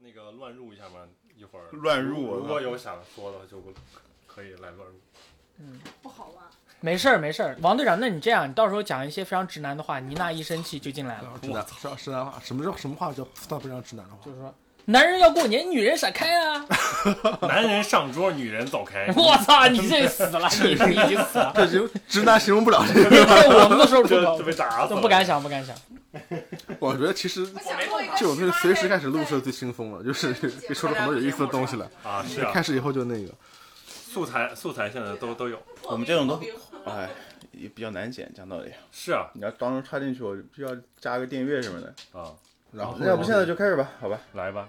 那个乱入一下吗？一会儿 乱入啊如果有想说的就可以来乱入。 嗯，不好玩。没事儿没事儿。王队长，那你这样，你到时候讲一些非常直男的话，妮娜一生气就进来了，直男直直男话，啊什么叫什么话叫算不上直男的话就？是说男人要过年，女人闪开 啊！男人上桌，女人走开。 我操，你这死了，你这已经死了，这就 直男形容不了这个。别骗我们都说不出这口这，被打死都了，不敢想不敢想。我觉得其实我想做一个就我们随时开始录是是最轻松了，就是 可以说出很多有意思的东西来。啊！是啊，开始以后就那个，素材素材现在都都有。我们这种都哎，也比较难剪，讲道理，是啊你要当时插进去，我就要加个电乐什么的。啊，然后那要不现在就开始吧，好吧？来吧。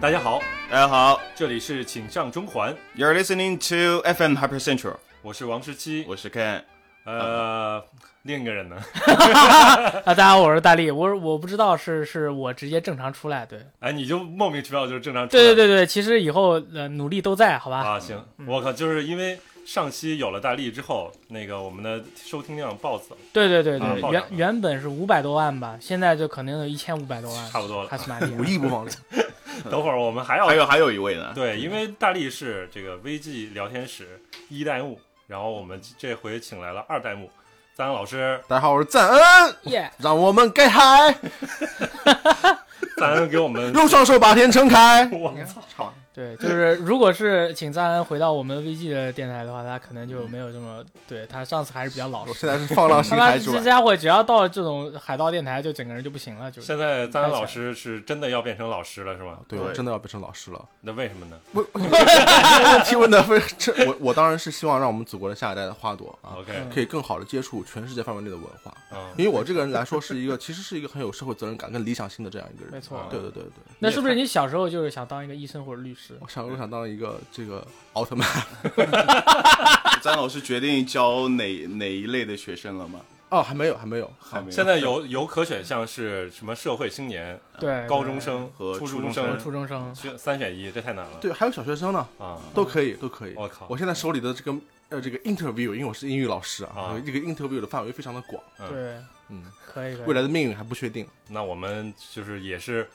大家好，大家好这里是请上中环， ，You're listening to FM Hyper Central，我是王十七，我是 Ken。呃，另一个人呢？啊，大家好，我是大力，我我不知道是是我直接正常出来，对哎，你就莫名其妙就是正常出来对对对对，其实以后呃努力都在，好吧？啊，行，我靠，就是因为上期有了大力之后，那个我们的收听量暴 增，对对对啊对，爆原炸了原本是五百多万吧，现在就可能有一千五百多万，差不多了还是蛮 厉害五的。亿播放量，等会儿我们还要还有还有一位呢，对，因为大力是这个 VG 聊天室一代目，然后我们这回请来了二代目赞恩老师，大家好，我是赞恩，耶，让我们给海赞恩给我 们，用双手把天撑开。我操！对，就是如果是请赞恩回到我们 VG 的电台的话，他可能就没有这么对他上次还是比较老我实。现在是放浪他形妈骸这之外，家伙只要到这种海盗电台，就整个人就不行了，就是现在赞恩老师是真的要变成老师了是吗？对我真的要变成老师了。那为什么呢我我问题问的非这我我当然是希望让我们祖国的下一代的花朵啊， ？OK，嗯可以更好的接触全世界范围内的文化。嗯，因为我这个人来说是一个，其实是一个很有社会责任感跟理想性的这样一个人。没错对对对对。那是不是你小时候就是想当一个医生或者 律师？我想，我想当一个这个奥特曼，张老师决定教哪哪一类的学生了吗？哦，还没有，还没有，还没有现在有有可选项是什么社会青年、对，高中生嗯和哎初初中中生对生和初中生，选三选一，这太难了。对，还有小学生呢，啊，都可以，都可以。我靠我现在手里的这个呃这个 interview，因为我是英语老师啊，啊这个 interview 的范围非常的广，嗯对，嗯，可以可以。未来的命运还不确定。那我们就是也是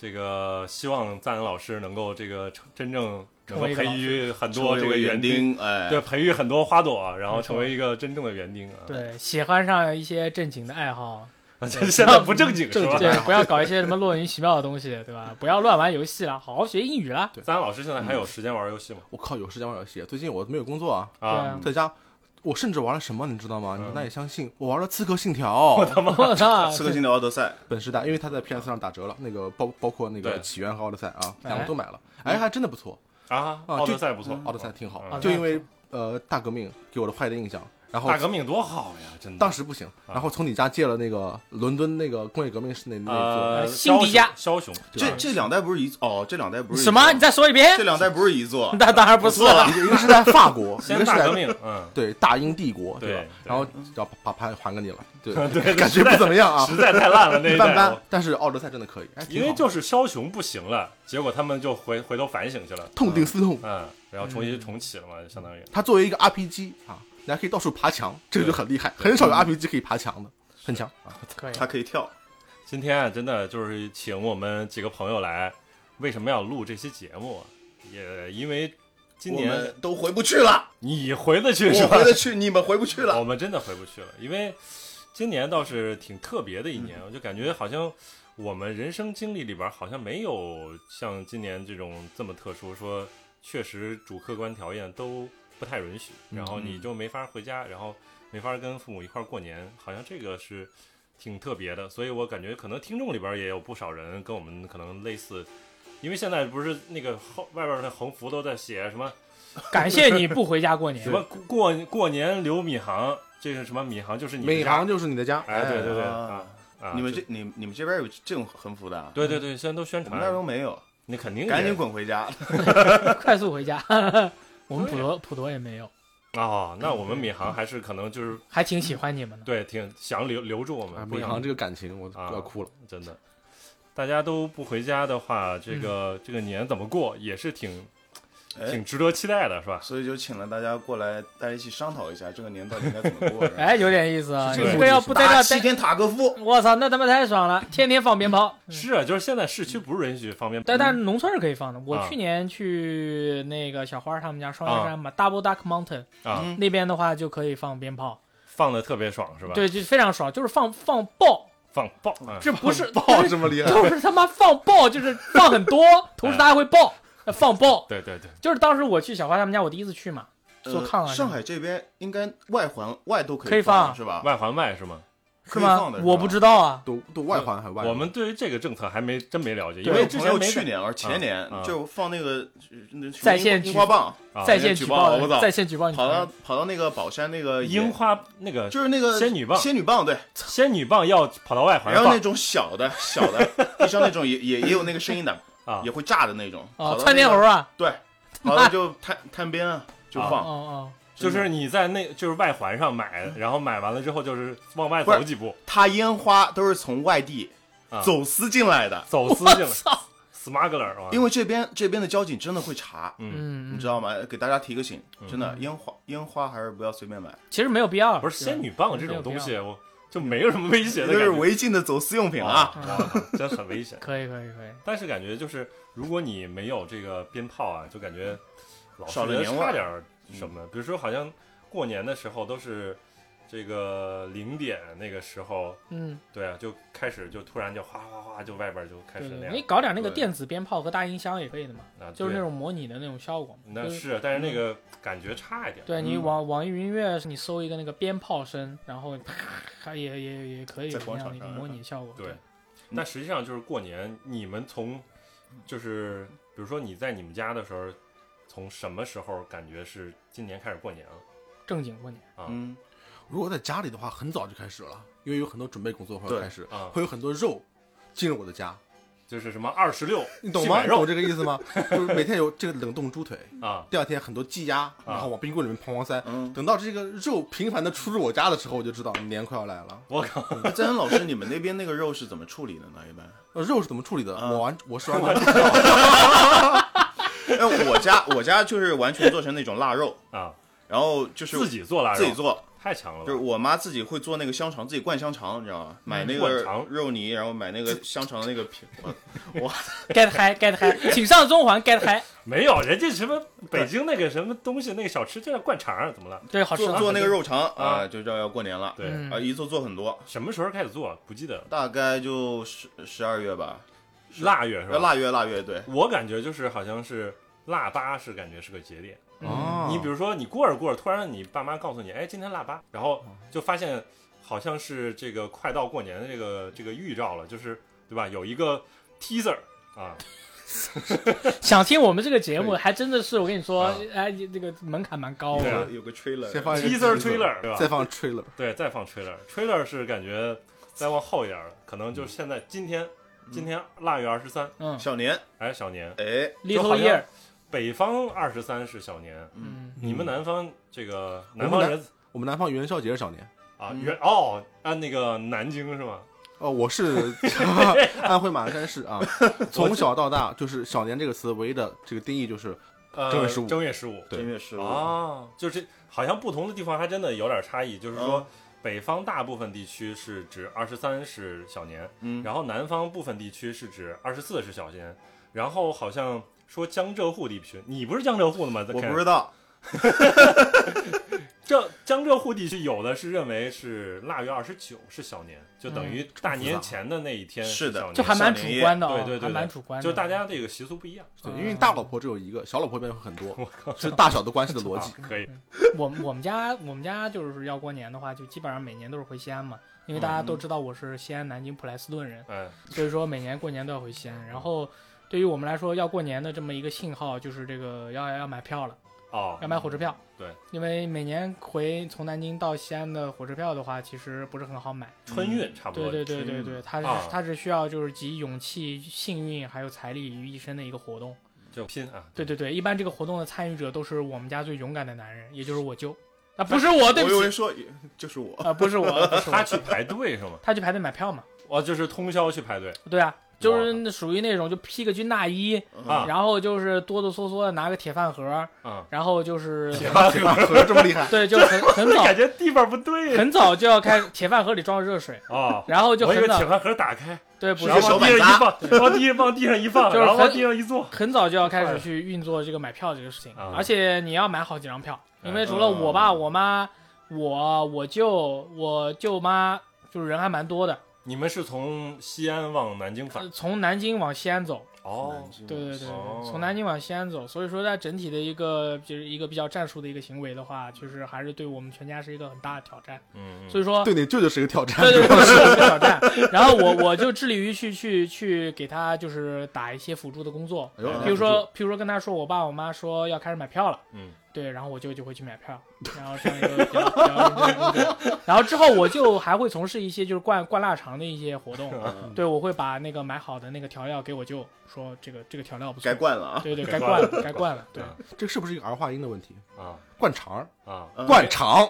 这个希望赞恩老师能够这个成真正能成够为一个培老育很成多为这一个个园园丁，丁，哎，对，培育很多花朵，然后没错成为一个真正的园丁啊。对，喜欢上一些正经的爱好，啊，这 现在不正 经是吧？对，不要搞一些什么莫名其妙的东西，对吧？不要乱玩游戏了，好好学英语啦。赞恩老师现在还有时间玩游戏吗？我靠，有时间玩游戏，最近我没有工作啊，对啊，啊，在家，我甚至玩了什么，你知道吗？你嗯们难以相信，我玩了《刺客信条》我操，刺客信条奥德赛，本世代，因为它在 PS 上打折了，那个包包括那个对起源和奥德赛啊，哎两个都买了，哎，还真的不错，啊，啊奥就德赛不错，奥德赛挺好，嗯就因为呃大革命给我的坏的印象，然后大革命多嗯好呀，真的。当时不行，然后从你家借了那个伦敦那个工业革命是那那一座，呃，辛迪加枭雄，这这两代不是一哦，这两代不是一什么？座你再说一遍这？两代不是一座，那当然不是了，一个一个是在法国，一 先个是大革在命，嗯，对大英帝国，对吧？对然后要把把牌还给你了，对 对 感觉不怎么 样啊实，在太 烂了那一一般代般。。但是奥德赛真的可以，哎，挺因为好就是枭雄不行了，结果他们就回回头反省去了，痛定思痛，嗯，然后重新重启了嘛，相当于它作为一个 RPG 啊，你还可以到处爬墙，这个就很厉害，对很少有 RPG 可以爬墙的，很强啊。可以。它可以跳。今天啊，真的就是请我们几个朋友来，为什么要录这期节目啊？也因为今我年们都回不去了，你回得去 是我吧？哦回得去，你们回不去了。我们真的回不去了，因为今年倒是挺特别的一年，我就感觉好嗯像我们人生经历里边好像没有像今年这种这么特殊，说确实主客观条件都不太允许，然后你就没法回家，然后没法跟父母一块儿过年，好像这个是挺特别的，所以我感觉可能听众里边也有不少人跟我们可能类似。因为现在不是那个 后外边的横幅都在写什么感谢你不回家 过年什。么过过年留米行，这是什么米行？就是你们闵家行就是你的家，哎，对对对啊啊啊！你们就这你你们这边有这种横幅的啊？对对对，现在都宣我们那儿传，都没有，你肯定赶紧也滚回家。 快速回家。我们普陀普陀也没有，啊，那我们闵行还是可能就是还挺喜欢你们的。对，挺想留留住我啊，们。不闵想行这个感情我都啊要哭了。真的，大家都不回家的话，这个、这个年怎么过也是挺哎，挺值得期待的，是吧？所以就请了大家过来，大家一起商讨一下这个年到底应该怎 么过。是吧哎，有点意思啊！是你这个这个要不在这打齐待，天塔科夫，我操，那他妈太爽了，天天放鞭炮。嗯是啊，就是现在市区不允许放鞭炮，但但是农村是可以放的。我啊去年去那个小花儿他们家双鸭山嘛，Double Duck Mountain 啊，嗯那边的话就可以放鞭炮，放的特别爽，是吧？，对，就非常爽，就是放放 爆，放爆啊，这不是爆这么 厉害，就是他妈放爆，就是放很 多，同时大家会爆，放爆。对对对，就是当时我去小花他们家，我第一次去嘛，做呃抗啊上海这边应该外环外都可可以放是吧？外环外是吗？可是以吗放的，？我不。知道啊，都都外环还外环？我们对于这个政策还没真没了解，因因为为之朋前友没去年而前年啊啊就放那个呃那什么嗯在线樱举樱花棒，啊在线举报报我操，在线举报你跑朋到友，跑到那个宝山那个野樱，花那个就是那个仙女棒仙女棒对，仙女棒要跑到外环然后那放种小的小 的，地上那种也也也有那个声音的，啊也会炸的那种。跑哦，到窜那天个猴啊， 对，跑到就摊摊边啊，就啊哦放，哦，就真的是你在那就是外环上买，然后买完了之后就是往外走不是几 步，他烟花都是从外地啊走私进来的，走私进 来我操， ，smuggler 哇因为这边这边的交警真的会查，嗯，嗯，你知道，道吗？给大家提个醒，嗯真的烟花烟花还是不要随便买，其实没有必要，不是对仙女棒这种东西，我就没有什么威胁这的就感是觉，违禁的走私用品了啊。哇，我靠真很危险。可以可以可以，但是感觉就是，如果你没有这个鞭炮啊，就感觉老是少了觉得年味儿差点儿什么。比如说，好像过年的时候都是这个零点那个时候，嗯，对啊，就开始就突然就哗哗哗，就外边就开始对对，那对样你搞点那个对电子鞭炮和大音箱也可以的嘛，啊，就是那对种模拟的那种效果嘛，那就是嗯是，但是那个感觉差一点。对你嗯网网易云音乐，你搜一个那个鞭炮声，然后啪也也也可以有那在广样场的一个上模拟效果。对，但实际上就是过年，你们从就是比如说你在你们家的时候，从什么时候感觉是今年开始过年了正经过年，啊？嗯，如果在家里的话，很早就开始了，因为有很多准备工作会对开始，啊会有很多肉进入我的家，就是什么二十六，你懂去吗？买你肉懂这个意 思吗？就是每天有这个冷冻猪腿，啊第二天很多鸡鸭，然后往冰柜里面哐哐塞。嗯等到这个肉频繁的出入我家的时候，我就知道年快要来了。我靠，那詹恩老师，你们那边那个肉是怎么处理的呢？一般？呃肉是怎么处理的？嗯我完，我是完 全不哎，我家我家就是完全做成那种腊肉，啊，然后就是自己做腊肉，自己做，太强了吧，就是我妈自己会做那个香肠，自己灌香肠，你知道吗？买那嗯灌个肠肉泥，然后买那个香肠的那 个皮，我 get high get high，请上中环 get high，没有人家什么北京那个什么东西那个小吃就叫灌肠儿，怎么了？对，好吃做的。做那个肉肠啊啊，就知道要过年了对，啊，嗯，一做做很多，什么时候开始做？不记得了，大概就十十二月吧，呃腊月是吧？腊月腊月对，我感觉就是好像是腊八是感觉是个节点。知道。哦嗯你比如说你过着过着，突然你爸妈告诉你，哎，今天腊八，然后就发现好像是这个快到过年的这个这个预兆了，就是对吧？有一个 teaser 啊，想听我们这个节目，对还真的是我跟你说啊，哎，这个门槛蛮高对有啊的。个有个 trailer，先放一个 Teaser trailer，对吧再放 trailer，对，再放 trailer，trailer 是感觉再往后一点了，可能就是现在今天，今天腊月二十三，嗯小年，哎，小年，哎，就好，Little 像 Year，北方二十三是小年，嗯，你们南方这个我南们方南人我们南方元宵节是小年。啊，嗯原哦，按那个南京是吗？哦，我是 安徽马鞍山市啊，从小到大就是“小年”这个词唯一的这个定义就是呃，正月十五正月十五，对正月十五，哦啊，就是好像不同的地方还真的有点差异，就是说嗯北方大部分地区是指二十三是小年，嗯然后南方部分地区是指二十四是小年，然后好像说江浙沪地区，你不是江浙沪的吗？我 Ken？不知道，这江浙沪地区有的是认为是腊月二十九是小年，就等于大年前的那一天是的小年，就还蛮主观的啊，对对对对还蛮主观的。就大家这个习俗不一样。啊对，嗯因为大老婆只有一个，小老婆变会很多，是大小的关系的逻辑 啊。可以我们我们家我们家就是要过年的话，就基本上每年都是回西安嘛，因为大家都知道我是西安、南京、普莱斯顿人，嗯，所以说每年过年都要回西安。然后对于我们来说，要过年的这么一个信号就是这个要要买票了，哦要，买火车票。对，因为每年回从南京到西安的火车票的话，其实不是很好买。春运差不对多。对对是对对，它是、啊它是需要就是集勇气、幸运还有财力于一身的一个活动。就拼啊！对对对，一般这个活动的参与者都是我们家最勇敢的男人，也就是我舅。 啊，不是我，对我有不人起，说就是我，啊，不是我，不是他我，去排队是吗？他去排队买票嘛，哦，就是通宵去排队对啊，就是属于那种就披个军大衣，嗯啊然后就是哆哆嗦嗦的拿个铁饭盒，啊！然后就是 盒啊这么厉 害，对，就很很早感觉地方不对很早就要开铁饭盒里装热水，哦，然后就我以很为早铁饭盒打开，对补然充是后个小往板地上一搭放，往地往地上一放，就是然后往很地上一坐，很早就要开始去运作这个买票这个事情，啊而且你要买好几张票，嗯因为除了我爸、我妈、我、我舅、我舅妈，就是人还蛮多的，你们是从西安往南京返呃从南京往西安走，哦，对对对对，哦从南京往西安走，所以说在整体的一个就是一个比较战术的一个行为的话，就是还是对我们全家是一个很大的挑战，嗯，所以以说。对你舅舅是一个挑战对，对对，是一个挑战。 然后我我就致力于去去去给他就是打一些辅助的工作，哎呦嗯比如说，比如说跟他说，我爸我妈说要开始买票了，嗯，对，然后我舅就会去买票，然后这样一个比较比较认真的工作。然后之后我就还会从事一些就是灌灌腊肠的一些活动，啊对我会把那个买好的那个调料给我舅，说这个这个调料不错该，灌了啊，对对，该该灌灌了了，该灌了，对，这是不是一个儿化音的问题？啊灌肠儿，啊，嗯灌肠，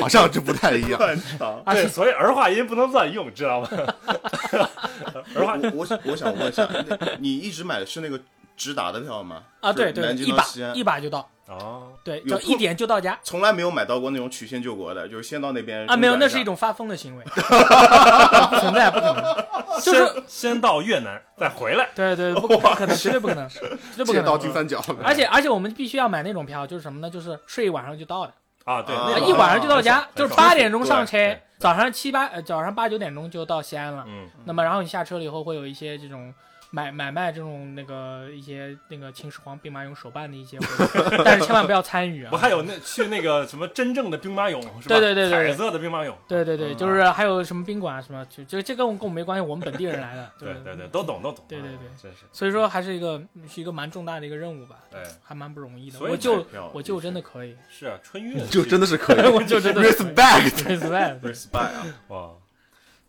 好像就不太一样。灌肠。而对，且所以儿化音不能乱用，知道吗？ 儿化音我我我想问一下，那你一直买的是那个直达的票吗？啊是对南对，京一到把西安一把就到，哦，对，有叫一点就到家。从来没有买到过那种曲线救国的，就是先到那边啊，没有，中转那一下是一种发疯的 行为，不存在不可能，就是先先到越南再回来，对对，不不可能，绝对不可能，绝 对不可借能嗯哎刀。金 三角，而且而且我们必须要买那种票，就是什么呢？就是睡一晚上就到的，啊，对，啊那个一晚上就到家，很爽就是八点钟上对车对，早上七八呃早上八九点钟就到西安了。嗯那么然后你下车了以后，会有一些这种买买卖这种那个一些那个秦始皇兵马俑手办的一些活动， 但是千万不要参与啊不。还有那去那个什么真正的兵马俑是吧？对对对对对彩色的兵马俑，对对对，嗯就是还有什么宾馆啊什么，就就这跟我跟我们没关系，我们本地人来的。 对对对，都懂都懂，对对对哎真是所以说还是一个是一个蛮重大的一个任务吧，哎还蛮不容易的。所以我买就票我就真的可以是啊，春运就真的是可以 我就真的可以，respect。 respect，对 respect 啊，哇。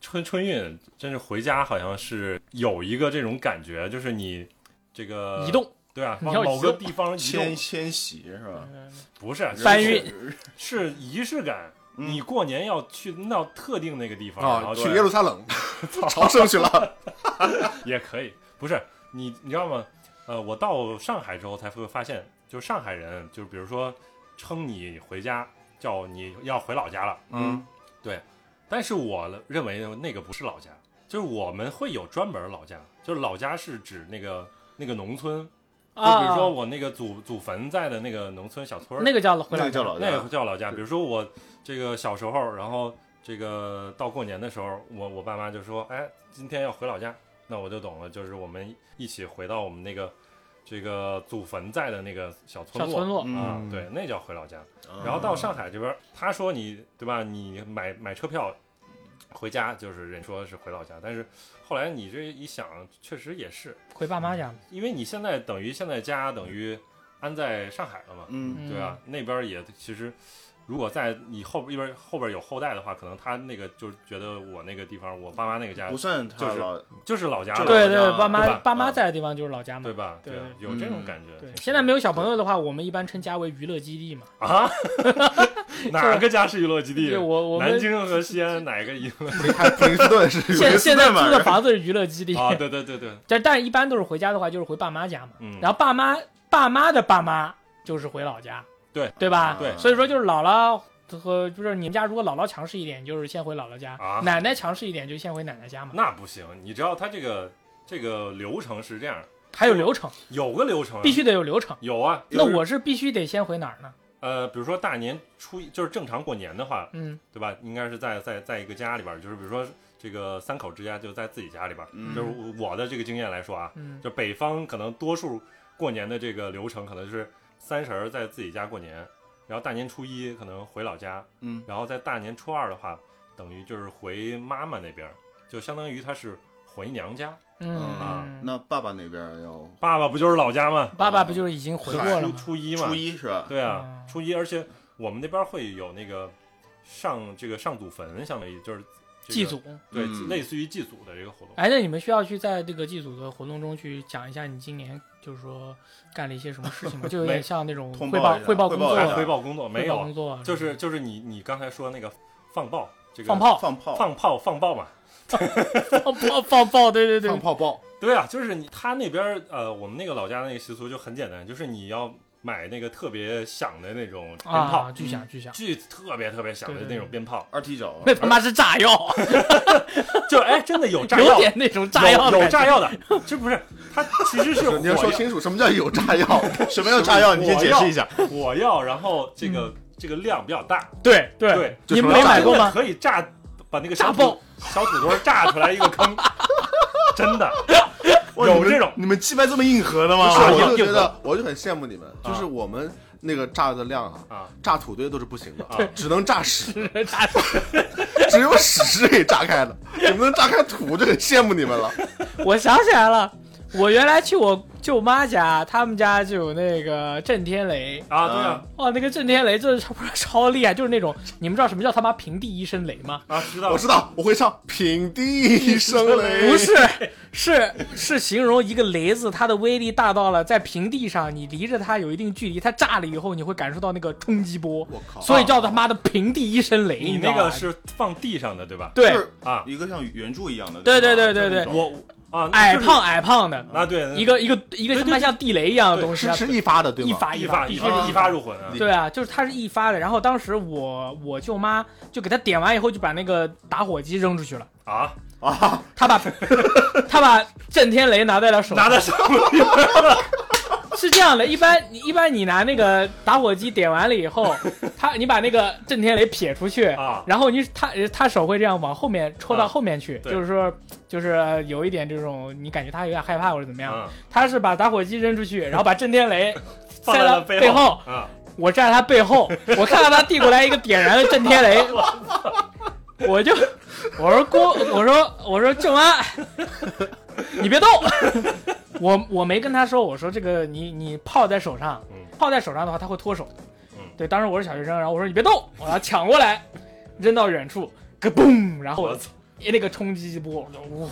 春春运真是回家好像是有一个这种感觉，就是你这个移动。对啊，你往要移某个动地方移迁动迁徙是吧？嗯不是啊搬运是仪式感。嗯你过年要去到特定那个地方，然啊，后去对耶路撒 冷，朝圣去了。也可以。不是你，你知道吗？呃，我到上海之后才会发现，就上海人，就是比如说称你回家，叫你要回老家了，嗯，但是我认为那个不是老家，就是我们会有专门老家，就是老家是指那个那个农村，就啊，比如说我那个祖祖坟在的那个农村小村儿，那个叫回那来个叫老那家个叫老家。比如说我这个小时候，然后这个到过年的时候，我我爸妈就说：“哎，今天要回老家。”那我就懂了，就是我们一起回到我们那个这个祖坟在的那个小村小落村落，嗯啊，对，那叫回老家。然后到上海这边，他说你对吧？你买买车票回家，就是人说是回老家，但是后来你这一想，确实也是，回爸妈家嘛。因为你现在等于现在家等于安在上海了嘛，嗯，嗯对啊，那边儿也其实，如果在你后边一边后边有后代的话，可能他那个就是觉得我那个地方，我爸妈那个家不算他就是老，就是老家就了，对老对，家爸妈对吧爸妈啊在的地方就是老家嘛对。吧？对啊对有这种嗯感觉。对挺，现在没有小朋友的话，我们一般称家为娱乐基地嘛。啊， 哪个家是娱乐基地对，？我我南们京和西安哪个娱 乐普林普林斯顿是有现现在嘛租的房子是娱乐基地，啊？对对对对， 但但一般都是回家的话就是回爸妈家嘛。嗯，然后后爸妈爸妈的爸妈就是回老家，对啊对嗯吧？对啊所以说就是姥姥和就是你们家如果姥姥强势一点，你就是先回姥姥家；啊奶奶强势一点，就先回奶奶家嘛。那不行，你知道他这个这个流程是这样，还有流程，有个流程啊必须得有流程。有啊，那就是我是必须得先回哪儿呢？呃，比如说大年初一，就是正常过年的话，嗯，对吧？应该是在在在一个家里边儿，就是比如说这个三口之家就在自己家里边儿。嗯就是我的这个经验来说啊，嗯就北方可能多数过年的这个流程，可能就是三十儿在自己家过年，然后大年初一可能回老家，嗯，然后在大年初二的话，等于就是回妈妈那边儿，就相当于他是回娘家。嗯啊，那爸爸那边要爸爸不就是老家吗？爸爸不就是已经回过了初吗？初一嘛，初一是吧？对啊，嗯初一，而且我们那边会有那个上这个上祖坟，相当于就是这个祭祖。对，嗯类似于祭祖的这个活动。哎，那你们需要去在这个祭祖的活动中去讲一下你今年就是说干了一些什么事情吗？就有点像那种通汇报报一下汇报汇工报作一哎下啊，汇报工作没汇报有工，作啊，就是就是你你刚才说那个放爆，这个放炮、放哦炮，放炮放爆嘛，放炮、放炮，对对对放，泡泡，对啊，就是你他那边儿呃，我们那个老家那个习俗就很简单，就是你要买那个特别响的那种鞭炮，啊，巨响巨响，巨特别特别响的对对那种对鞭炮，二踢脚啊，那他妈是炸药，就哎真的有炸有药，点那种炸药有有的感觉炸药的，这不是它其实是火 你要说药，清楚什么叫有炸药，什么叫炸药？你先解释一下。 火药，然后这个这个量比较大，对对，就嗯你是们没然后买过真的吗？可以炸，把那个小炸土爆小土堆儿炸出来一个 坑，真的哇有你们这种啊你们祭拜这么硬核的不吗？是，硬我就硬觉得我就很羡慕你们，就啊是我们那个炸的量啊，啊，炸土堆都是不行的，啊 只能炸屎， 炸只有屎是可以炸开的，你们能炸开土，我就很羡慕你们了。我想起来了，我原来去我舅妈家，他们家就有那个震天雷。啊对啊哦，那个震天雷真的超 超厉害，就是那种你们知道什么叫他妈平地一声雷吗？啊知道 我知道，我会唱平地一声雷，不是， 是是形容一个雷子，它的威力大到了在平地上，你离着它有一定距离，它炸了以后，你会感受到那个冲击波，我靠，所以叫他妈的平地一声雷。哦你你那知道个吧是放地上的对吧？对就是啊，一个像圆柱一样的。对吧对对对就那种我啊矮就是胖矮胖的，啊对一个一个一个他妈像地雷一样的对东西是啊，是一发的对一吗？发一发发必一须发是一发入魂啊你对啊，就是它是一发的，然后当时我我舅妈就给他点完以后，就把那个打火机扔出去了。啊！啊，他把， 他把震天雷拿在了手上，拿在手里，是这样的，一般你一般你拿那个打火机点完了以 后，他你把那个震天雷撇出去啊然后你他他手会这样往后面戳到啊后面去，对就是说就是有一点这种你感觉他有点害怕 或者怎么样，嗯他是把打火机扔出去，然后把震天雷塞 放在到了背背后，啊，我站在他背后，我看到他递过来一个点燃的震 天雷，我就我说姑，我说我说舅妈，你别动，我我没跟他说，我说这个你你泡在手上嗯，泡在手上的话他会脱手嗯，对，当时我是小学生，然后我说你别动，我把他抢过来，扔到远处，咯嘣，然后我操那个冲击波，我就呜，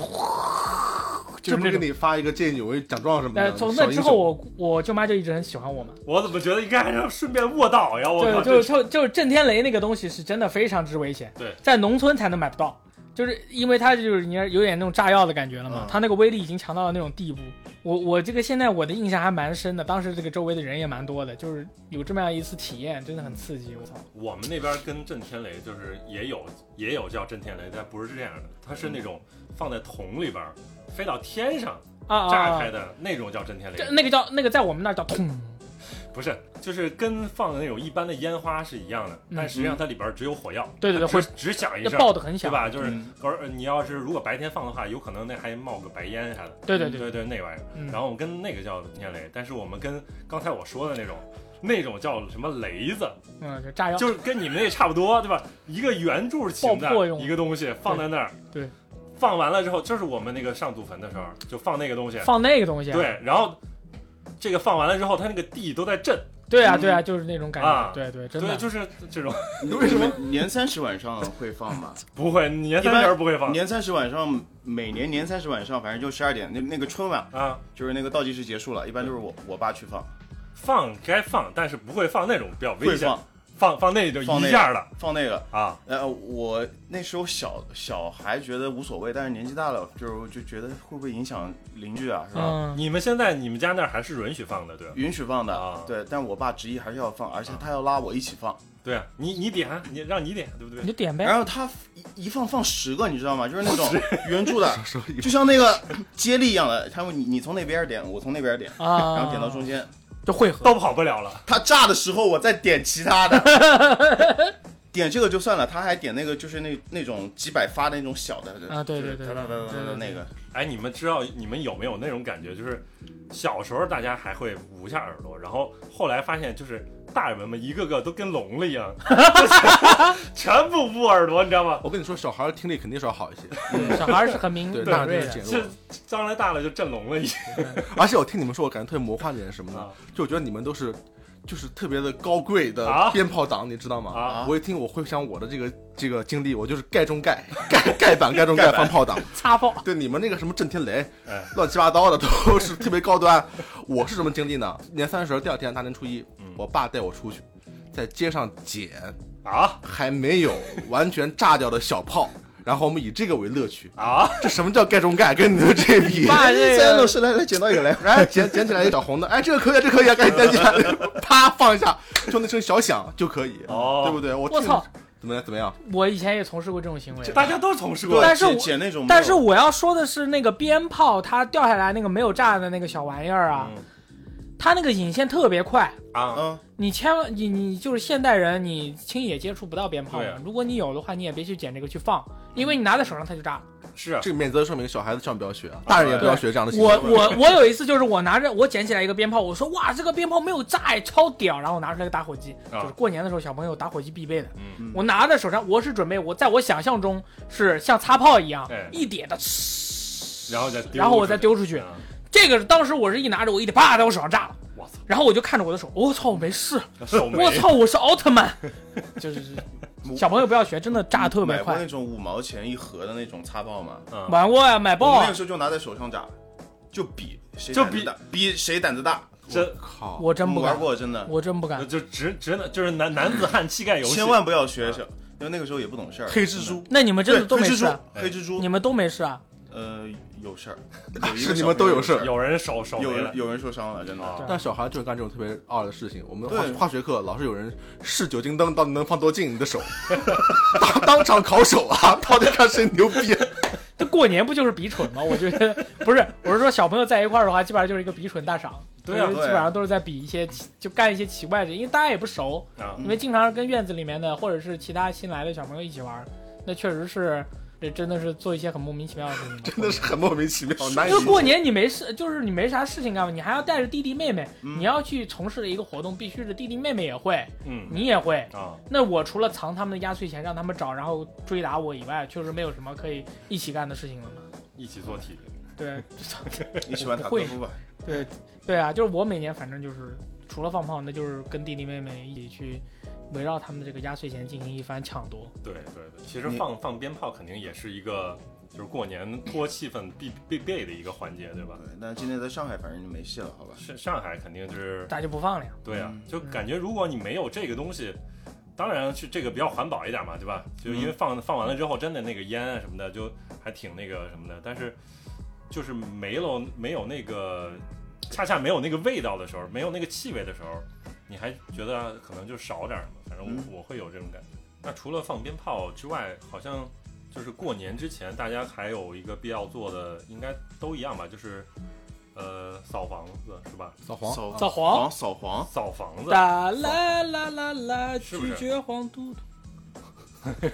这就是不那是给种。你发一个见义勇为奖嗯状什么但的？是从小那英之雄后，我我舅妈就一直很喜欢我嘛。我怎么觉得应该还要顺便卧倒呀？我靠，对，这就就就是震天雷那个东西是真的非常之危险，对在农村才能买不到，就是因为它就是你有点那种炸药的感觉了嘛，嗯它那个威力已经强到了那种地步。我我这个现在我的印象还蛮深的，当时这个周围的人也蛮多的，就是有这么样一次体验，真的很刺激。我操，我们那边跟震天雷就是也有也有叫震天雷，但不是这样的，它是那种放在桶里边儿飞到天上啊啊炸啊开！的那种叫震天这雷，那个叫那个在我们那儿叫通，不是，就是跟放的那种一般的烟花是一样的，嗯但实际上它里边儿只有火药，对对对，会只只响一那声，爆的很对响，吧？就是嗯而呃你要是如果白天放的话，有可能那还冒个白烟啥的。对对对对，对，那玩意儿。嗯然后我们跟那个叫天雷，但是我们跟刚才我说的那种，那种叫什么雷子，嗯，就炸药，就是跟你们那差不多，对吧？一个圆柱形爆破的用的一个东西放在那儿，对，放完了之后，就是我们那个上祖坟的时候就放那个东西，放那个东西啊，对，然后这个放完了之后，它那个地都在震，对啊嗯对啊，就是那种感觉啊，对对，真对，的就是这种你为什么年三十晚上会放 吗？不会，年一三般十不会放年三十晚上，每年年三十晚上，反正就十二点，那那个春晚啊，就是那个倒计时结束了，一般就是我我爸去放，放该放，但是不会放那种比较危会险，放放放那就放那一个下了放那个。啊，呃，我那时候小小还觉得无所谓，但是年纪大了，就是就觉得会不会影响邻居啊，是吧？嗯，你们现在你们家那儿还是允许放的，对吧？允许放的，啊对，但我爸执意还是要放，而且他要拉我一起放，对啊，你你点，你让你点，对不对你？就点呗然，后他一一放放十个，你知道吗？就是那种圆 柱的，说一就像那个接力一样的，他会你你从那边点，我从那边点，啊，然后点到中间，就汇合。都跑不了了，他炸的时候我再点其他的， 点这个就算了，他还点那个就是那那种几百发的那种小的，啊对就是对对哒哒哒对对哒哒对那个，哎，你们知道你们有没有那种感觉？就是小时候大家还会捂一下耳朵，然后后来发现就是大人们一个个都跟聋了一样， 就是全部捂耳朵，你知道吗？我跟你说，小孩儿听力肯定是要好一些，嗯对小孩儿是很敏对，敏那锐真是的减，弱这了。将来大了就震聋了已经 而且我听你们说，我感觉特别魔幻点是什么呢啊？就我觉得你们都是就是特别的高贵的啊鞭炮党，你知道吗？啊我一听我回想我的这个这个经历，我就是盖中盖盖盖板盖中盖放炮党。 擦炮，对你们那个什么震天雷哎，乱七八糟的都是特别高端。我是什么经历呢？年三十儿第二天大年初一嗯，我爸带我出去，在街上捡啊还没有完全炸掉的小炮，然后我们以这个为乐趣。啊！这什么叫盖中盖？跟你们这比。爸这三老个师来来捡到一个来， 哎，捡捡起来一小红的，哎，这个可以啊，这个可以啊，赶紧捡起来，啪放一下，就那声小响就可以，哦对不对？我我听操，怎么样？怎么样？我以前也从事过这种行为这。大家都从事过对，但是我捡捡那种没有，但是我要说的是，那个鞭炮它掉下来那个没有炸的那个小玩意儿啊，嗯它那个引线特别快，啊，嗯，你千万你你就是现代人，你轻易也接触不到鞭炮对的啊。如果你有的话，你也别去捡这个去放，因为你拿在手上它就炸了。是啊这个免责声明，小孩子千万不要学，啊，大人也不要学这样的行为。我我我有一次就是我拿着我捡起来一个鞭炮，我说哇这个鞭炮没有炸哎超屌，然后我拿出来个打火机，啊就是过年的时候小朋友打火机必备的。嗯我拿在手上，我是准备我在我想象中是像擦炮一样哎一点的，然后再丢然后我再丢出出去去。啊这个当时我是一拿着我一点啪在我手上炸了，我操，然后我就看着我的手，我、操我没事，手没我操我是奥特曼，就是小朋友不要学，真的炸得特别买过快那。种五毛钱一盒的那种擦炮嘛，嗯玩过呀，买我爆们那啊个！时候就拿在手上炸，就比谁就胆子比大比谁胆子大，这靠，我真我不们敢玩，过真的，我真不敢那。就直直男就是男男子汉气概游戏，千万不要学小，因为那个时候也不懂事儿。黑蜘蛛那你们真真的的，都没对黑事蜘蛛啊？，黑蜘蛛，你们都没事啊？呃 有事儿，有一是个你小们都朋友有事儿有有人手手有没了人有人受伤了，真的。啊但小孩就是干这种特别二的事情。我们化对化学课老是有人试酒精灯到底能放多近你的手， 当 当场烤手啊，到底看谁牛逼？啊这过年不就是比蠢吗？我觉得不是，我是说小朋友在一块儿的话，基本上就是一个比蠢大赏。对啊就是对啊基本上都是在比一些奇就干一些奇怪的，因为大家也不熟，啊因为经常跟院子里面的或者是其他新来的小朋友一起玩儿，那确实是这真的是做一些很莫名其妙的事情。 真的是 很莫名其妙，难以因为理过解。年你没事，就是你没啥事情干嘛，你还要带着弟弟妹妹，嗯你要去从事的一个活动，必须是弟弟妹妹也会，嗯你也会。啊那我除了藏他们的压岁钱让他们找，然后追打我以外，确实没有什么可以一起干的事情了嘛。一起做题对，你喜欢塔科夫吧？对对啊，就是我每年反正就是除了放炮，那就是跟弟弟妹妹一起去围绕他们的这个压岁钱进行一番抢夺。对对对，其实你放放鞭炮肯定也是一个就是过年拖气氛必必备的一个环节，对吧？对，呃但今天在上海反正就没戏了，好吧？上上海肯定就是大家就不放了呀，对啊嗯，就感觉如果你没有这个东西，当然是这个比较环保一点嘛，对吧？就嗯因为放放完了之后，真的那个烟啊什么的，就还挺那个什么的。但是就是没了没有那个，恰恰没有那个味道的时候，没有那个气味的时候，你还觉得可能就少点儿嘛。反正嗯我我会有这种感觉。那除了放鞭炮之外，好像就是过年之前，大家还有一个必要做的，应该都一样吧，就是呃扫房子是吧？扫黄，哦扫造黄黄。扫黄，扫房子哒啦啦啦啦，是不是拒绝黄嘟嘟。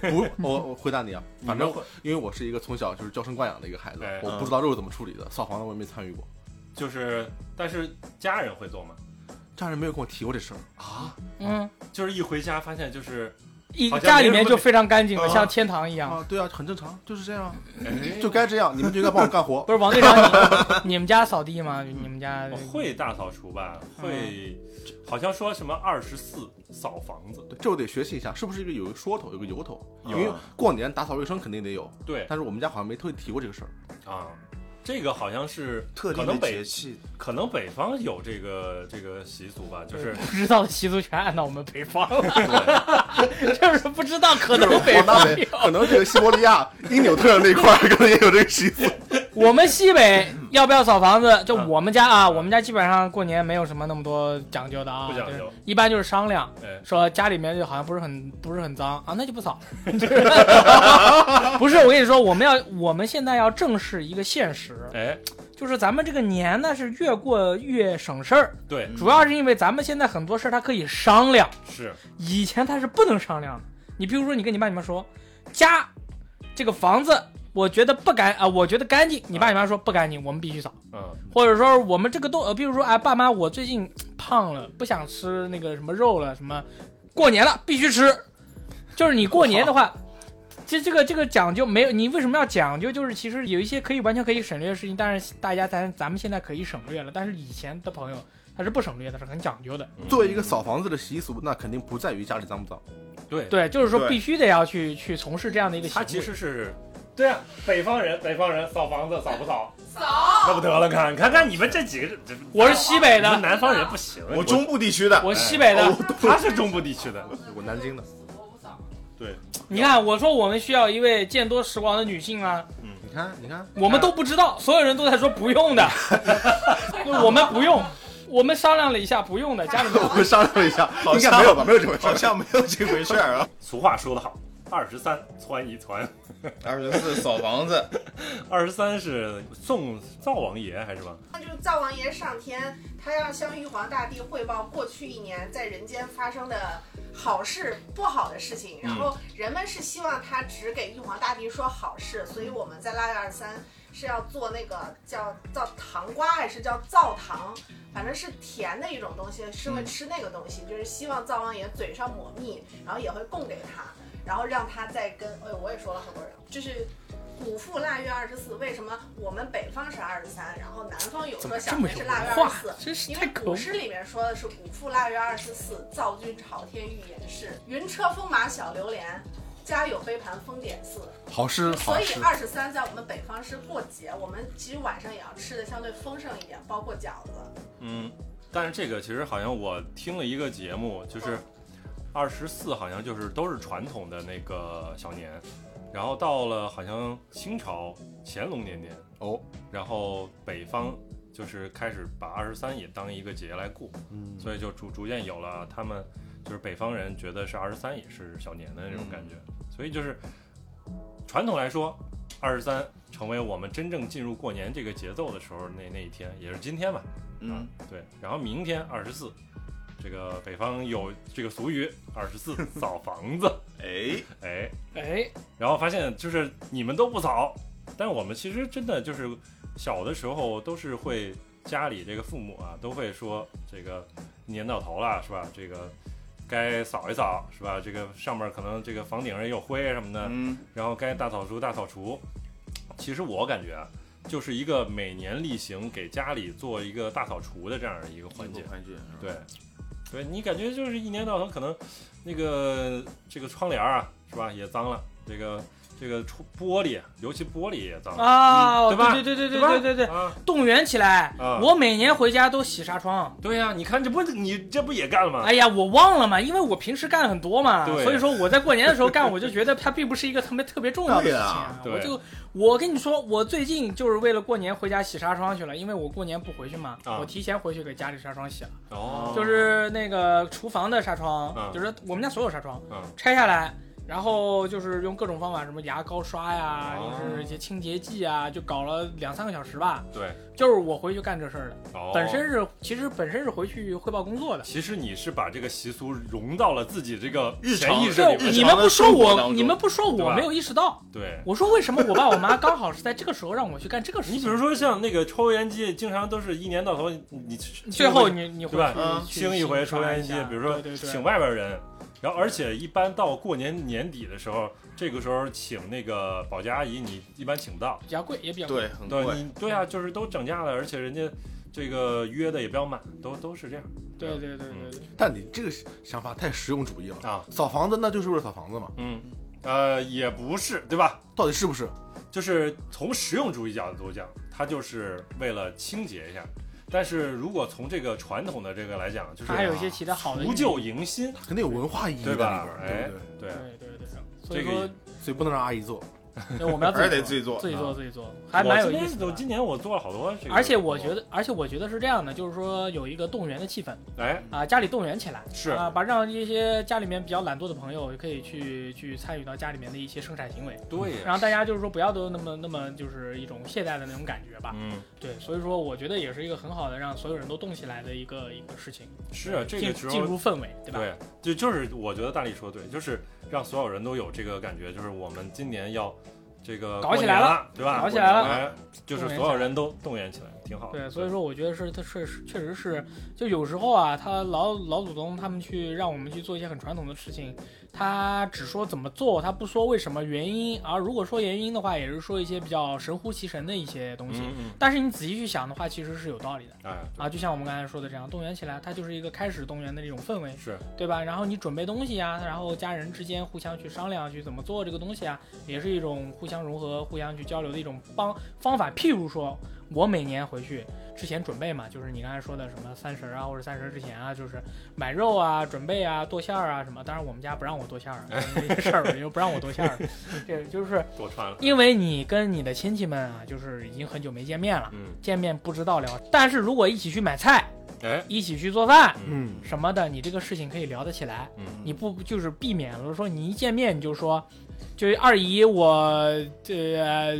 不，我我回答你啊，反你正们会因为我是一个从小就是娇生惯养的一个孩子哎，我嗯不知道肉怎么处理的，扫黄的我也没参与过，就是，但是家人会做吗？家人没有跟我提过这事儿。啊，嗯，就是一回家发现就是，一好像家里面就非常干净嗯没了，人会像天堂一样。啊，对啊，很正常，就是这样啊，哎就该这样，你们就应该帮我干活。 不是王队长， 你你们家扫地吗？你们家呃我哦会大扫除吧？会，好像说什么二十四扫房子，对，这我得学习一下，是不是一个有一个说头，有个由头？有因为过年打扫卫生肯定得有，对但是我们家好像没特意提过这个事儿。啊，这个好像是特可定的能北节气，可能北方有这个这个习俗吧，就是不知道的习俗全按到我们北方了， 就是不知道可能北我哦那方北有。可能这个西伯利亚、因纽特那块儿可能也有这个习俗。我们西北要不要扫房子？就嗯我们家啊，我们家基本上过年没有什么那么多讲究的啊，不讲究就是一般就是商量，哎，说家里面就好像不是很不是很脏啊，那就不扫。 不是，我跟你说，我们要我们现在要正视一个现实，哎，就是咱们这个年呢是越过越省事儿，对，主要是因为咱们现在很多事儿它可以商量，是以前它是不能商量的。你比如说，你跟你爸你妈说，家这个房子，我觉得不干啊、我觉得干净，你爸你妈说不干净，我们必须扫。嗯或者说我们这个动，呃，比如说，哎，爸妈，我最近胖了，不想吃那个什么肉了，什么，过年了必须吃， 就是你过年的话，这这个这个讲究没有，你为什么要讲究？就是其实有一些可以完全可以省略的事情，但是大家咱咱们现在可以省略了，但是以前的朋友。它是不省略的，是很讲究的。作为一个扫房子的习俗，那肯定不在于家里脏不脏，对，对，就是说对必须得要去去从事这样的一个行他为。其实是，对啊，北方人，北方人扫房子扫不扫？扫，那不得了，看，看看你们这几个，这我是西北你们的，南方人哎哦不行，我中部地区的，我西北的，他是中部地区的，我南京的，我不扫，你看我说我们需要一位见多识广的女性啊，你看，你看，我们都不知道，所有人都在说不用 的，我们不用，我们商量了一下不用的，家里面我商量了一下，好应该像没有吧？没有这回事好。像没有这回事儿 啊。俗话说得好，二十三窜一窜， 二十四扫房子，二十三是送灶王爷还是什么？那就是灶王爷上天，他要向玉皇大帝汇报过去一年在人间发生的好事、不好的事情。嗯然后人们是希望他只给玉皇大帝说好事，所以我们在腊月二十三是要做那个叫叫糖瓜还是叫灶糖，反正是甜的一种东西，是会吃那个东西，就是希望灶王爷嘴上抹蜜，然后也会供给他，然后让他再跟哎，我也说了很多人，就是。古赋腊月二十四，为什么我们北方是二十三，然后南方有说这小么年是有文腊月二化啊十四？，真是因太为可恶古。诗里面说的是“古赋腊月二十四，造君朝天欲言事，云车风马小流连，家有杯盘风典寺”。好吃，好所以吃。二十三在我们北方是过节，我们其实晚上也要吃的相对丰盛一点，包括饺子。嗯，但是这个其实好像我听了一个节目，就是二十四好像就是都是传统的那个小年，然后到了好像清朝乾隆年间哦，然后北方就是开始把二十三也当一个节来过，嗯，所以就逐逐渐有了他们就是北方人觉得是二十三也是小年的那种感觉，所以就是传统来说，二十三成为我们真正进入过年这个节奏的时候那那一天，也是今天吧，嗯，对，然后明天二十四，这个北方有这个俗语二十四 扫房子，哎，哎，哎，然后发现就是你们都不扫，但是我们其实真的就是小的时候都是会家里这个父母啊都会说这个一年到头了是吧？这个该扫一扫是吧？这个上面可能这个房顶上也有灰啊什么的，嗯，然后该大扫除大扫除。其实我感觉啊，就是一个每年例行给家里做一个大扫除的这样的一个环节。环节，对，对你感觉就是一年到头可能那个这个窗帘啊，是吧，也脏了，这个这个窗玻璃，尤其玻璃也脏了，啊，嗯对吧对对对对吧对对对，啊，动员起来！啊我每年回家都洗纱窗。对呀、你看这不你这不也干了吗？ 哎呀，我忘了嘛，因为我平时干很多嘛，对所以说我在过年的时候干，我就觉得它并不是一个特别特别重要的事情、啊。对啊我对就我跟你说，我最近就是为了过年回家洗纱窗去了，因为我过年不回去嘛，啊我提前回去给家里纱窗洗了，哦，就是那个厨房的纱窗，嗯就是我们家所有纱窗、嗯拆下来。然后就是用各种方法，什么牙膏刷呀，哦又是一些清洁剂啊，就搞了两三个小时吧。对，就是我回去干这事儿的，哦本身是其实本身是回去汇报工作的。其实你是把这个习俗融到了自己这个日潜常意识这里日面常去，你们不说日常的生活我，当中你们不说对我吧没有意识到。对。我说为什么我爸我妈刚好是在这个时候让我去干这个事你比情？如说像那个抽油烟机，经常都是一年到头你你你最后你你对回吧嗯去兴一回抽刷烟一机下，比如说对对对请外边人，然后而且一般到过年年底的时候，这个时候请那个保洁阿姨，你一般请不到。比较贵也比较贵。对，很对，贵，你对啊，就是都涨价了，而且人家这个约的也比较满，都都是这样对对对对对，但你这个想法太实用主义了。啊。扫房子那就是为了扫房子嘛，嗯，呃，也不是，对吧？到底是不是？就是从实用主义角度讲，它就是为了清洁一下。但是如果从这个传统的这个来讲，就是它还有一些其他好的意义。除旧迎新，肯定有文化意义在对里吧边，？哎对不，对对对对。所这以个说，对？所以不能让阿姨做。对我 们要还是得自自己己做做，自己啊做自己做，还蛮有意思我今年我的。今年我做了哦好多这个，而且我觉得，而且我觉得是这样的，就是说有一个动员的气氛哎，啊，家里动员起来。是啊，把让一些家里面比较懒惰的朋友可以去去参与到家里面的一些生产行为，对呀然后大家就是说不要都那么那么就是一种懈怠的那种感觉吧。嗯，对，所以说我觉得也是一个很好的让所有人都动起来的一个一个事情，是啊，这进个时进候入氛围，对吧？对，就就是我觉得大力说对，就是让所有人都有这个感觉，就是我们今年要这个搞过起年来了，对吧？搞起来哎，就是所有人都动员起来，挺好的。对，所以说我觉得是它确实确实是，就有时候啊，他老老祖宗他们去让我们去做一些很传统的事情，他只说怎么做，他不说为什么原因。而如果说原因的话，也是说一些比较神乎其神的一些东西。嗯嗯，但是你仔细去想的话，其实是有道理的哎，啊。就像我们刚才说的这样，动员起来，它就是一个开始动员的这种氛围，是对吧？然后你准备东西啊，然后家人之间互相去商量啊去怎么做这个东西啊，也是一种互相融合、互相去交流的一种帮方法。譬如说，我每年回去之前准备嘛，就是你刚才说的什么三十啊，或者三十之前啊，就是买肉啊、准备啊、剁馅儿啊什么。当然我们家不让我剁馅儿，这个事儿也就不让我剁馅儿。 这就是多穿了。因为你跟你的亲戚们啊，就是已经很久没见面了，嗯，见面不知道聊。但是如果一起去买菜，哎，一起去做饭。嗯嗯，什么的，你这个事情可以聊得起来。嗯你不就是避免了说你一见面你就说，就是二姨我呃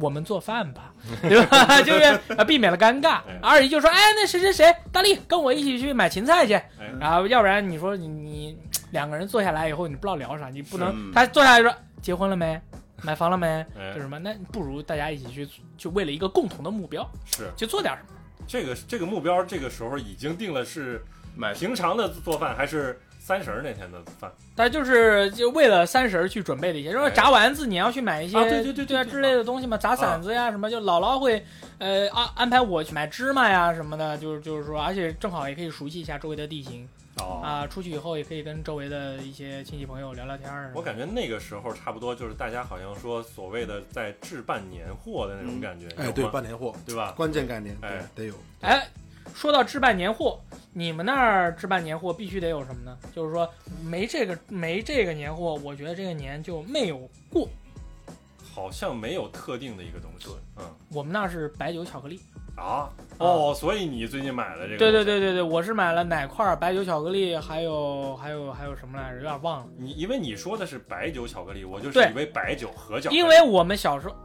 我们做饭 吧，对吧？ 就是呃避免了尴尬哎。二姨就说，哎，那谁谁谁，大力跟我一起去买芹菜去。哎然后要不然你说你你两个人坐下来以后，你不知道聊啥，你不能嗯他坐下来说结婚了没，买房了没，哎嗯就什么，那不如大家一起去，就为了一个共同的目标是去做点什么。这个这个目标，这个时候已经定了是买平常的做饭还是三十儿那天的饭？他就是就为了三十儿去准备的一些，然后哎炸丸子你要去买一些，啊对对对对对啊对啊之类的东西嘛，炸馓子呀什么，就姥姥会呃安安排我去买芝麻呀什么的，就是就是说，而且正好也可以熟悉一下周围的地形哦，啊，出去以后也可以跟周围的一些亲戚朋友聊聊天儿。我感觉那个时候差不多就是大家好像说所谓的在置办年货的那嗯种感觉，哎，有对，吗办年货，对吧？关键概念，哎对，得有。哎，说到置办年货，你们那儿置办年货必须得有什么呢？就是说没这个没这个年货，我觉得这个年就没有过。好像没有特定的一个东西，嗯我们那儿是白酒巧克力。啊哦，所以你最近买了这个？对对，对对对，我是买了奶块、白酒巧克力，还有还有还有什么来着？有点忘了。你因为你说的是白酒巧克力，我就是对以为白酒和巧克力，因为我们小时候，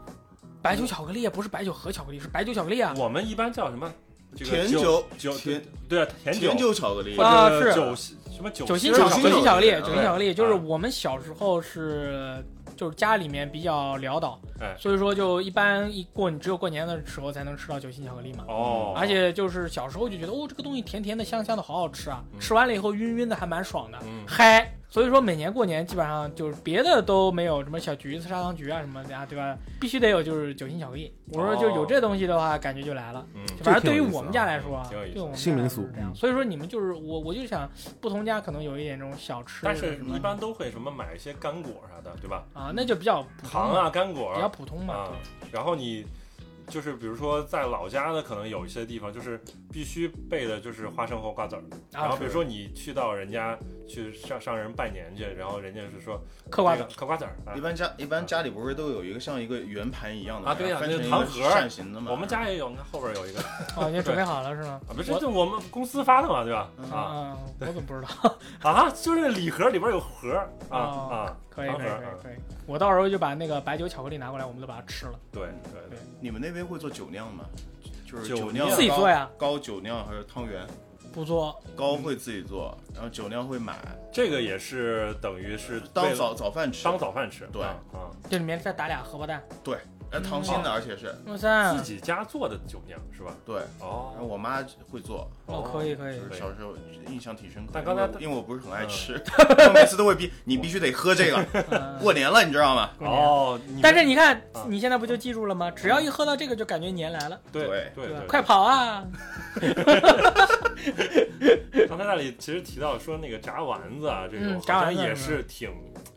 白酒巧克力不是白酒和巧克力，是白酒巧克力啊。哎我们一般叫什么？这个甜酒酒酒甜对啊，甜甜酒巧克力或，啊者是酒什么酒酒心心巧酒酒心心巧克力，巧克力酒心巧克力，对就是啊我们小时候是就是家里面比较潦倒，哎所以说就一般一过只有过年的时候才能吃到酒心巧克力嘛。哦，而且就是小时候就觉得哦，这个东西甜甜的、香香的，好好吃啊！嗯吃完了以后晕晕的，还蛮爽的。嗯嗨，所以说每年过年基本上就是别的都没有，什么小橘子、砂糖橘啊什么的啊，对吧？必须得有就是酒心巧克力。我说就有这东西的话，感觉 就来了。嗯反正对于哦这挺有意思啊我们家来说啊，挺有意思对我们家新民来俗说是这样。嗯所以说你们就是我，我就想不同家可能有一点这种小吃或但者什么的，是一般都会什么买一些干果啥的，对吧？啊，那就比较普通糖嘛，啊，干果比较普通嘛啊。然后你就是比如说在老家的，可能有一些地方就是必须备的就是花生和瓜子儿。对然后啊比，如说你去到人家去上上人拜年去，然后人家是说嗑瓜子那个嗑瓜子儿。啊一般家一般家里不是都有一个像一个圆盘一样的啊对呀翻那成一糖个盒扇形的嘛？我们家也有，你看后边有一个啊，哦，你准备好了是吗？不是我这我们公司发的嘛，对吧？嗯啊啊，我怎么不知道？啊，就是礼盒里边有盒儿啊哦啊，可以糖可以盒可以儿啊，可以，我到时候就把那个白酒巧克力拿过来，我们都把它吃了。对对对，你们那边会做酒酿吗？就是酒酿酿自己做呀，高酒酿还是汤圆？不做，糕会自己做，然后酒酿会买，这个也是等于是为当了早早饭吃，当早饭吃，对啊啊。这里面再打俩荷包蛋。哎糖心的，而且是我三自，己家做的酒酿是吧？对，然后哦，我妈会做，哦，可以可以就。对是小时候印象挺深刻。但刚才嗯因为我因为我不是很爱 吃，我每次都会逼你必须得喝这个，嗯过年了你知道吗？过年哦，们但是你看啊，你现在不就记住了吗？只要一喝到这个，就感觉年来了，对对嗯对吧对，快跑啊！刚才那里其实提到说那个炸丸子啊，这种嗯好炸像丸子也是吧是挺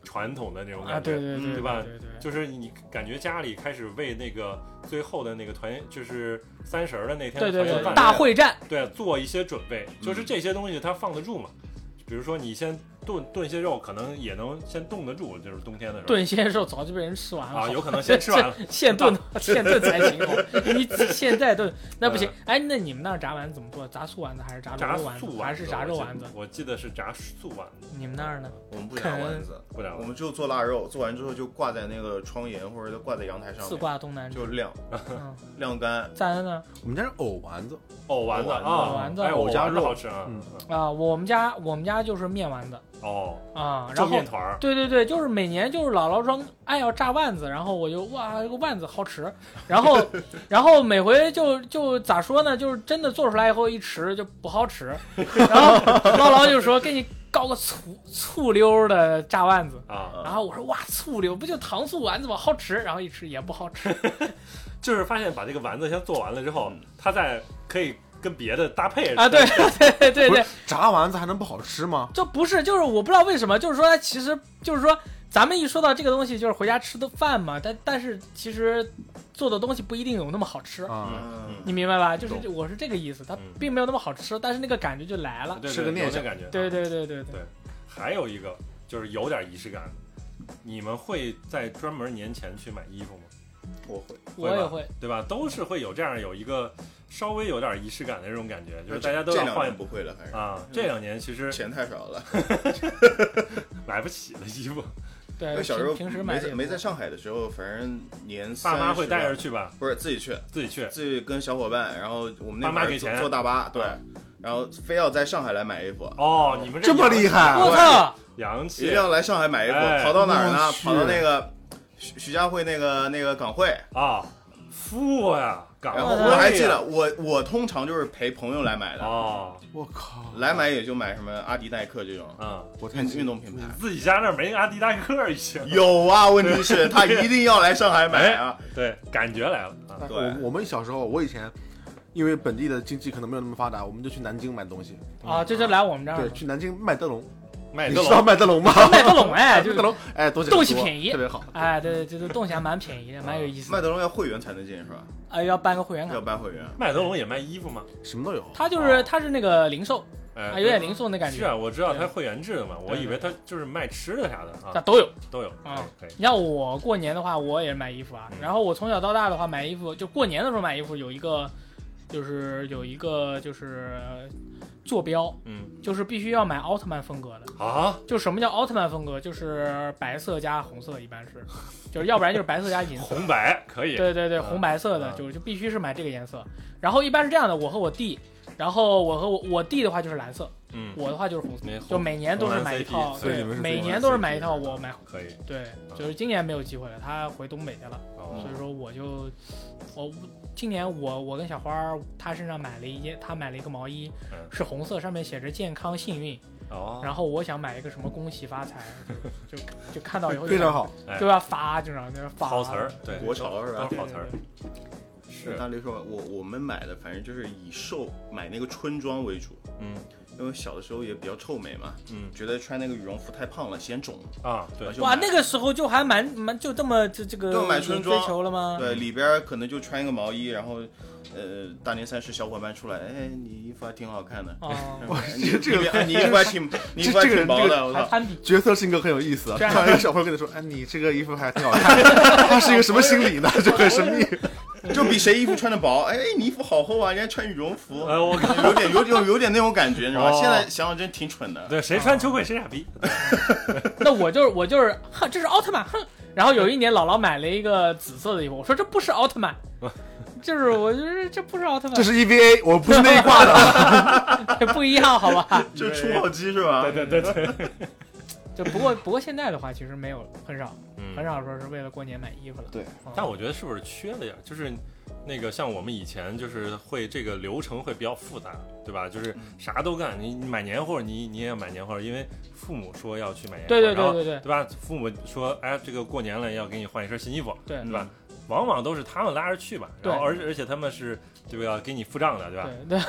传统的那种啊，感对觉，对嗯对对吧对对对就是你感觉家里开始为那个最后的那个团，就是三十儿的那天的对对团对圆对，饭大会战，对做一些准备，就是嗯这些东西它放得住嘛。比如说你先炖炖些肉，可能也能先冻得住，就是冬天的时候。炖鲜肉早就被人吃完了。啊，有可能先吃完 了。啊现炖的现炖才行哦， 你现在炖那不行。哎，那你们那儿炸丸子怎么做？炸素丸子还是炸嗯炸卤肉丸素丸子？子还是炸肉丸子我记？我记得是炸素丸子，你们那儿呢？我们不炸丸子，不然我们就做腊肉，做完之后就挂在那个窗沿或者就挂在阳台上自面，挂东南 枝就。晾嗯，晾干。赞恩呢？我们家是藕丸子，藕丸子哦藕丸子啊，藕丸子哎，藕藕夹丸子肉好吃啊，嗯啊，我们家我们家就是面丸子，哦，啊、然做后面团儿，对对对，就是每年就是姥姥装爱要炸腕子，然后我就哇这个腕子好吃，然后 然后每回就就咋说呢，就是真的做出来以后一吃就不 好吃，然后姥姥就说给你搞个醋醋溜儿的炸腕子。啊，然后我说哇，醋溜不就糖醋丸子吗？好吃，然后一吃也不好 吃。就是发现把这个丸子先做完了之后嗯，它再可以跟别的搭配啊，对对对不对是，炸丸子还能不好吃吗？就不是，就是我不知道为什么，就是说它其实就是说，咱们一说到这个东西，就是回家吃的饭嘛，但但是其实做的东西不一定有那么好吃，啊，嗯你明白吧？就是懂我是这个意思，它嗯并没有那么好吃，但是那个感觉就来了。对是个对念有那想感觉，对啊对对对对对，还有一个就是有点仪式感，你们会在专门年前去买衣服吗？我会，会我吧也会。对吧？都是会有这样有一个稍微有点仪式感的这种感觉，就是大家都呃这要两换年不嗯会了，还是啊。这两年其实钱太少了。买不起了衣服，对，小时候平平时买的没在也没不在上海的时候，反正年爸妈30会带着吧，去吧，不是自己去，自己去。自己跟小伙伴，然后我们那爸妈边给坐钱坐大巴，对啊，然后非要在上海来买衣服，哦，你们嗯这么厉洋害我操！洋一气定要来上海买衣服，哎跑到哪儿我呢？去跑到那个徐徐家汇那个那个港汇。啊，富呀，港然后汇呀哎我还记得，我我通常就是陪朋友来买的，啊哦，我靠，来买也就买什么阿迪、耐克这种嗯，我太运运动品牌。自己家那儿没阿迪达克已经，有啊，问题是他一定要来上海买啊。对，感觉来了啊，但是对嗯我我们小时候，我以前因为本地的经济可能没有那么发达，我们就去南京买东西。嗯啊，这就来我们这儿对，了。去南京麦德龙，麦你德知道龙，麦德龙吗？麦德 龙哎，就麦是德 龙，哎，东西东西很多便宜特别好。哎，对对，这这东西还蛮便宜的，蛮有意思麦的。德龙要会员才能进是吧？哎，要办个会员卡嗯要。办会员。麦德龙也卖衣服吗？什么都有。他就是他是那个零售啊，哦哎，有点零售那感是觉，啊，我知道对它会员制的嘛，我以为它就是卖吃的啥的那啊，都有。都有，啊可以，可以你像我过年的话，我也买衣服啊嗯。然后我从小到大的话，买衣服就过年的时候买衣服有一个，就是有一个就是坐标，嗯，就是必须要买奥特曼风格的。啊，就什么叫奥特曼风格？就是白色加红色，一般是，就是要不然就是白色加银色。 红白可以，对对对，啊红白色的啊就就必须是买这个颜色。然后一般是这样的，我和我弟，然后我和我我弟的话就是蓝色，嗯，我的话就是红色那，就每年都红是蓝买一 CP 套，所以对你们，是每红年蓝都是 CP 买一套，我买可以，对，啊就是今年没有机会了，他回东北去了，哦所以说我就我今年我我跟小花儿，她身上买了一件，她买了一个毛衣嗯，是红色，上面写着健康幸运，哦，然后我想买一个什么恭喜发财，就就就看到以后就非常，好，就要发，就让就是发好词儿，对，国潮是吧都是好词儿，对是，大力说，我我们买的反正就是以售买那个春装为主，嗯因为小的时候也比较臭美嘛，嗯觉得穿那个羽绒服太胖了显肿，啊，对，就哇，买那个时候就还蛮蛮就这么这这个就买春装追求了吗？对里边可能就穿一个毛衣，然后呃大年三十小伙伴出来，哎你衣服还挺好看的，啊， 哇哎这这个你你衣服还挺你衣服还这个挺人薄这的，我还操。攀比，角色性格很有意思啊。这样突然一个小朋友跟你说：“哎，你这个衣服还挺好看。” 他是一个什么心理呢？就很 神秘。就比谁衣服穿的薄，哎，你衣服好厚啊，人家穿羽绒服，哎我靠 有点有有有点那种感觉，你知道吗？哦现在想想真挺蠢的。对，谁穿秋裤谁傻逼，那我就是我就是，哼，这是奥特曼，哼。然后有一年姥姥买了一个紫色的衣服，我说这不是奥 特曼，就是我就是这不是奥特曼，这是 EVA，我不是那一挂的。这不一样，好吧？ 这是出号机是吧？啊对对 对，就不过不过现在的话，其实没有很少嗯，很少说是为了过年买衣服了。对嗯，但我觉得是不是缺了点儿，就是。那个像我们以前就是会这个流程会比较复杂，对吧？就是啥都干，你你买年货，你你也要买年货，因为父母说要去买年货，对对然后对对对对吧？父母说，哎，这个过年了要给你换一身新衣服，对对吧？往往都是他们拉着去吧，对然后而而且他们是对吧，给你付账的，对吧？对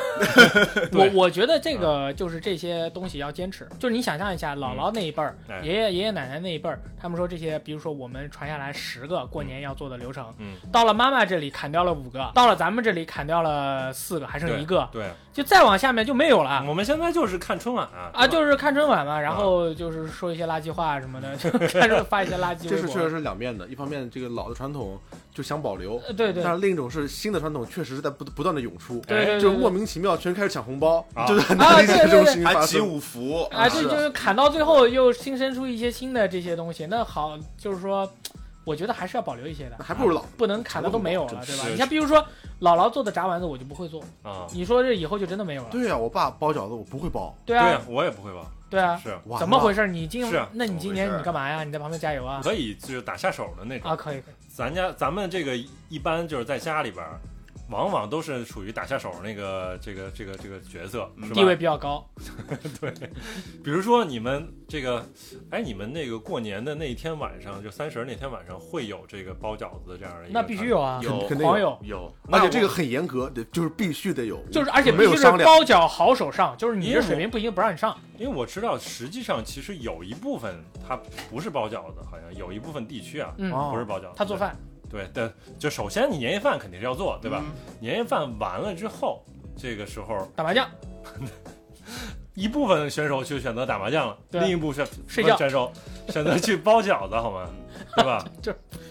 对对，嗯我我觉得这个就是这些东西要坚持，就是你想象一下，姥姥那一辈儿、哎爷爷爷爷奶奶那一辈儿，他们说这些，比如说我们传下来十个过年要做的流程，嗯，到了妈妈这里砍掉了五个，到了咱们这里砍掉了四个，还剩一个，对，嗯就再往下面就没有了。我们现在就是看春晚啊，啊，对吧就是看春晚嘛，嗯然后就是说一些垃圾话什么的，就 看着发一些垃圾这微是博。确实是两面的，一方面这个老的传统就想保留，呃对对但是另一种是新的传统确实是在不不断的涌出，对对对，就莫名其妙全开始抢红包啊，就是很难理解这种事情还发集生。五福，啊，是对，就是砍到最后又新生出一些新的这些东西。那好，就是说，我觉得还是要保留一些的那，还不如啊老不能砍的都没有了，真对吧？是你像比如说姥姥做的炸丸子，我就不会做，啊，你说这以后就真的没有了。对呀、我爸包饺子我不会包，对对啊啊，，我也不会吧？对啊，是哇，怎么回事？你今是啊那你今怎么回年事你干嘛呀？你在旁边加油啊？可以就是打下手的那种。啊，可以，可以咱家咱们这个一般就是在家里边儿，往往都是属于打下手那个这个这个这个角色，嗯是吧？地位比较高，比如说你们这个，哎，你们那个过年的那一天晚上，就三十儿那天晚上会有这个包饺子的这样的一个那必须有啊，有肯肯定狂有，有。有那而我，且这个很严格，得就是必须得有，就是，而且必没有须是商量。包脚好手上，就是你因为这我水平不行，不让你上。因为我知道，实际上其实有一部分它不是包饺子，好像有一部分地区啊。嗯，哦不是包饺子，他做饭，对对，就首先你年夜饭肯定是要做，对吧？？嗯年夜饭完了之后，这个时候打麻将，一部分选手去选择打麻将了，对另一部分睡觉选手选择去包饺子，好吗？对 吧？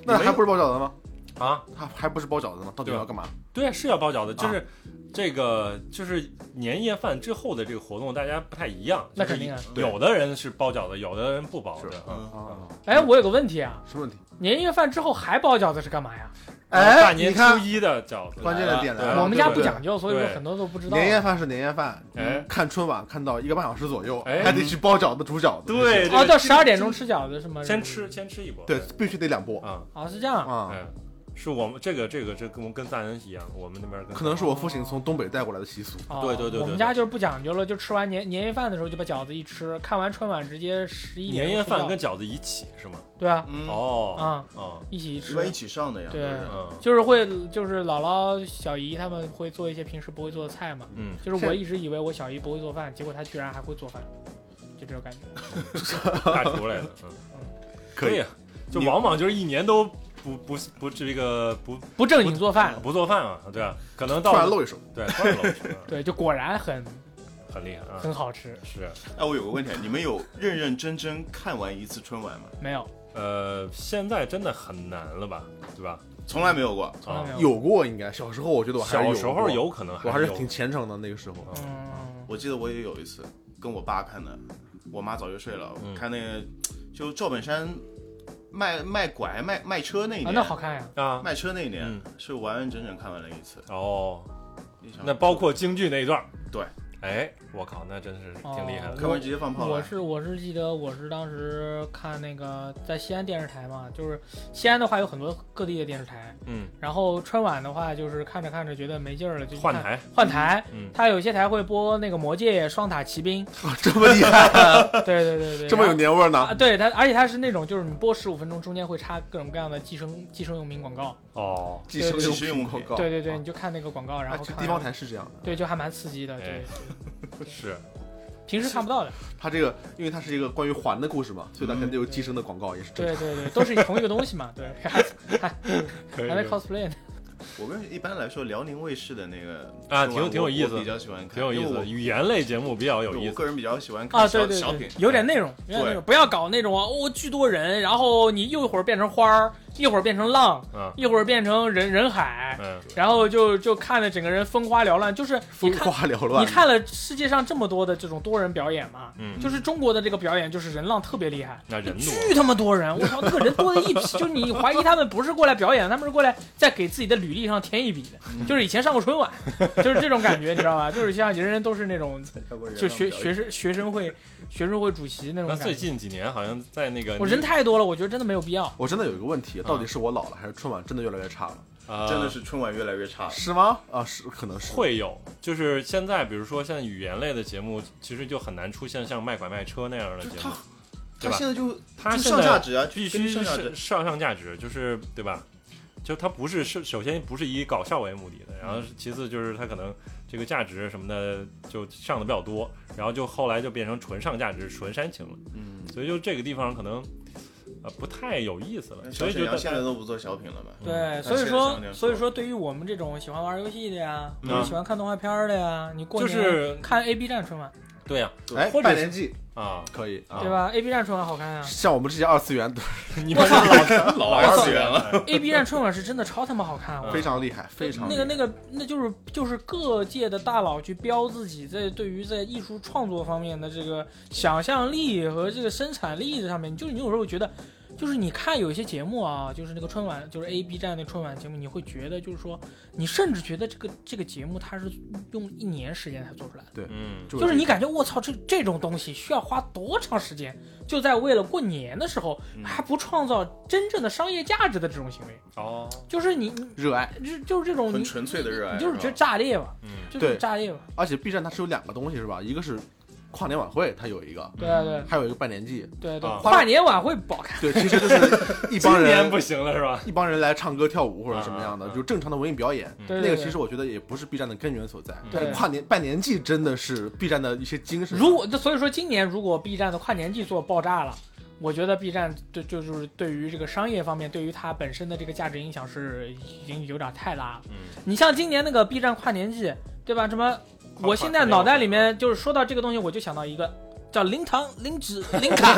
那还不是包饺子吗？啊，他还不是包饺子吗？到底对啊要干嘛？对，是要包饺子，啊就是、这个就是年夜饭之后的这个活动，大家不太一样。那就是肯定啊。对有的人是包饺子，有的人不包是的。嗯啊，哎，我有个问题啊，什么问题？年夜饭之后还包饺子是干嘛呀？哎大年你看初一的饺子，关键的点来对了，我们家对不对讲究，所以说呃对很多都不知道。年夜饭是年夜饭，哎看春晚看到一个半小时左右，哎还得去包饺子、煮饺子。对，哦，这个到十二点钟吃饺子是吗？先吃先吃一波。对，必须得两波啊，哦，是这样啊。啊。嗯，是我们这个这个这跟跟咱人一样，我们那边跟可能是我父亲从东北带过来的习俗，哦对对对对我们对家就是不讲究了，就吃完年年夜饭的时候就把饺子一吃，看完春晚直接十一年点钟夜睡觉饭跟饺子一起是吗？对啊，嗯，哦，啊，哦，一起一吃般，一起上的呀。对都是嗯就是会就是姥姥、小姨他们会做一些平时不会做的菜嘛。嗯，就是我一直以为我小姨不会做饭，结果她居然还会做饭，就这种感觉。大厨来的，嗯， 可以啊，就你往往就是一年都不不不这个不不正经做饭，不做饭啊，对啊，可能突到然露一手，对，突然漏出来了对，就果然很很厉害啊，很好吃。是，哎，我有个问题，你们有认认真真看完一次春晚吗？没有，呃，现在真的很难了吧，对吧？啊从来没有过。从来没有。有过应该。小时候我觉得我还是小有时候过，有可能我还是是有挺虔诚的那个时候。嗯，我记得我也有一次跟我爸看的，我妈早就睡了。嗯我看那个就赵本山卖卖拐卖卖车那一啊，年，那好看呀。啊，卖车那一年嗯是完完整整看完了一次。哦，你想那包括京剧那一段儿，啊对，哎，我靠，那真是哦挺厉害的，看完直接放炮我了。是我是记得我是当时看那个在西安电视台嘛，就是西安的话有很多各地的电视台，嗯，然后春晚的话就是看着看着觉得没劲儿了，就去换看台，换台，嗯，它有些台会播那个《魔戒》《双塔奇兵》， 这么厉害，对对对 对，这么有然后年味儿呢啊？？对它，而且它是那种就是你播十五分钟，中间会插各种各样的计生计生用品广告，哦，寄生寄生用广品告，对对对，啊你就看那个广告，然哎后这看地方，台是这样的。对，就还蛮刺激的，哎对，是，平时看不到的，它这个，因为它是一个关于环的故事嘛，所以它肯定有寄生的广告，也是这嗯对对对，都是同一个东西嘛，对，还可以还在 cosplay 呢，我跟一般来说，辽宁卫视的那个啊春挺有晚挺有我意思我比较喜欢看，挺有意因思为的，我语言类节目比较有对意我思，个人比较喜欢看啊，小对对小对品，，有点内容，有点内容，不要搞那种啊哦巨多人，然后你又一会儿变成花儿，一会儿变成浪，嗯一会儿变成人人海，嗯，然后就就看的整个人风花缭乱，就是风你看花缭你乱。看了世界上这么多的这种多人表演嘛，嗯就是中国的这个表演就是人浪特别厉害。那人多，巨他妈多人！我操，那个人多的一批，就是你怀疑他们不是过来表演，他们是过来在给自己的履历上添一笔的，就是以前上过春晚，就是这种感觉，你知道吧？就是像人人都是那种就学学生学生会学生会主席那种那感最觉。近几年好像在那个我人太多了，我觉得真的没有必要。我真的有一个问题，嗯到底是我老了，还是春晚真的越来越差了？呃真的是春晚越来越差了。是吗？啊，是，可能是。会有，就是现在，比如说像语言类的节目，其实就很难出现像卖拐卖车那样的就节他目，对他吧现在就它就现上价在值啊，必就跟须上价是值。上上价值，就是对吧？就它不是是首先不是以搞笑为目的的，然后其次就是它可能这个价值什么的就上的比较多，然后就后来就变成纯上价值、纯煽情了，嗯，所以就这个地方可能呃不太有意思了，所嗯小以沈就阳大现家在都不做小品了吧？对，嗯所以像说像这，样所以说说，对于我们这种喜欢玩游戏的呀，嗯或者喜欢看动画片儿的呀，你过就年是看 A B 站春晚，对呀哎，或者拜是年季啊，可以啊对。吧？A B 站春晚好看啊呀 像我们这些二次元都你们老老二次元了，了， ，A B 站春晚是真的超他妈好看，我非常厉害，非常厉那个害那个，那就是就是各界的大佬去标自己在对于在艺术创作方面的这个想象力和这个生产力这上面，就是你有时候觉得就是你看有一些节目啊，就是那个春晚，就是 A B 站那春晚节目，你会觉得就是说，你甚至觉得这个这个节目它是用一年时间才做出来的，嗯，就就是是你感觉我操，这这种东西需要花多长时间，就在为了过年的时候嗯还不创造真正的商业价值的这种行为，哦，就是你你热爱。就就是这种很你纯粹的热嗯爱，你就是觉得吧炸裂嘛，嗯，就是对炸裂嘛，而且 B 站它是有两个东西是吧？一个是跨年晚会，它有一个，对啊对啊还有一个拜年季。对啊对啊啊，跨年晚会不好看，对，其实就是一今帮年人不行了是吧？一帮人来唱歌跳舞或者什么样啊的啊，啊就正常的文艺表演。嗯对那对个对其实我觉得也不是 B 站的根源所在。嗯对但跨年拜年季真的是 B 站的一些精神。如果所以说今年如果 B 站的跨年季做爆炸了，我觉得 B 站对就就是对于这个商业方面，对于它本身的这个价值影响是已经有点太大了。嗯，你像今年那个 B 站跨年季，对吧？什么？跨我现在脑袋里面就是说到这个东西，我就想到一个叫零糖、零脂、零卡，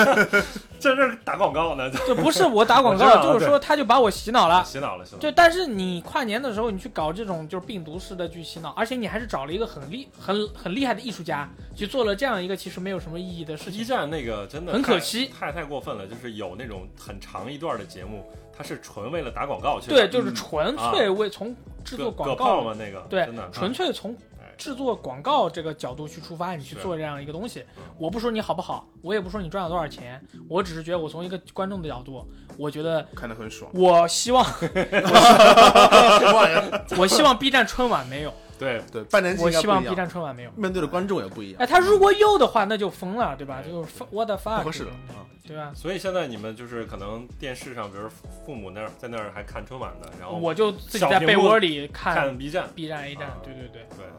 这这打广告呢，就不是我打广我知告，道就是说他就把我洗脑了。洗脑了洗脑了，就但是你跨年的时候，你去搞这种就是病毒式的去洗脑，而且你还是找了一个很厉、很很厉害的艺术家去做了这样一个其实没有什么意义的事情 B。站那个真的很可太惜太太过分了，就是有那种很长一段的节目，它是纯为了打广告去对，的，就是嗯纯粹为从制作葛广炮告，嘛那个，对真的，啊嗯纯粹从哎制作广告这个角度去出发，你去是做这样一个东西嗯。我不说你好不好，我也不说你赚了多少钱，我只是觉得我从一个观众的角度，我觉得看得很爽。我希望 我希望 B 站春晚没有，对，对拜年季我应该希不望一 B 样，站春晚没有。面对的观众也不一样，哎，他如果有的话，那就疯了，对吧？对就是疯 what the 不 fuck，合适了这种啊。对吧？所以现在你们就是可能电视上，比如父母那儿在那儿还看春晚呢，然后我就自己小在屏被幕窝里看看 B 站， B 站、A 站啊，对对对，对。呃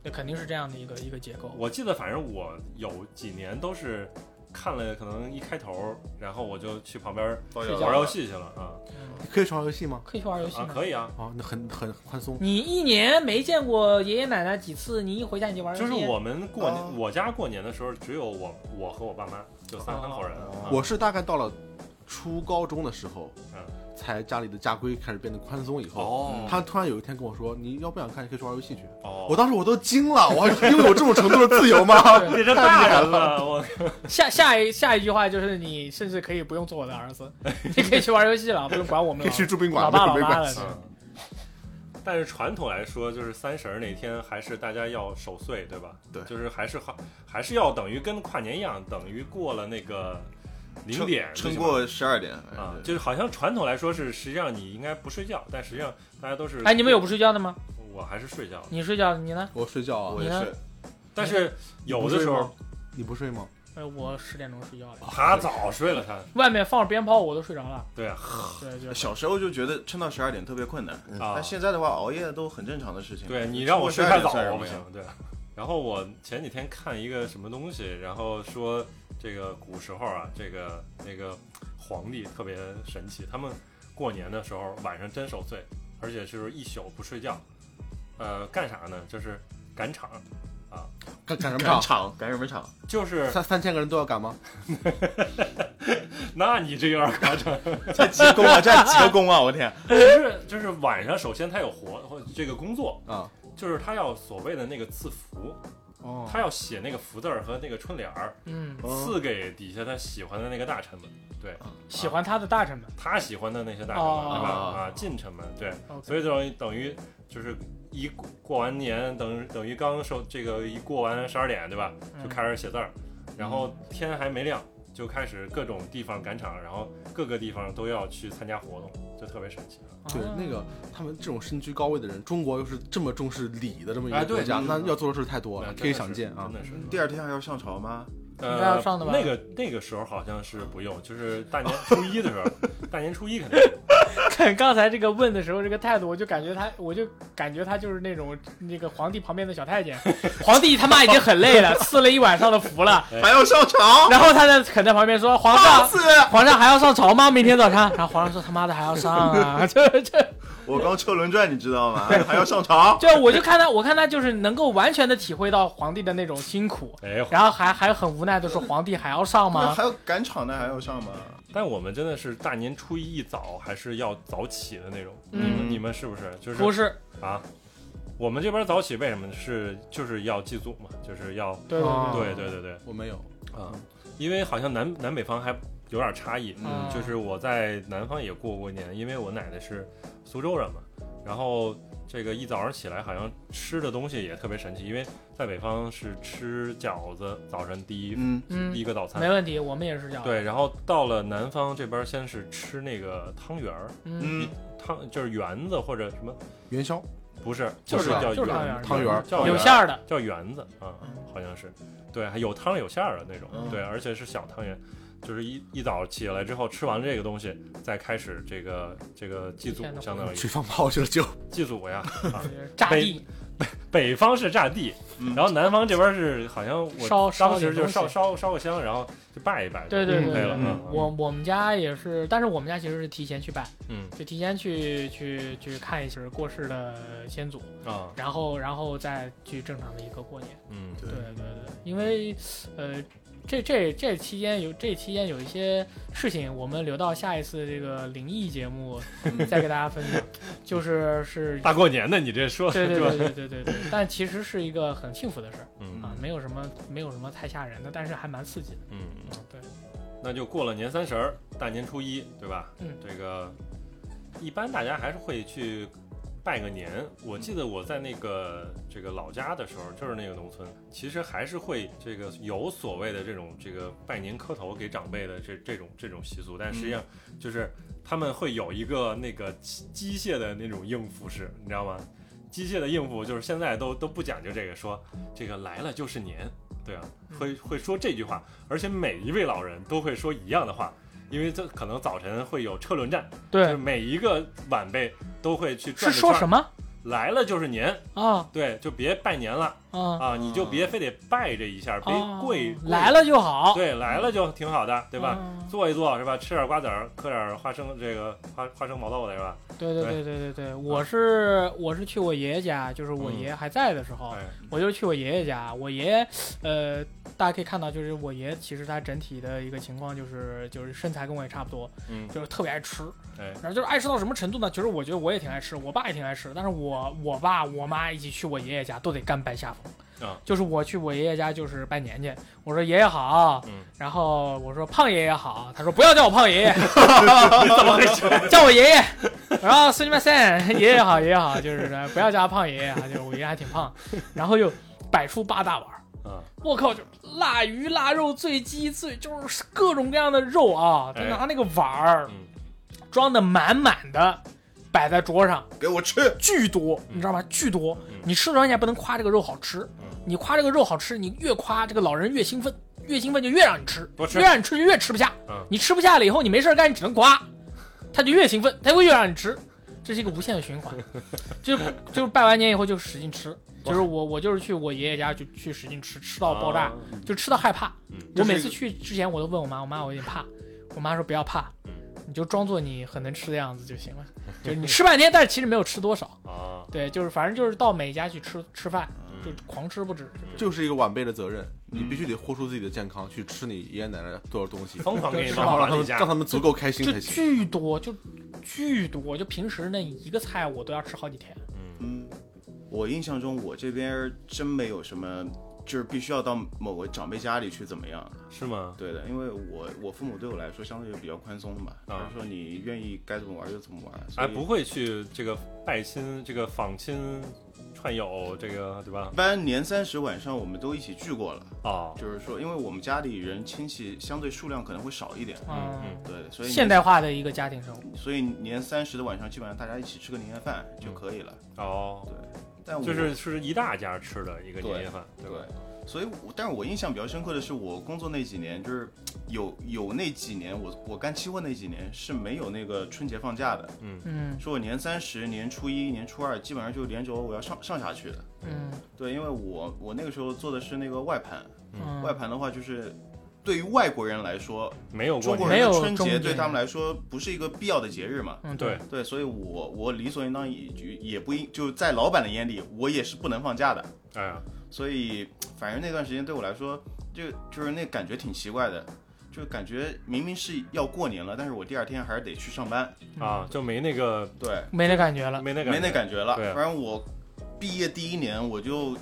那肯定是这样的一个一个结构。我记得，反正我有几年都是看了，可能一开头，然后我就去旁边包睡觉玩游戏去了啊嗯可以玩游戏吗？可以去玩游戏啊，吗？可以啊，啊，那很很宽松。你一年没见过爷爷奶奶几次，你一回家你就玩游就戏。是我们过哦年，我家过年的时候只有我我和我爸妈，就三三口人哦。啊我是大概到了初高中的时候嗯，才家里的家规开始变得宽松以后，哦他突然有一天跟我说：“你要不想看，你可以去玩游戏去。”哦，我当时我都惊了， 我还因为有这种程度的自由吗？ 对你这大人了，我下下一下一句话就是你甚至可以不用做我的 儿子，你可以去玩游戏了，不用管我们可以了，去住宾老馆，爸老没妈关了系。。嗯但是传统来说，就是三十儿那天还是大家要守岁，对吧？对就是还是好，还是要等于跟跨年一样，等于过了那个零点，撑最起码过十二点啊，就是好像传统来说是，实际上你应该不睡觉，但实际上大家都是。哎，你们有不？睡觉的吗？我还是睡觉的，你睡觉，你呢？我睡觉我啊，也你是呢，但是有的时候你不睡吗？哎，我十点钟睡觉的，他早睡了，他外面放着鞭炮我都睡着了。对啊，对对，呃小时候就觉得撑到十二点特别困难，啊但现在的话熬夜都很正常的事情。对你让我睡睡太早我不行，对。然后我前几天看一个什么东西，然后说这个古时候啊，这个那个皇帝特别神奇，他们过年的时候晚上真守岁，而且是一宿不睡觉，呃，干啥呢？就是赶场，赶赶什么赶场？场赶什么场？ 就是 三三千个人都要赶吗？那你这有点夸张。这急功啊，这急功啊！我天，就是就是晚上，首先他有活或这个工作，啊，就是他要所谓的那个赐福，哦他要写那个福字儿和那个春联儿，嗯，赐给底下他喜欢的那个大臣们，喜欢他的大臣们。他喜欢的那些大臣们，哦对吧？哦啊，近臣们，对，所 OK，以等于等于就是一过过完年，等于等于刚收这个一过完十二点，对吧？嗯就开始写字儿，然后天还没亮。就开始各种地方赶场，然后各个地方都要去参加活动，就特别神奇。嗯对，啊那个他们这种身居高位的人，中国又是这么重视礼的这么一哎个对国家，嗯那要做的事太多那了，真的可以是想见啊真。的是。第二天还要上朝吗？应该嗯要呃，上的吧那个那个时候好像是不用，就是大年初一的时候，大年初一 肯定有看刚才这个问的时候，这个态度，我就感觉他，我就感觉他就是那种那个皇帝旁边的小太监，皇帝他妈已经很累了，赐了一晚上的福了，还要上朝？然后他在肯在旁边说：“皇上，次皇上还要上朝吗？明天早上。”然后皇上说：“他妈的还要上啊！” 就就我刚《车轮转》，你知道吗？ 还要上朝？就我就看他，我看他就是能够完全的体会到皇帝的那种辛苦，哎，然后还还很无奈的说：“皇帝还要上那吗还要赶场呢，还要上吗？但我们真的是大年初一一早还是要早起的那种。嗯你们你们是不是？？”就是不是，啊，我们这边早起为什么是就是要祭祖嘛，就是要对对哦对对对对嗯我没有，啊，因为好像南南北方还有点差异。嗯就是我在南方也过过年，因为我奶奶是苏州人嘛，然后这个一早上起来好像吃的东西也特别神奇，因为在北方是吃饺子，早晨第一、嗯，嗯第一，个早没餐。问题，我们也是这样。，对，然后到了南方这边，先是吃那个汤圆儿，嗯，嗯，汤就是圆子或者什么，元宵不是，不就是是啊叫就是汤圆圆儿汤圆儿叫有圆馅儿的，叫圆子啊嗯，好像是，对，还有汤有馅儿的那种，嗯对，而且是小汤圆，就是一一早起来之后吃完这个东西，再开始这个这个祭祖天，哪相当于去放炮去了就，祭祖呀。啊就是炸北地，北方是炸地，嗯然后南方这边是好像烧我烧当时点就东西烧烧烧个香，然后就拜一拜，对对就对可以对了。嗯嗯我我们家也是，但是我们家其实是提前去拜，嗯就提前去去去看一下过世的先祖，啊然后然后再去正常的一个过年。嗯对对对对，因为呃，这这这期间有这期间有一些事情，我们留到下一次这个灵异 节目再给大家分享，就是是。大过年的你这说的对对是吧对？对对对对，但其实是一个很幸福的事儿嗯啊，没有什么没有什么太吓人的，但是还蛮刺激的。嗯，嗯，对，那就过了年三十儿，大年初一，对吧？嗯这个一般大家还是会去拜个年。我记得我在那个这个老家的时候，就是那个农村，其实还是会这个有所谓的这种这个拜年磕头给长辈的这这种这种习俗，但实际上就是他们会有一个那个机机械的那种应付式，你知道吗？机械的应付就是现在都都不讲究这个，说这个来了就是年，对啊，会会说这句话，而且每一位老人都会说一样的话，因为这可能早晨会有车轮战，就是对，每一个晚辈都会去转是着说圈什儿么来了就是年，啊对，就别拜年了啊啊，你就别非得拜这一下，别啊跪来，了就好，哎跪对，来了就挺好的，对吧？啊坐一坐是吧？吃点瓜子儿，嗑点花生这个花花生毛豆的是吧？对对对对对对，我是我是去我爷爷家，就是我爷爷还在的时候，哎，我就去我爷爷家。我爷爷，呃，大家可以看到，就是我爷爷其实他整体的一个情况就是就是身材跟我也差不多，嗯，就是特别爱吃，哎，然后就是爱吃到什么程度呢？其实我觉得我也挺爱吃，我爸也挺爱吃，但是我我爸我妈一起去我爷爷家都得甘拜下风。啊就是我去我爷爷家就是拜年去，我说爷爷好，嗯然后我说胖爷爷好，他说不要叫我胖爷爷， 你怎么回事？ 叫我爷爷，然后孙女们三爷爷好，爷爷好，就是说不要叫他胖爷爷啊，就是我爷爷还挺胖，然后又摆出八大碗儿，啊，我靠，就腊鱼、腊肉、醉鸡、醉，就是各种各样的肉啊，他哎拿那个碗儿嗯装的满满的，摆在桌上，给我吃，巨多，你知道吗？巨多，你吃的时候你也不能夸这个肉好吃嗯，你夸这个肉好吃，你越夸这个老人越兴奋，越兴奋就越让你吃，多吃越让你吃就越吃不下嗯，你吃不下了以后你没事儿干，你只能夸，他就越兴 奋，他会越让你吃，这是一个无限的循环，就是就是拜完年以后就使劲吃，就是我我就是去我爷爷家就去使劲吃，吃到爆炸啊，就吃到害怕嗯。我这是每一次个去之前我都问我妈，我妈我有点怕，我妈说不要怕嗯，你就装作你很能吃的样子就行了，就是你吃半天，但是其实没有吃多少。啊，对，就是反正就是到每家去吃吃饭，嗯就狂吃不止。就是一个晚辈的责任，你必须得豁出自己的健康去吃你爷爷奶奶做的东西，疯狂给你对往然后让碗他里们加让，他们足够开心就才行。巨多，就巨多，就平时那一个菜我都要吃好几天。嗯嗯，我印象中我这边真没有什么，就是必须要到某个长辈家里去怎么样。 是吗？对的，因为我我父母对我来说相对比较宽松吧，啊就是说你愿意该怎么玩就怎么玩。所哎，以不会去这个拜亲、这个访亲、串友，这个对吧一？般年三十晚上我们都一起聚过了，哦，就是说，因为我们家里人亲戚相对数量可能会少一点，嗯嗯对，所以现代化的一个家庭生活。所以年三十的晚上基本上大家一起吃个年夜饭就可以了。哦，但我嗯就是是一大家吃的一个对年夜饭，对吧？，所以我但是我印象比较深刻的是，我工作那几年，就是有有那几年，我我干期货那几年是没有那个春节放假的，嗯说我年三十、年初一、年初二，基本上就连轴我要上上下去的。嗯对，因为我我那个时候做的是那个外盘，嗯，外盘的话就是。对于外国人来说，没有过中国年没人有的春中节间对他们来说不是一个必要的节日嘛？嗯对，对，所以我我理所应当也也不应，就是在老板的眼里，我也是不能放假的。哎呀，所以反正那段时间对我来说，就就是那感觉挺奇怪的，就感觉明明是要过年了，但是我第二天还是得去上班，啊，就没那个对，嗯没那感觉了。没那个没那感觉了。对啊反正我毕业第一年我就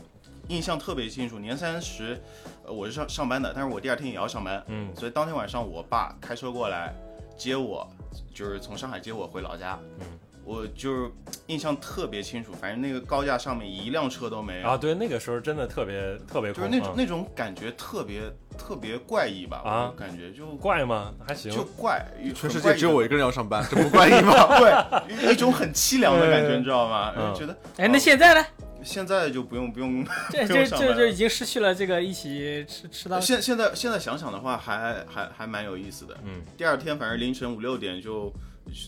印象特别清楚，年三十，呃，我是上上班的，但是我第二天也要上班，嗯所以当天晚上我爸开车过来接我，就是从上海接我回老家。嗯，我就是印象特别清楚，反正那个高架上面一辆车都哦没有，啊，对，那个时候真的特别特别就空啊是旷，那种那种感觉特别特别怪异吧，啊我感觉就怪吗？还行，就怪，全世界很怪异只有的我一个人要上班，这不怪你吗？ 对，一种很凄凉的感觉，嗯你知道吗？嗯觉得哎，那现在呢？现在就不用不用，这不这用上班这了就已经失去了这个一起吃吃到现现在现在想想的话，还还还蛮有意思的。嗯第二天反正凌晨五六点就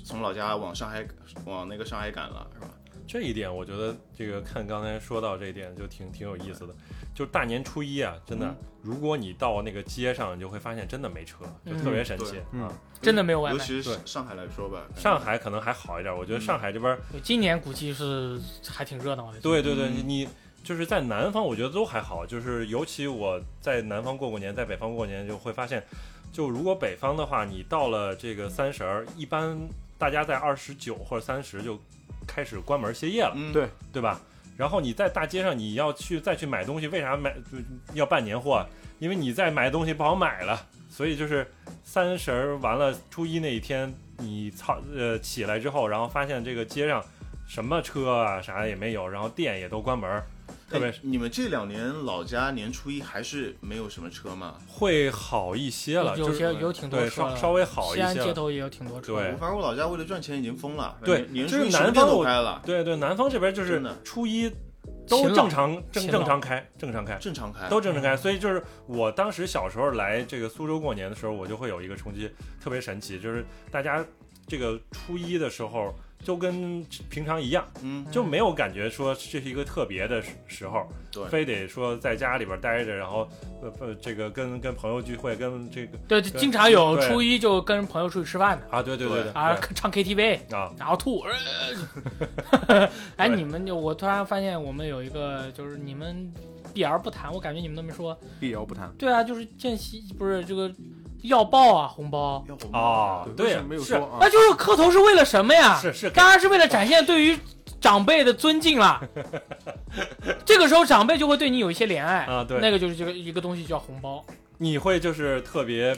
从老家往上海往那个上海赶了，是吧？这一点我觉得这个看刚才说到这一点就挺挺有意思的，就大年初一啊，真的，嗯如果你到那个街上，你就会发现真的没车，就特别神奇。嗯啊真的没有外尤卖。其是对上海来说吧，上海可能还好一点，我觉得上海这边，今年估计是还挺热闹的。对对对，嗯你就是在南方，我觉得都还好，就是尤其我在南方过过年，在北方过年就会发现，就如果北方的话，你到了这个三十儿，一般大家在二十九或者三十就开始关门歇业了。嗯，对对吧？然后你在大街上你要去再去买东西，为啥买就要办年货啊？因为你在买东西不好买了，所以就是三十儿完了初一那一天，你操呃起来之后，然后发现这个街上什么车啊啥也没有，然后店也都关门儿，特别哎是你们这两年老家年初一还是没有什么车吗？会好一些了，有就些是有挺多对车稍了，稍微好一西安些街了。头也有挺多车。对我反正我老家为了赚钱已经疯了，对年就初是一什么南方店都我开了，对对，南方这边就真是的初一勤都劳正常正勤劳正常开正常开。正常开，都正常开。所以就是我当时小时候来这个苏州过年的时候，我就会有一个冲击，特别神奇，就是大家这个初一的时候就跟平常一样，嗯，就没有感觉说这是一个特别的时时候，对非得说在家里边待着，然后呃不这个跟跟朋友聚会，跟这个对，对经常有对初一就跟朋友出去吃饭的啊，对对对对对啊，对唱 KTV，啊，然后吐。呃哎，你们就我突然发现我们有一个就是你们避而不谈，我感觉你们都没说。必要不 谈。对啊，就是见习不是这个要报啊红包，要红哦对为什么没有是说啊那。就是磕头是为了什么呀？是是给当然是为了展现对于长辈的尊敬啦。这个时候长辈就会对你有一些怜爱，啊对那个就是这个一个东西叫红包，你会就是特别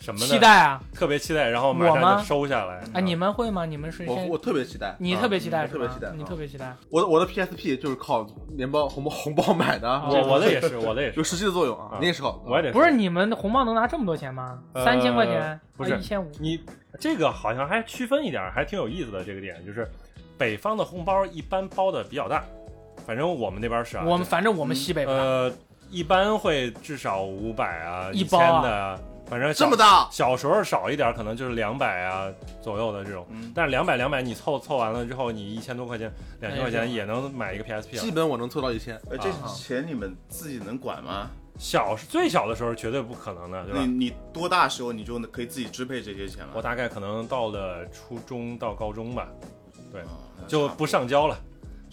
什么呢？期待啊！特别期待，然后马我吗上就收下来哎，你们会吗？你们是我先我特别期待，你嗯啊特别期待我是特别吧期待你啊特别期待，我的我的 PSP 就是靠年包红包红包买的，我我的也是，我的也是有，实际的作用啊啊。你也是靠，我也得不是你们的红包能拿这么多钱吗？呃三千块钱，不是一千五，你这个好像还区分一点儿，还挺有意思的。这个点就是，北方的红包一般包的比较大，反正我们那边是啊，我们反正我们西北吧，呃一般会至少五百啊，一一包千啊的啊，反正小这么。大，小时候少一点儿，可能就是两百啊左右的这种，嗯但是两百两百你凑凑完了之后，你一千多块钱、两千块哎钱对也能买一个 PSP 基了。本我能凑到一千。哎，这啊钱你们自己能管吗？小最小的时候绝对不可能的，对吧嗯你？你多大时候你就可以自己支配这些钱我了？大概可能到了初中到高中吧，对啊就不上交了，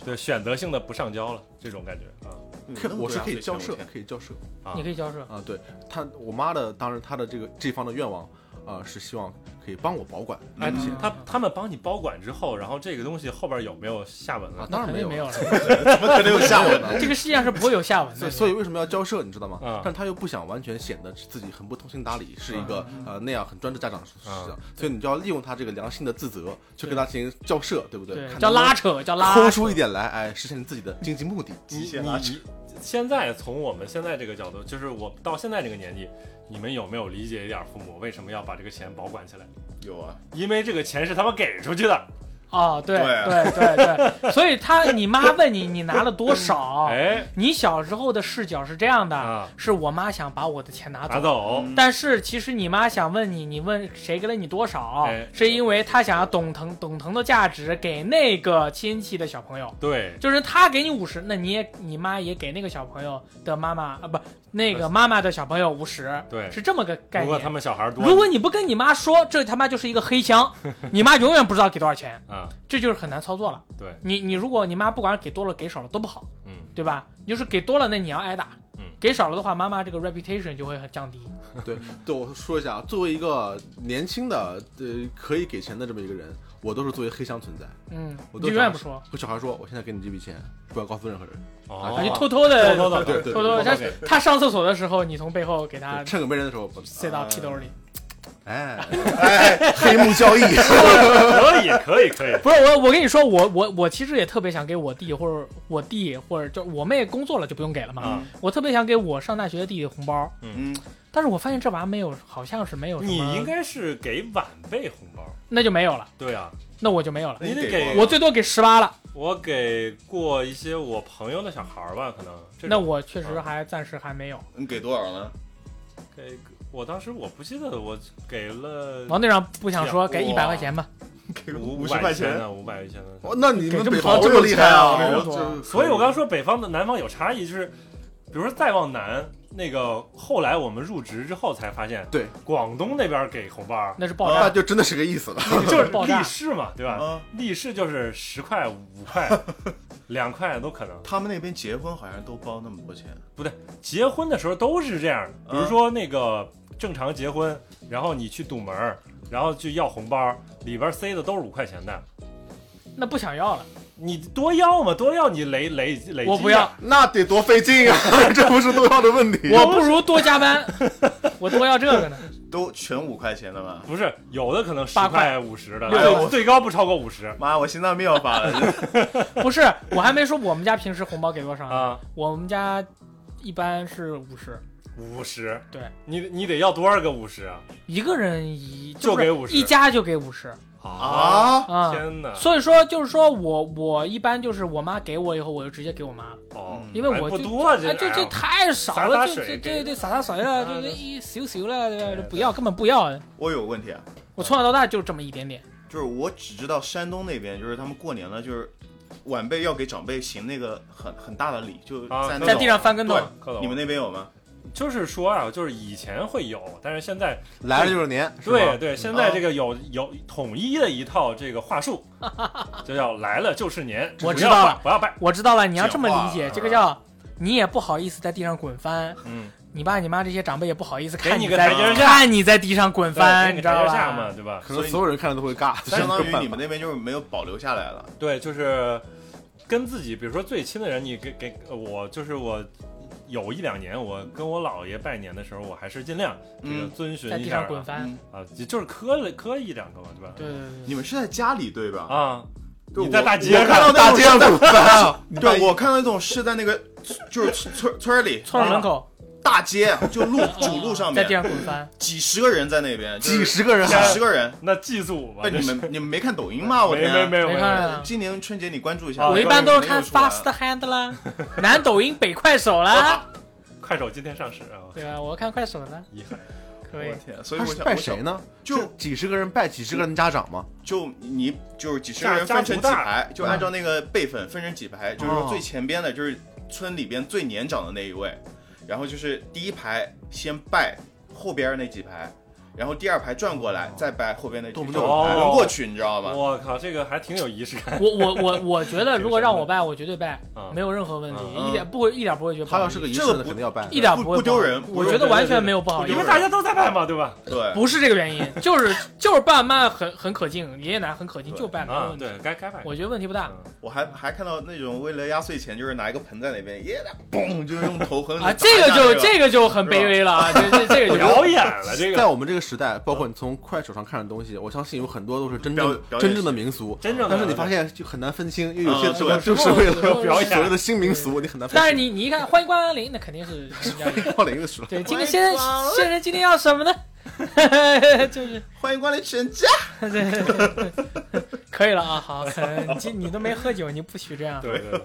对，选择性的不上交了，这种感觉啊。那么我是多呀可以这交钱 涉我天，可以交涉啊你可以交涉。啊。对她，我妈的，当时她的这个这方的愿望啊，是希望可以帮我保管哎嗯，他他们帮你保管之后，然后这个东西后边有没有下文啊了？。当然肯定没有有了，了，怎么可能有下 文呢？这个世界上是不会有下文所的。以所以为什么要交涉，你知道吗？啊但她又不想完全显得自己很不通情达理，是一个啊呃那样很专制家长的思想，所以你就要利用她这个良心的自责，去跟她进行交涉，对不对，看叫能不能拉扯，叫拉抠扯。出一点来，哎，实现你自己的经济目的。你极限你拉扯你现在从我们现在这个角度，就是我到现在这个年纪，你们有没有理解一点父母为什么要把这个钱保管起来？有啊，因为这个钱是他们给出去的。哦，对对啊对对对，所以他你妈问你你拿了多少，哎你小时候的视角是这样的，啊，是我妈想把我的钱拿拿走。嗯但是其实你妈想问你，你问谁给了你多少，哎是因为她想要懂疼懂疼的价值给那个亲戚的小朋友，对，就是她给你五十，那你也你妈也给那个小朋友的妈妈啊不那个妈妈的小朋友五十，对是这么个概如果他念。们小孩多，如果你不跟你妈说，这他妈就是一个 黑箱，你妈永远不知道给多少钱，啊，这就是很难操作了。对，你你如果你妈不管给多了给少了都不好，嗯，对吧？你就是给多了，那你要挨打；嗯给少了的话，妈妈这个 reputation 就会很降低。啊对，对我说一下，作为一个年轻的呃可以给钱的这么一个人，我都是作为黑箱存在。嗯，我你都永远不说，和小孩说，我现在给你这笔钱，不要告诉任何人，哦啊你偷偷的偷偷的对对偷偷的，偷偷他给他上厕所的时候，你从背后给对他趁个没人的时候，我呃塞呃啊到屁兜里。哎哎，黑幕交易，可以可以可以，不是我，我跟你说，我我我其实也特别想给我弟或者我弟或者就我妹工作了就不用给了嘛。啊我特别想给我上大学的弟弟红包，嗯，但是我发现这玩意儿没有，好像是没有什么。你应该是给晚辈红包，那就没有了，对啊，那我就没有了。那你你得给给过我最多给十八了，我给过一些我朋友的小孩儿吧，可能这那种啊我确实还暂时还没有。你给多少了？给我当时我不记得我给了王队长不想说，哇给一百块钱吧。给五五十百块钱钱，呢，五百一千的。哦那你给们这么北多方这么厉害啊！这么多我这所以我刚说北方的南方有差异，就是比如说再往南，那个后来我们入职之后才发现，对，广东那边给红包 儿那是爆啊那炸，就真的是个意思了。就是爆炸立式嘛，对吧？啊，立式就是十块、五 块、两块都可能。他们那边结婚好像都包那么多钱，结婚的时候都是这样的，比如说那个正常结婚，然后你去堵门儿，然后去要红包儿，里边塞的都是五块钱的，那不想要了，你多要嘛，多要你累累累积。我不要，，那得多费劲啊！ 这不是多要的问题。我不如多 加班，我多要这个呢。都全五块钱的嘛。不是有的可能十八块块五十的，六最最高不超过五十妈，我心脏病要发了！ 不是，我还没说我们家平时红包给多少呢。啊，我们家一般是五十，五十。对你你得要多少个五十啊？一个人一就是给50一家就给五十啊，啊。天哪！所以说，就是说我我一般就是我妈给我以后，我就直接给我妈了，哦，嗯因为哎我不就多啊，哎，这这太少洒洒了，就水这给这这洒洒水了，啊就这一咻咻了，对吧对就不要，根本不要。我有个问题啊，我从小到大就这么一点点，就是我只知道山东那边，就是他们过年了，就是晚辈要给长辈行那个很很大的礼，就啊在那那种在地上翻跟头对，蝌蚪你们那边有吗？就是说啊，就是以前会有，但是现在来了就是年，是吧对嗯对，现在这个有有统一的一套这个话 术，就叫来了就是年，不我知要道拜了不要拜，我知道了，你要这么理讲话解，了这个叫你也不好意思在地上滚翻，嗯，你爸你妈这些长辈也不好意思给看你你个在台阶下看你在地上滚对翻，给你你知道台阶下吧嘛，？对吧？可能所有人看了都会尬，相当于这是个办你们法那边就是没有保留下来了。对，就是跟自己，比如说最亲的人，你给给呃我，就是我有一两年，我跟我姥爷拜年的时候，我还是尽量这个嗯遵循在一地下上啊滚翻，嗯，啊，也就是磕了磕一两个嘛，对吧？对对对你们是在家里对吧？啊，对你在大 街我看上到大街上怎么办？啊对，我看到那种是在那个就是村村里对，村儿门口大街就路主路上哦在地上面，滚翻，几十个人在那边，就是几十个人几啊十个人。那祭祖吧，哎，这你是们你们没看抖音吗？我没天没啊，没有没没啊有，看啊。今年春节你哦关注一下。我一般都是看 Fast 的。 Hand 啦， 南抖音北快手啦，快手今天上市啊，对吧？我看快手的，遗憾可以我。天啊，所以他我是想拜谁？呢？就是几十个人拜几十个人家长嘛。就你就是几十家个人分成几家族大排，就嗯按照那个辈分分成几排，就是哦说最前边的就是村里边最年长的那一位，然后就是第一排先拜后边那几排，然后第二排转过来哦我再拜后边那几懂排，不就懂哦轮过去，你知道吗？我靠，这个还挺有仪式感我我我我觉 得，如果让我拜，我绝对拜，啊没。有任何问题，嗯一点不会一点不会觉得不他好要意是思。个仪式这呢，不肯定要拜。一点不会不丢人好意思不我丢觉得人完全没哦有不好意因不为丢思，人大家都在拜嘛，对吧？对，不是这个原 因，就是就是爸妈很很可敬，爷爷奶奶很可敬，对就拜没哎有啊，问题。对该该拜。我觉得问题不大嗯我还还看到那种为了压岁钱，就是拿一个盆在那边，耶，嘣，就是用头狠狠啊，地这砸个一下就那这个就很卑微了啊，这这这个就 表演了这在个我们这个时代，包括你从快手上看的东西，我相信有很多都是真表正表演真正的民俗，真正的，但是你发现就很难分清，因为有些嗯这个 对就是为了表演所谓的新民俗，你很难分清。但是你你一看，欢迎光临，那肯定是是这样的。到了一个时代， 对，今天先先生今天要什么呢？ 就是欢迎光临全家， 可以了啊，好，你 今你都没喝酒，你不许这样。对对对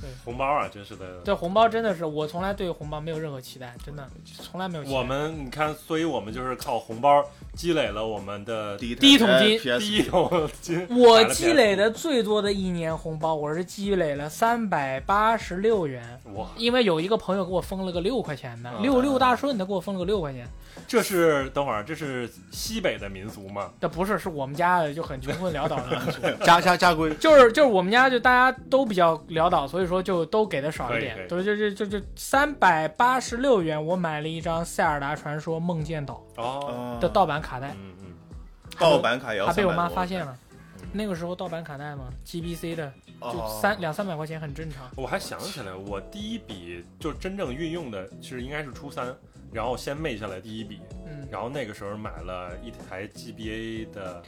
对，红包啊，真是的。对红包真的是，我从来对红包没有任何期待，真的从来没有期待。我们你看，所以我们就是靠红包积累了我们的第一第一桶金第一桶金。我积累的最多的一年红包，我是积累了三百八十六元，哇，因为有一个朋友给我封了个六块钱的啊，六六大顺，他给我封了个六块钱。这是等会儿，这是西北的民俗吗？那不是，是我们家的就很穷困潦倒的 民族，家家家规，就是就是我们家就大家都比较潦倒，所以说就都给的少一可以点，可对，就就就就三百八十六元，我买了一张《塞尔达传说：梦见岛哦，》的盗版卡带，嗯嗯，盗版卡也要还被我300妈多发现了。那个时候盗版卡带嘛，GBC 的就哦三两三百块钱很正常。我还想起来，我第一笔就真正运用的，其实应该是初三，然后先昧下来第一笔，嗯，然后那个时候买了一台 GBA 的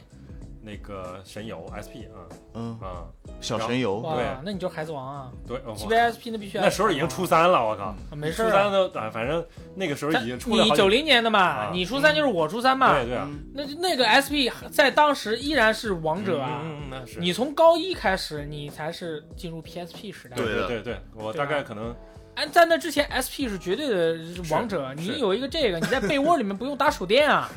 那个神游 SP 啊嗯，啊，小神游，哇对，那你就是孩子王啊对，哦！GBSP 那必须那时候已经初三了，我靠，嗯啊没事初儿三啊。都啊，反正那个时候已经出了你好几九零年的嘛啊，你初三就是我初三嘛对，对嗯啊，那就那个 SP 在当时依然是王者啊。嗯嗯嗯那是你从高一开始，你才是进入 PSP 时代。对对的对对，我对大吧概可能哎，在那之前，SP 是绝对的王者。你有一个这个，你在被窝里面不用打手电啊，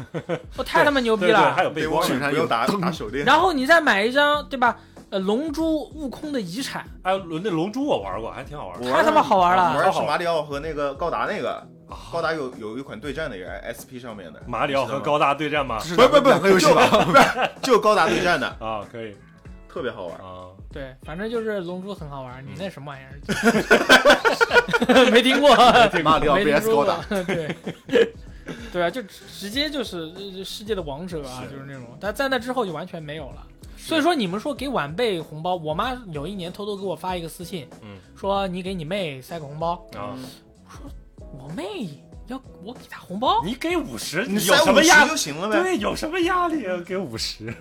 我太他妈啊牛逼对对，还了。有背光，居然有又打打手电，然后你再买一张，对吧？呃，龙珠悟空的遗产，哎，那龙珠我玩过，还挺好玩我的。玩太他妈好啊玩我了。玩的是马里奥和那个高达那个，高达有有一款对战的也是 SP 上面的，马里奥和高达对战吗？是不不不两个游戏吧？ 就高达对 战的，啊，可以特别好玩。啊，对，反正就是龙珠很好玩。你那什么玩意儿？ 没听过，马里奥没听 VS 高说过达，。对， 对啊，就直接就是呃世界的王者啊，就是那种。但在那之后就完全没有了。所以说你们说给晚辈红包，我妈有一年偷偷给我发一个私信，嗯说你给你妹塞个红包，嗯啊，我妹要我给她红包，你给五十，你有塞什五么十压？就行了呗。对，有什么压力啊？给五十，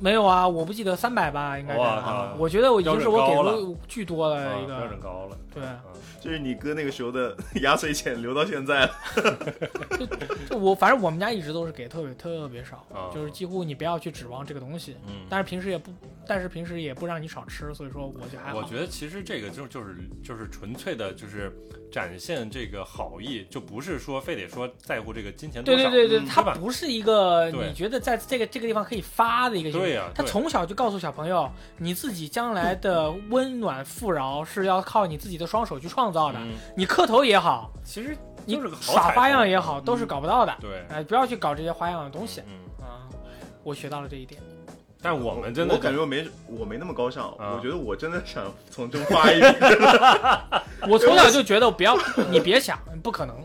没有啊，我不记得三百吧，应该是啊哇。我觉得我已经是我给标准了巨多了一啊标个准，高了。对，这是你哥那个时候的压岁钱，留到现在了。就我反正我们家一直都是给特别特别少啊，就是几乎你不要去指望这个东西，嗯，但是平时也不，但是平时也不让你少吃，所以说我就还好。我觉得其实这个就就是就是纯粹的，就是展现这个好意，就不是说非得说在乎这个金钱多对少。对对对，嗯它对吧不是一个对你觉得在这个这个地方可以发的一个行为对呀他对从小就告诉小朋友，你自己将来的温暖富饶是要靠你自己的双手去创造的。嗯你磕头也好，其实你就是个好耍彩花头样也好，都是搞不到的。对，哎，不要去搞这些花样的东西嗯，啊！我学到了这一点。但我们真的我感觉我没我没那么高尚，啊我觉得我真的想从中发 一笔。我从小就觉得不要，你别想，不可能，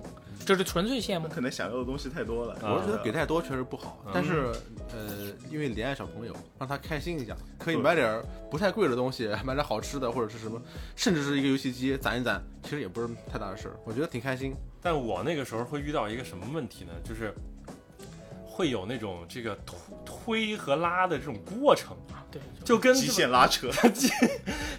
这是纯粹 羡慕可能想要的东西太多了。呃啊我是觉得给太多确实不好嗯，但是呃，因为怜爱小朋友，让他开心一下，可以对买点儿不太贵的东西，买点好吃的或者是什么，甚至是一个游戏机攒一攒，其实也不是太大的事儿，我觉得挺开心。但我那个时候会遇到一个什么问题呢？就是会有那种这个推推和拉的这种过程，啊！对，就跟极限拉扯，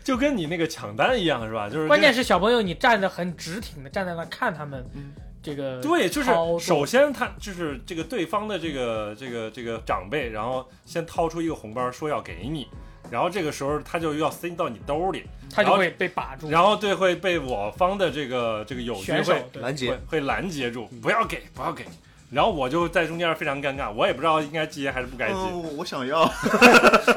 就跟你那个抢单一样，是吧？就是关键是是小朋友，你站得很直挺的站在那看他们嗯这个对，就是操作首先他就是这个对方的这个这个这个长辈，然后先掏出一个红包说要给你，然后这个时候他就要塞到你兜里，他就然后会被把住。然后对会被我方的这个这个友军选手嗯会对拦会截，会拦截住，不要给，不要给。然后我就在中间非常尴尬，我也不知道应该接还是不该接。哦嗯，我想要。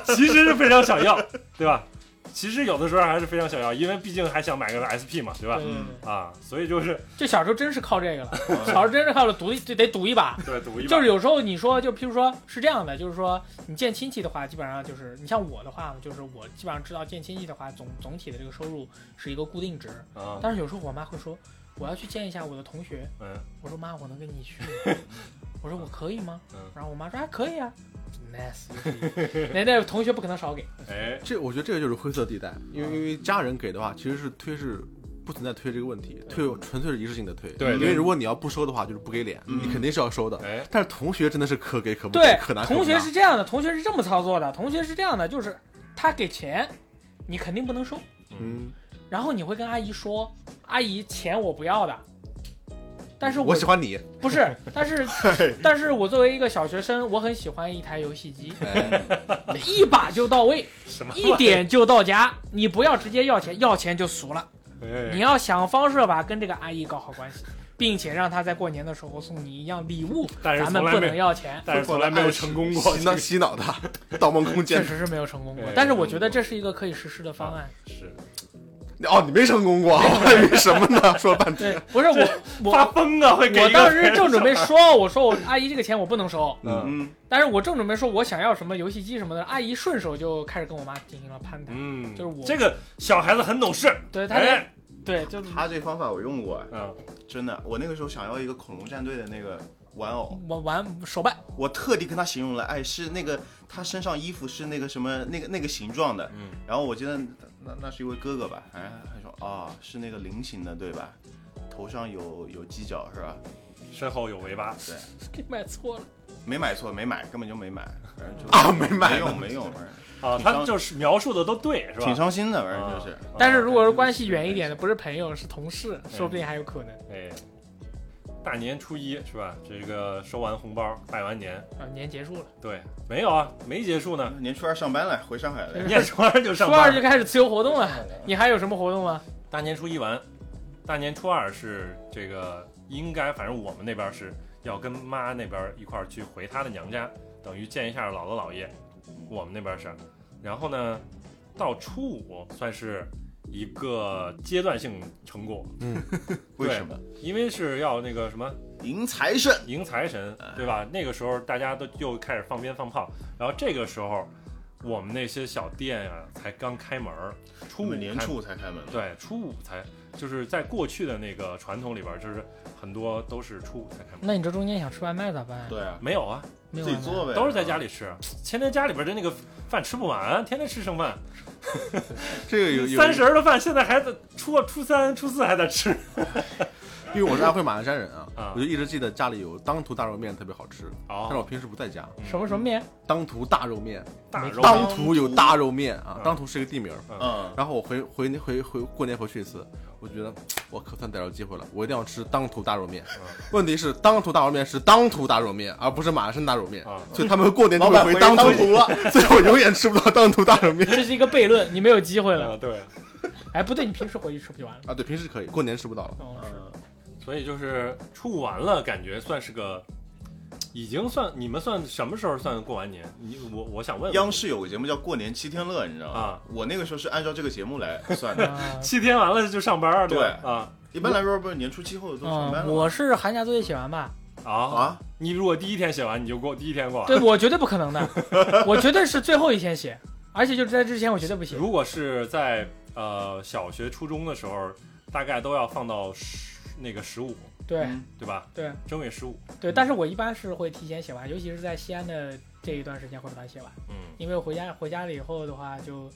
其实是非常想要，对吧？其实有的时候还是非常想要，因为毕竟还想买个 SP 嘛，对吧？对嗯啊，所以就是这小时候真是靠这个了， 小时候真是靠着赌一，得得赌一把。对 赌一把，就是有时候你说，就譬如说是这样的，就是说你见亲戚的话，基本上就是你像我的话，就是我基本上知道见亲戚的话，总总体的这个收入是一个固定值。啊，但是有时候我妈会说，我要去见一下我的同学，嗯，我说妈，我能跟你去 吗？我说我可以吗？嗯然后我妈说啊，可以啊。Nice，那那同学不可能少给，哎，这我觉得这个就是灰色地带，因为因为家人给的话，其实是推是不存在推这个问题，推纯粹是一次性的推。对因对为如果你要不收的话，就是不给脸，你肯定是要收的。哎，但是同学真的是可给可不对给，可拿，可不同学拿是这样的，同学是这么操作的，同学是这样的，就是他给钱，你肯定不能收，嗯，然后你会跟阿姨说，阿姨钱我不要的，但是我喜欢你，不是，但是但是我作为一个小学生，我很喜欢一台游戏机，哎，一把就到位，什么 一点就到家，你不要直接要钱，要钱就俗了，你哎，要想方设法跟这个阿姨搞好关系。并且让她在过年的时候送你一样礼物，但是咱们从来不没能要 钱。但是从来没有成功过，洗脑洗脑他，盗梦空确间。实是没有成功过哎，但是我觉得这是一个可以实施的方案。是哦，你没成功过，我还以为什么呢？说了半天，对，不是我发我疯啊，会给我一个当时正准备说，我说我阿姨这个钱我不能收， 嗯，嗯，但是我正准备说我想要什么游戏机什么的，阿姨顺手就开始跟我妈进行了攀谈。嗯，就是我这个小孩子很懂事，对，她哎，对，就是他这方法我用过，嗯真的。我那个时候想要一个恐龙战队的那个玩偶，玩玩手办，我特地跟他形容了，哎，是那个他身上衣服是那个什么那个那个形状的，嗯，然后我觉得那那是一位哥哥吧，反正他说啊、是那个菱形的对吧？头上有有犄角是吧？身后有尾巴，对，给买错了。没买错，没买，根本就没买，反正就啊没买没用没用，反正啊，他就是描述的都对，是吧？挺伤心的，反正就是。啊但是如果是关系远一点的，不是朋友，是同事，说不定还有可能。哎，大年初一是吧？这个收完红包，拜完年，啊，年结束了，对，没有啊，没结束呢，年初二上班了，回上海了。年初二就初上二班就了，开始自由活动了。你还有什么活动吗？大年初一完，大年初二是这个应该，反正我们那边是要跟妈那边一块儿去回她的娘家，等于见一下姥姥姥爷，我们那边是，然后呢，到初五算是一个阶段性成果，为什么？因为是要那个什么。迎财神，迎财神，对哎吧？那个时候大家都又开始放鞭放炮，然后这个时候我们那些小店啊才刚开门儿，初我五们年开初五才开门嘛。对初五才就是在过去的那个传统里边儿，就是很多都是初五才开门。那你这中间想吃外卖咋办？对啊，没有啊，没有自己做呗，都是在家里吃，天天家里边的那个饭吃不完，天天吃剩饭。这个有有三十儿的饭现在还在初初三、初四还在吃。因为我是安徽马鞍山人啊，啊我就一直记得家里有当涂大肉面特别好吃，但是我哦，平时不在家。什么什么面？ 当涂大肉面，大肉当涂有大肉面啊嗯，当涂是一个地名儿。嗯，然后我回回回回过年回去一次，我觉得我可算逮着机会了，我一定要吃当涂大肉面。问题是当涂大肉面是当涂大肉面，而不是马鞍山大肉面，啊所以他们过年都老会回板回当当涂，涂了，所以我永远吃不到当涂大肉面。这是一个悖论，你没有机会了。啊，对。哎，不对，你平时回去吃不就完了？啊，对，平时可以，过年吃不到了。哦，是嗯所以就是初五完了，感觉算是个，已经算你们算什么时候算过完年？你我我想问问央视有个节目叫《过年七天乐》，你知道吗啊？我那个时候是按照这个节目来算的。 啊七天完了就上班儿，吧啊一般来说，不是年初七后都上班嗯，了吗我是寒假作业写完吧？啊啊？你如果第一天写完，你就过第一天过。 对，我绝对不可能的，我绝对是最后一天写，而且就是在之前我绝对不写。如果是在呃小学、初中的时候，大概都要放到十那个十五，对嗯对吧？对正月十五，对，但是我一般是会提前写完，尤其是在西安的这一段时间会把它写完，嗯，因为回家回家了以后的话就，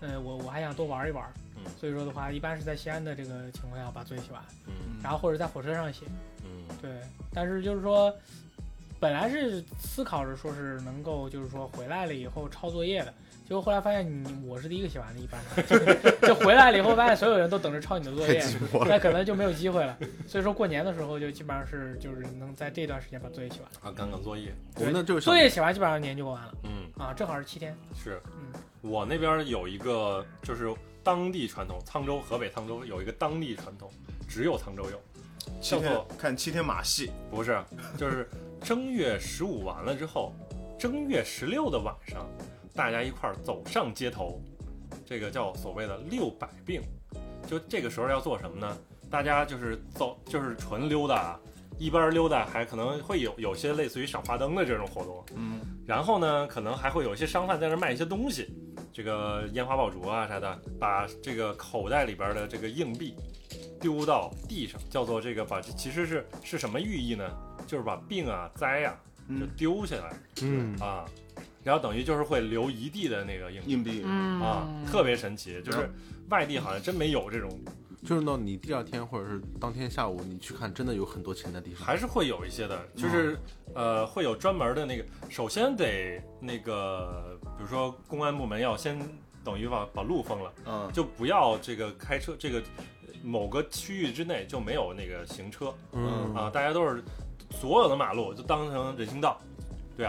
呃，我我还想多玩一玩，嗯所以说的话，一般是在西安的这个情况下把作业写完，嗯然后或者在火车上写。嗯对，但是就是说，本来是思考着说是能够就是说回来了以后抄作业的，结果后来发现你我是第一个写完的，一般的 就回来了以后发现所有人都等着抄你的作太业，寂寞了，那可能就没有机会了。所以说过年的时候就基本上是就是能在这段时间把作业写完，啊，赶赶作业，我们的这个小作业写完基本上年就过完了嗯。啊，正好是七天。是，嗯我那边有一个就是当地传统，沧州河北沧州有一个当地传统，只有沧州有，七叫天做看七天马戏，不是，就是正月十五完了之后，正月十六的晚上，大家一块儿走上街头，这个叫所谓的六百病。就这个时候要做什么呢？大家就是走，就是纯溜达，啊，一边溜达还可能会有有些类似于赏花灯的这种活动，嗯，然后呢，可能还会有一些商贩在那儿卖一些东西，这个烟花爆竹啊啥的，把这个口袋里边的这个硬币丢到地上，叫做这个把，其实是是什么寓意呢？就是把病啊灾啊就嗯丢下来、嗯，啊，然后等于就是会留一地的那个硬币嗯硬币，嗯啊，特别神奇，就是外地好像真没有这种，就是呢，你第二天或者是当天下午你去看，真的有很多钱在地上。还是会有一些的，就是、呃会有专门的那个，首先得那个，比如说公安部门要先等于把把路封了。嗯，就不要这个开车，这个呃某个区域之内就没有那个行车嗯啊，，大家都是所有的马路就当成人行道，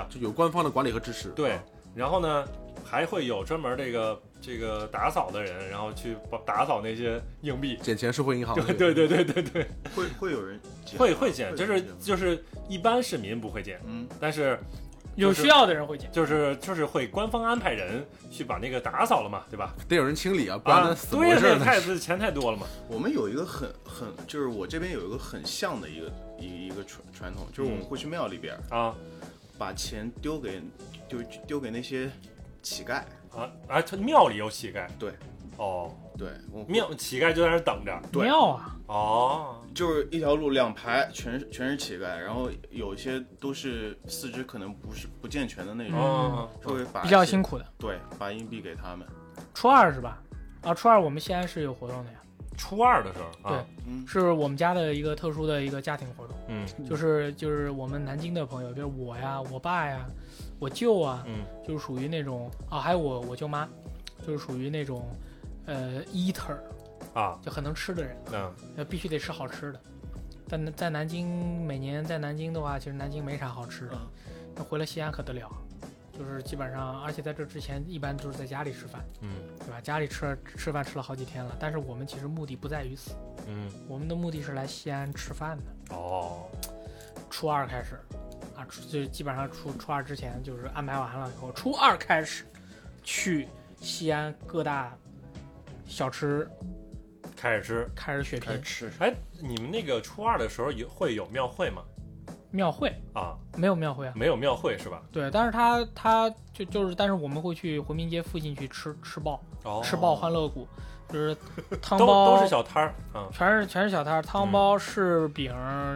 就有官方的管理和支持。对，然后呢还会有专门这个这个打扫的人，然后去把打扫那些硬币，捡钱收回银行。啊对对对对对对，会会有人捡会吗会捡，就有人是捡吗就是一般市民不会捡，嗯，但是有需要的人会捡。就是就是会官方安排人去把那个打扫了嘛，对吧？得有人清理啊，不然啊那，死活对呀，事那儿也呢太钱太多了嘛，我们有一个很很，就是我这边有一个很像的一个一一个传传统，嗯就是我们会去庙里边儿啊把钱丢给丢丢给那些乞丐，啊啊！这庙里有乞丐，对，哦，对，我庙乞丐就在那儿等着。对妙啊，哦，就是一条路两排全是全是乞丐，然后有一些都是四肢可能不是不健全的那种，哦，就会把比较一些辛苦的。对，把硬币给他们。初二是吧？啊，初二我们西安是有活动的呀，初二的时候啊，嗯，是我们家的一个特殊的一个家庭活动，嗯就是就是我们南京的朋友，比如我呀、我爸呀、我舅啊，嗯就是属于那种啊，还有我我舅妈，就是属于那种呃 eater，啊，就很能吃的人，嗯呃，必须得吃好吃的。但在南京，每年在南京的话，其实南京没啥好吃的嗯，那回了西安可得了，就是基本上，而且在这之前一般就是在家里吃饭，嗯对吧？家里吃吃饭吃了好几天了，但是我们其实目的不在于此，嗯，我们的目的是来西安吃饭的。哦，初二开始，啊，初就基本上初初二之前就是安排完了以后，初二开始去西安各大小吃开始吃。开始血开始拼吃，哎，你们那个初二的时候有会有庙会吗？庙会，啊，没有庙会啊。没有庙会是吧？对，但是他他就就是，但是我们会去回民街附近去吃吃爆，哦，吃爆欢乐谷， 就是汤都包，都是小嗯摊儿啊，全是全是小摊儿，汤包、柿饼，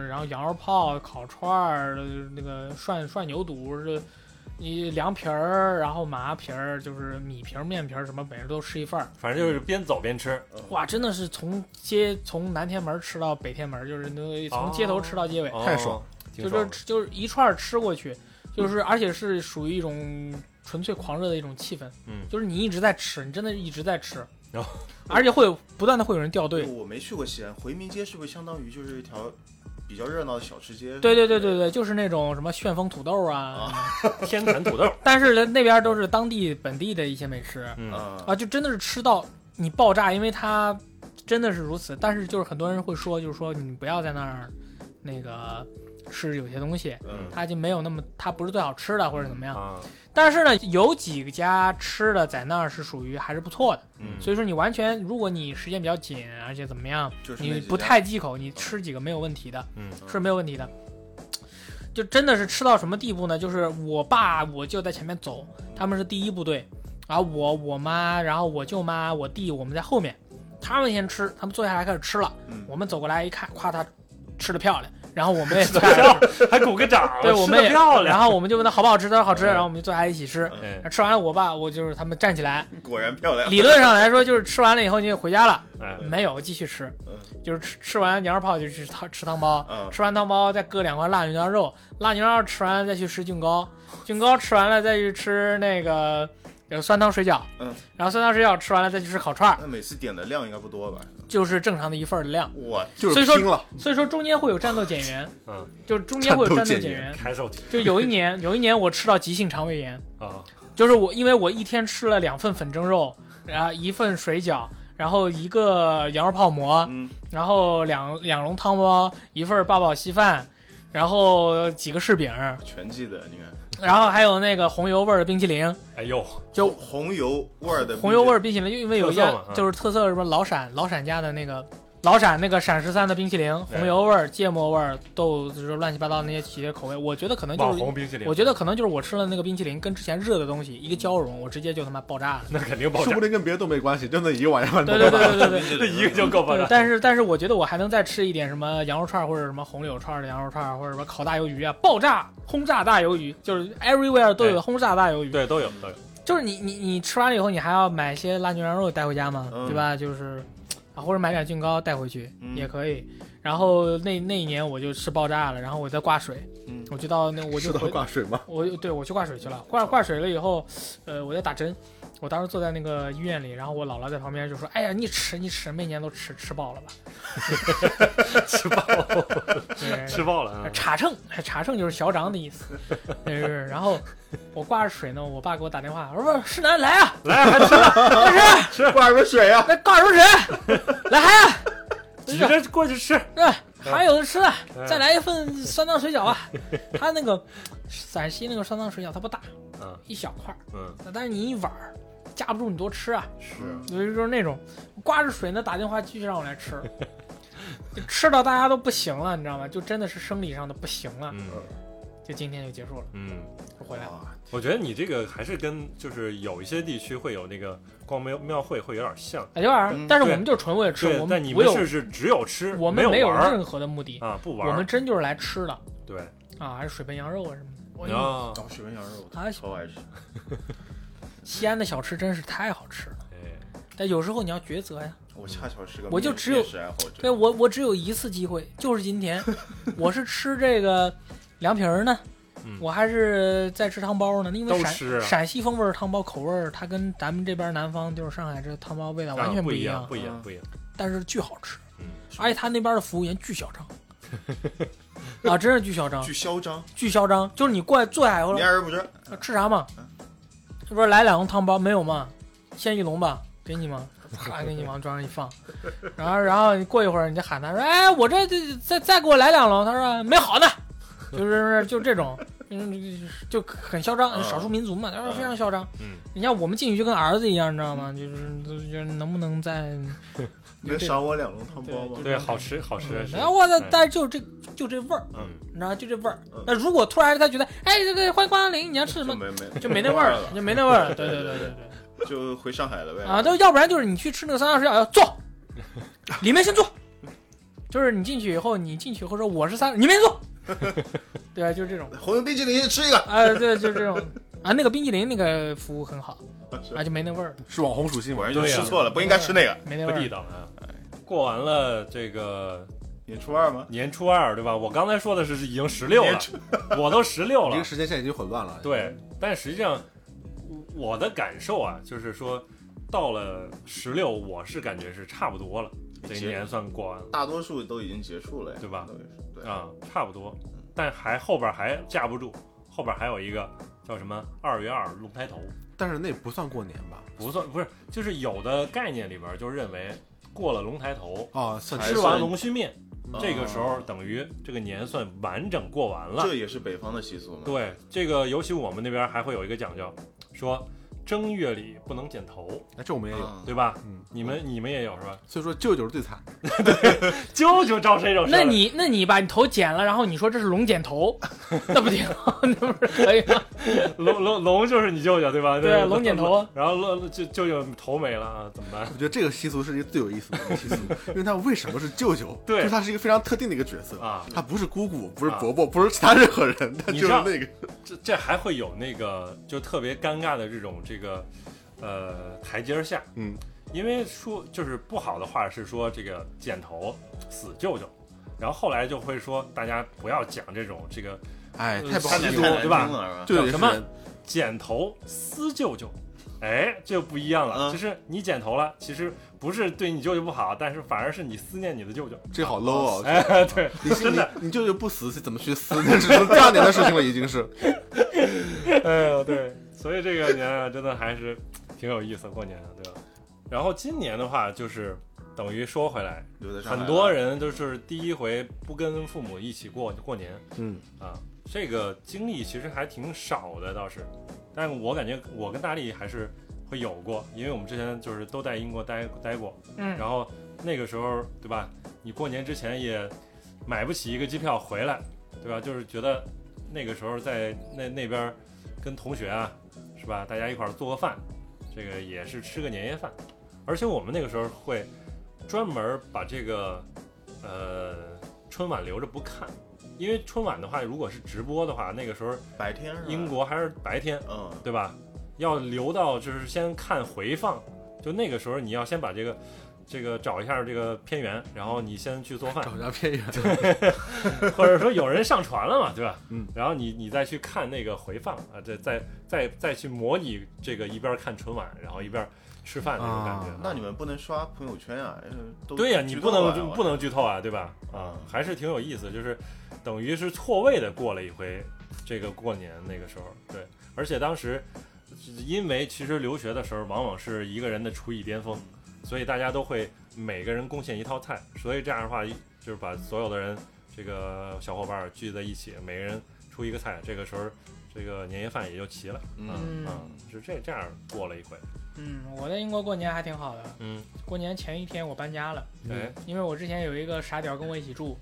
然后羊肉泡、烤串儿，呃那个涮涮牛肚，这你凉皮儿，然后麻皮儿，就是米皮儿、面皮儿，什么每人都吃一份儿。反正就是边走边吃。哇，真的是从街从南天门儿吃到北天门儿，就是那个从街头吃到街尾，哦太爽，挺就爽的。是吃就是一串儿吃过去，就是而且是属于一种纯粹狂热的一种气氛，嗯就是你一直在吃，你真的一直在吃， 然后而且会有不断的会有人掉队，我没去过西安，回民街是不是相当于就是一条比较热闹的小吃街？对对对对对，就是那种什么旋风土豆啊，天坛土豆，但是那边都是当地本地的一些美食 嗯，啊，啊，就真的是吃到你爆炸，因为它真的是如此。但是就是很多人会说，就是说你不要在那儿那个吃有些东西，嗯，它就没有那么它不是最好吃的或者怎么样。啊，但是呢，有几家吃的在那儿是属于还是不错的，嗯所以说你完全如果你时间比较紧，而且怎么样，就是那你几不家太忌口，你吃几个没有问题的。嗯是没有问题的。就真的是吃到什么地步呢？就是我爸我舅在前面走，他们是第一部队，然后我我妈，然后我舅妈我弟我们在后面，他们先吃，他们坐下来开始吃了，嗯我们走过来一看，夸他吃的漂亮，然后我们也坐 下来还 还鼓个掌，对，吃我得们也漂然亮。后我们就问他好不好吃，他说好吃，嗯然后我们就坐下来一起吃。哎吃完了，我爸我就是他们站起来，果然漂亮。理论上来说就是吃完了以后你就回家了，哎，没有继续吃，嗯就是吃吃完羊肉泡就去吃汤吃汤包，嗯吃完汤包再搁两块辣牛羊肉，辣牛羊肉吃完了再去吃菌糕，菌糕吃完了再去吃那个呃酸汤水饺，嗯，然后酸汤水饺吃完了再去吃烤串儿，那每次点的量应该不多吧？就是正常的一份儿的量。我就所以是说拼了，所以说中间会有战斗减员，嗯，就是中间会有战斗战斗减减员。开手机就有一年，有一年我吃到急性肠胃炎，啊，就是我因为我一天吃了两份粉蒸肉，然后一份水饺，然后一个羊肉泡馍，嗯，然后两两笼汤包，一份八宝稀饭，然后几个柿饼，全记得，你看然后还有那个红油味儿的冰淇淋。哎呦，就红油味儿的红油味儿，儿冰淇淋，因为有一家特色嘛啊就是特色什么老陕老陕家的那个老陕那个陕十三的冰淇淋，对红油味儿、芥末味儿、豆就是乱七八糟那些奇些口味，我觉得可能就网是。红冰淇淋，我觉得可能就是我吃了那个冰淇淋，跟之前热的东西一个交融，我直接就他妈爆炸了。那肯定爆说炸不，定跟别的都没关系，真的一个晚上 对对对对对对，这一个就够爆对，炸。但是但是我觉得我还能再吃一点什么羊肉串儿或者什么红柳串儿的羊肉串儿或者什么烤大鱿鱼啊，爆炸轰炸大鱿鱼，就是 everywhere 都有对轰炸大鱿鱼。， 对，都有都有。 就是你你你吃完了以后，你还要买些辣牛羊肉带回家嘛，嗯对吧？就是啊，或者买点菌糕带回去、嗯也可以。然后那那一年我就吃爆炸了，然后我在挂水，嗯 我就到那我吃就到回挂水吗？我对我去挂水去了，挂挂水了以后，呃，我在打针，我当时坐在那个医院里，然后我姥姥在旁边就说：“哎呀，你吃你吃，每年都吃吃饱了吧？吃爆了，对吃爆了啊！查秤，哎查秤就是小长的意 思。就是，然后我挂着水呢，我爸给我打电话，我说是男来啊，来，还吃挂什么水啊？来告诉谁，来孩子，急着过去吃，对，还有的吃呢，嗯 再来一份酸汤水饺吧。他那个陕西那个酸汤水饺，它不大，嗯一小块儿，嗯，但是你一碗儿架不住你多吃啊。是所以就是那种挂着水呢，打电话继续让我来吃，吃到大家都不行了，你知道吗？就真的是生理上的不行了。嗯就今天就结束了，嗯，就回来了。啊哇我觉得你这个还是跟就是有一些地区会有那个逛庙庙会会有点像，哎，有点儿，嗯但是对我们就是纯为了吃，对我，但们你我们有是是只有吃，我们没没有玩儿任何的目的，啊，不玩我儿，们真就是来吃的对啊，还是水盆羊肉啊什么的。我跟你啊，搞水温羊肉，啊，超爱吃。西安的小吃真是太好吃了，哎，但有时候你要抉择呀。我恰巧是个我就面只有面食爱好者，对我，我只有一次机会，就是 今天，我是吃这个凉皮儿呢，嗯我还是在吃汤包呢。因为都陕吃啊陕西风味儿汤包口味儿，它跟咱们这边南方就是上海这汤包味道完全啊不一样，样，嗯不一样，不一样，但是巨好吃。嗯而且他那边的服务员巨嚣 张，啊，真是巨嚣张，巨嚣张，巨嚣张。就是你过来坐下以后你，爱而不知。吃啥嘛？嗯这不是来两个汤包没有吗？鲜玉龙吧，给 你吗？啪，给你往桌上一放，然后然后过一会儿你就喊他说：“哎，我这这再再给我来两笼。”他说：“没好的。”就是就这种，嗯，就很嚣张，嗯少数民族嘛，就是非常嚣张。嗯，你像我们进去就跟儿子一样，你知道吗？就是就是能不能再能赏我两笼汤包吗？嗯对，好吃，好吃，是然后我操哎，但是就这就这味儿，嗯，你知道吗就这味儿嗯。那如果突然他觉得，哎，这个欢迎光临，你要吃什就么？没没就没那味 儿了，了，就没那味儿了。对对对对对。 就回上海了呗。啊，都要不然就是你去吃那个三大水饺，要坐，里面先坐，就是你进去以后，你进去以后说我是三，你们先 坐，对啊，就是这种，红油冰淇淋吃一个，啊，对，就是这种，啊，那个冰淇淋那个服务很好，啊，就没那味儿，是网红属性啊果吗？然就对呀吃错了，不应该吃那个。没那不味地儿，道啊。过完了这个年初二吗？年初二，对吧？我刚才说的是已经十六年了初，我都十六你这了个，时间线已经混乱了。，对。但实际上，我我的感受啊，就是说，到了十六，我是感觉是差不多了，这一结年算过完了。大多数都已经结束了呀，对吧都是？对，啊、差不多，但还后边还架不住，后边还有一个叫什么二月二龙抬头，但是那也不算过年吧？不算不是，就是有的概念里边就认为过了龙抬头，啊，算还吃是完龙须面，哦嗯这个时候等于这个年算完整过完了。这也是北方的习俗嘛。对，这个尤其我们那边还会有一个讲究，说正月里不能剪头，哎这我们也有。啊，对吧？嗯，你们你们也有是吧？所以说舅舅是最惨，舅舅招谁惹谁了？那你那你把你头剪了，然后你说这是龙 剪头，那不行，那不是可以吗？龙龙龙就是你舅舅对吧？对龙剪头啊，然后龙舅舅舅头没了啊，怎么办我？觉得这个习俗是一个最有意思的 习俗，因为他为什么是舅舅？对就是他是一个非常特定的一个角色，啊，他不是姑姑，不是啊伯伯，不是其他任何人，他你知就是道那个。这这还会有那个就特别尴尬的这种这个呃台阶儿下，嗯，因为说就是不好的话是说这个剪头死舅舅，然后后来就会说大家不要讲这种这个哎，嗯太不好差意点思太多了。难对吧听叫舅舅也了是吧是什么人剪头撕舅舅，哎，这不一样了，嗯就是你剪头了，其实不是对你舅舅不好，但是反而是你思念你的舅舅，这好 low 啊！ 哎，对，你是真的，你你舅舅不死是怎么去死？那是第二年的事情了，已经是。哎呦，对， 所以这个年啊，真的还是挺有意思，过年的，啊对吧？然后今年的话，就是等于说回来，留在上海了很多人都是第一回不跟父母一起过过年嗯，啊，这个经历其实还挺少的，倒是，但我感觉我跟大力还是会有过，因为我们之前就是都在英国待待过，嗯，然后那个时候对吧？你过年之前也买不起一个机票回来，对吧？就是觉得那个时候在那那边跟同学啊，是吧？大家一块儿做个饭，这个也是吃个年夜饭，而且我们那个时候会专门把这个呃春晚留着不看。因为春晚的话，如果是直播的话，那个时候白天是吧英，国还是白天，嗯，对吧？要留到就是先看回放，就那个时候你要先把这个这个找一下这个片源，然后你先去做饭，找家偏远。或者说有人上传了嘛，对吧？ 嗯，然后你你再去看那个回放啊，再再再再去模拟这个一边看春晚，然后一边吃饭那种感觉。啊那你们不能刷朋友圈啊？呃都对呀、剧你透不啊能我不能剧透啊，对吧？啊，还是挺有意思，就是等于是错位的过了一回这个过年那个时候，对，而且当时因为其实留学的时候往往是一个人的厨艺巅峰，所以大家都会每个人贡献一套菜，所以这样的话就是把所有的人这个小伙伴儿聚在一起，每个人出一个菜，这个时候这个年夜饭也就齐了，嗯啊嗯啊，是这这样过了一回，嗯，我在英国过年还挺好的。嗯，过年前一天我搬家了，哎，因为我之前有一个傻屌跟我一 起住，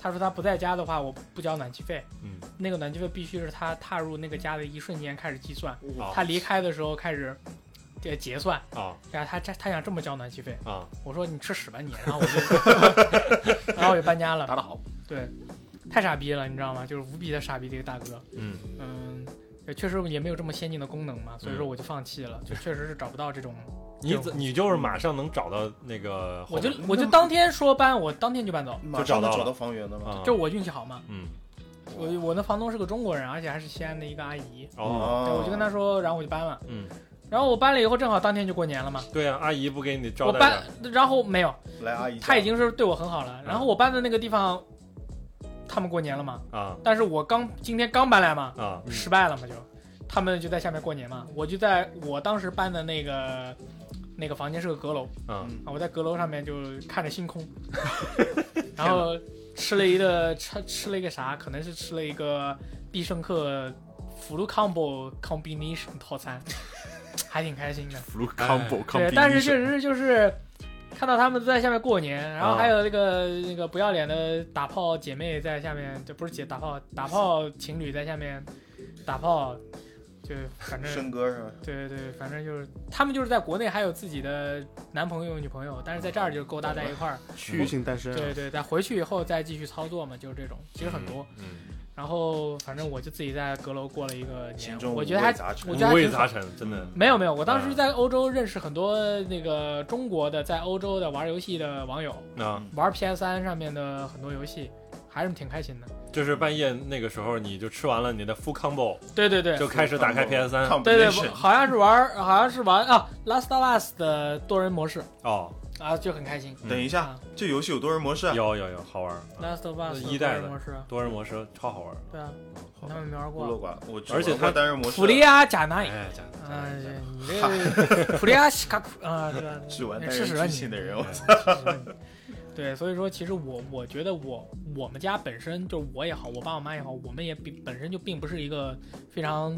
他说他不在家的话，我不交暖气费。嗯，那个暖气费必须是他踏入那个家的一瞬间开始计算，哦他离开的时候开始。结结算，啊然后他他他想这么交暖气嗯费，啊，我说你吃 屎吧你，然后我就， 然后我就搬家了，打得好，对，太傻逼了，你知道吗？就是无比的傻逼的一个大哥，嗯嗯，也确实也没有这么先进的功能嘛，所以说嗯我就放弃了，就确实是找不到这种，你怎你就是马上能找到那个后我就面，我就当天说搬，我当天就搬走，马找上到能找了到房源了吗？啊，就我运气好嘛，嗯我我那房东是个中国人，而且还是西安的一个阿姨，哦对，哎我就跟他说，然后我就搬了，嗯，然后我搬了以后正好当天就过年了嘛，对啊，阿姨不给你招我待搬点，然后没有，来阿姨家，他已经是对我很好嗯了，然后我搬的那个地方，他们过年了嘛，啊但是我刚今天刚搬来嘛，啊嗯失败了嘛就，他们就在下面过年嘛，我就在我当时搬的那个那个房间是个阁楼啊啊，我在阁楼上面就看着星空，然后吃了一个吃吃了一个啥，可能是吃了一个必胜客福禄 combo combination 套餐，还挺开心的。福禄 combo 对，但是确实是就是看到他们都在下面过年，然后啊还有那个、那个不要脸的打炮姐妹在下面，就不是姐打炮打炮情侣在下面打炮，就反正笙歌是吧？对对对，反正就是他们就是在国内还有自己的男朋友女朋友，但是在这儿就勾搭在一块儿，区域性单身啊，对对，再回去以后再继续操作嘛，就是这种，其实很多。，嗯，然后反正我就自己在阁楼过了一个心年，中我五觉得味还杂陈我觉得五还味挺好杂陈，真的，没有没有，我当时嗯在欧洲认识很多那个中国的在欧洲的玩游戏的网友，啊，玩 PS 三上面的很多游戏，还是挺开心的。就是半夜那个时候你就吃完了你的 full combo，对对对，就开始打开 PS 三，对对，不好像是玩，好像是玩啊《Last of Us》的多人模式哦，啊，就很开心。嗯等一下，啊这游戏有多人模式啊？有有有，好玩儿， 《啊 Last of Us》一多代人的模式啊，多人模式超好玩儿，对啊，好他们没玩孤过。啊陋寡闻，我只而且玩过它单人模式，普利亚贾纳伊，哎，讲啊，讲讲，你这 普利亚西卡库啊，对吧？只玩单吃屎吧人你剧 情的人，我操！对，所以说其实我我觉得我我们家本身就我也好，我爸我妈也好，我们也并本身就并不是一个非常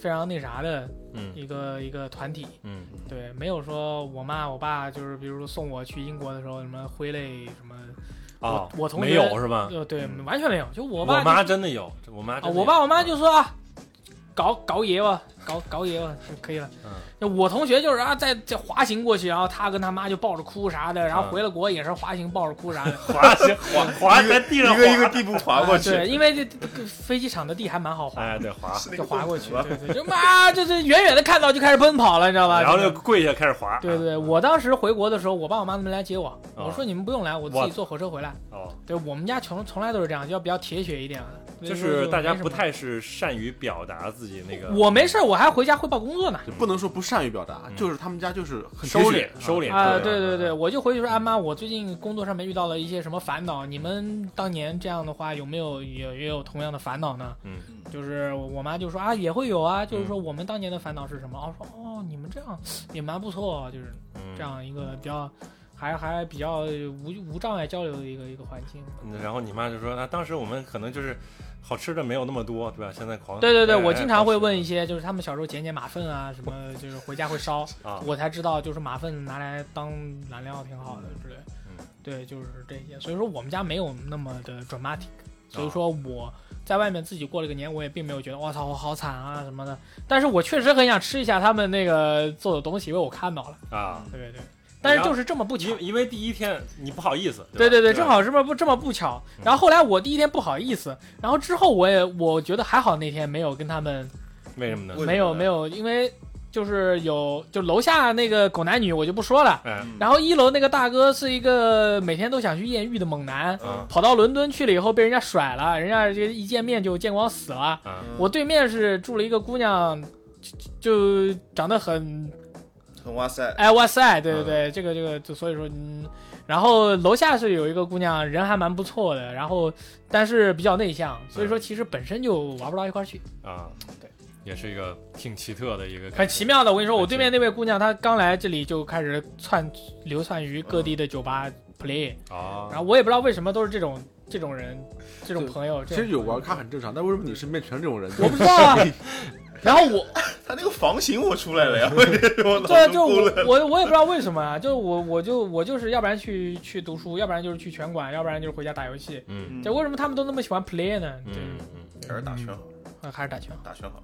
非常那啥的嗯一个一个团体。嗯对，没有说我妈我爸就是比如说送我去英国的时候什么挥泪什么，啊，我同学没有是吧？呃对，嗯完全没有。就我我爸妈真的有，这我妈啊，真的嗯我有爸我妈就说啊，搞搞爷吧，搞搞爷吧就可以了。嗯那我同学就是啊，在在滑行过去，然后他跟他妈就抱着哭啥的，然后嗯回了国也是滑行抱着哭啥的。滑行滑滑在地上一个 啊一滑，个地步滑过去，啊对，因为这这这飞机场的地还蛮好滑，哎对滑，是那就个滑过去，动作对对，就妈就是远远的看到就开始奔跑了，你知道吧？然后就就跪下开始滑，对对，我当时回国的时候，我爸我妈都没来接我，哦我说你们不用来，我自哇己坐火车回来。哦，对我们家从从来都是这样，要比较铁血一点啊，就所以说是大家没什不么太是善于表达自己那个，我没事儿，我还回家汇报工作呢。就不能说不善于表达，嗯就是他们家就是很收铁敛血收啊敛啊，对对对对，，我就回去说，啊妈，我最近工作上面遇到了一些什么烦恼，你们当年这样的话有没有也也有同样的烦恼呢？嗯，就是我我妈就说啊，也会有啊，就是说我们当年的烦恼是什么？哦，说哦，你们这样也蛮不错，啊就是嗯这。样一个比较。还还比较无无障碍交流的一个一个环境，然后你妈就说啊，当时我们可能就是好吃的没有那么多，对吧？现在狂对对对，哎我哎经常会好吃问一些，就是他们小时候捡捡马粪啊，什么就是回家会烧，啊，我才知道就是马粪拿来当燃料挺好的之类。嗯，对，就是这些。所以说我们家没有那么的 dramatic，所以说我在外面自己过了个年，我也并没有觉得我操我好惨啊什么的。但是我确实很想吃一下他们那个做的东西，因为我看到了。啊，对对对，但是就是这么不巧因。因为第一天你不好意思，对对吧对对，吧正好这么不这么不巧，嗯然后后来我第一天不好意思，然后之后我也我觉得还好那天没有跟他们为什么呢？为什么没有呢没有，因为就是有就楼下那个狗男女我就不说了，哎，嗯然后一楼那个大哥是一个每天都想去艳遇的猛男，嗯跑到伦敦去了以后被人家甩了，人家这一见面就见光死了。啊嗯我对面是住了一个姑娘，就就长得很很嗯哇塞，哎哇塞，对对对，这个这个就所以说嗯，然后楼下是有一个姑娘，人还蛮不错的，然后但是比较内向，所以说其实本身就玩不到一块儿去，啊，对，也是一个挺奇特的一个感觉，很奇妙的。我跟你说，我对面那位姑娘她刚来这里就开始窜流窜于各地的酒吧 play，啊。然后我也不知道为什么都是这种这种人，这种对朋友。其这种实有玩啊朋咖友，很正常，但为什么你身边全是这种人？我不知道啊，然后我他那个房型我出来 了呀，我我对啊，脑就中是我哭了。我我也不知道为什么啊，就是我我就我就是要不然去去读书，要不然就是去拳馆，要不然就是回家打游戏。嗯对，为什么他们都那么喜欢 play 呢？对，嗯嗯，还是打拳好，那还是打拳好，打拳好。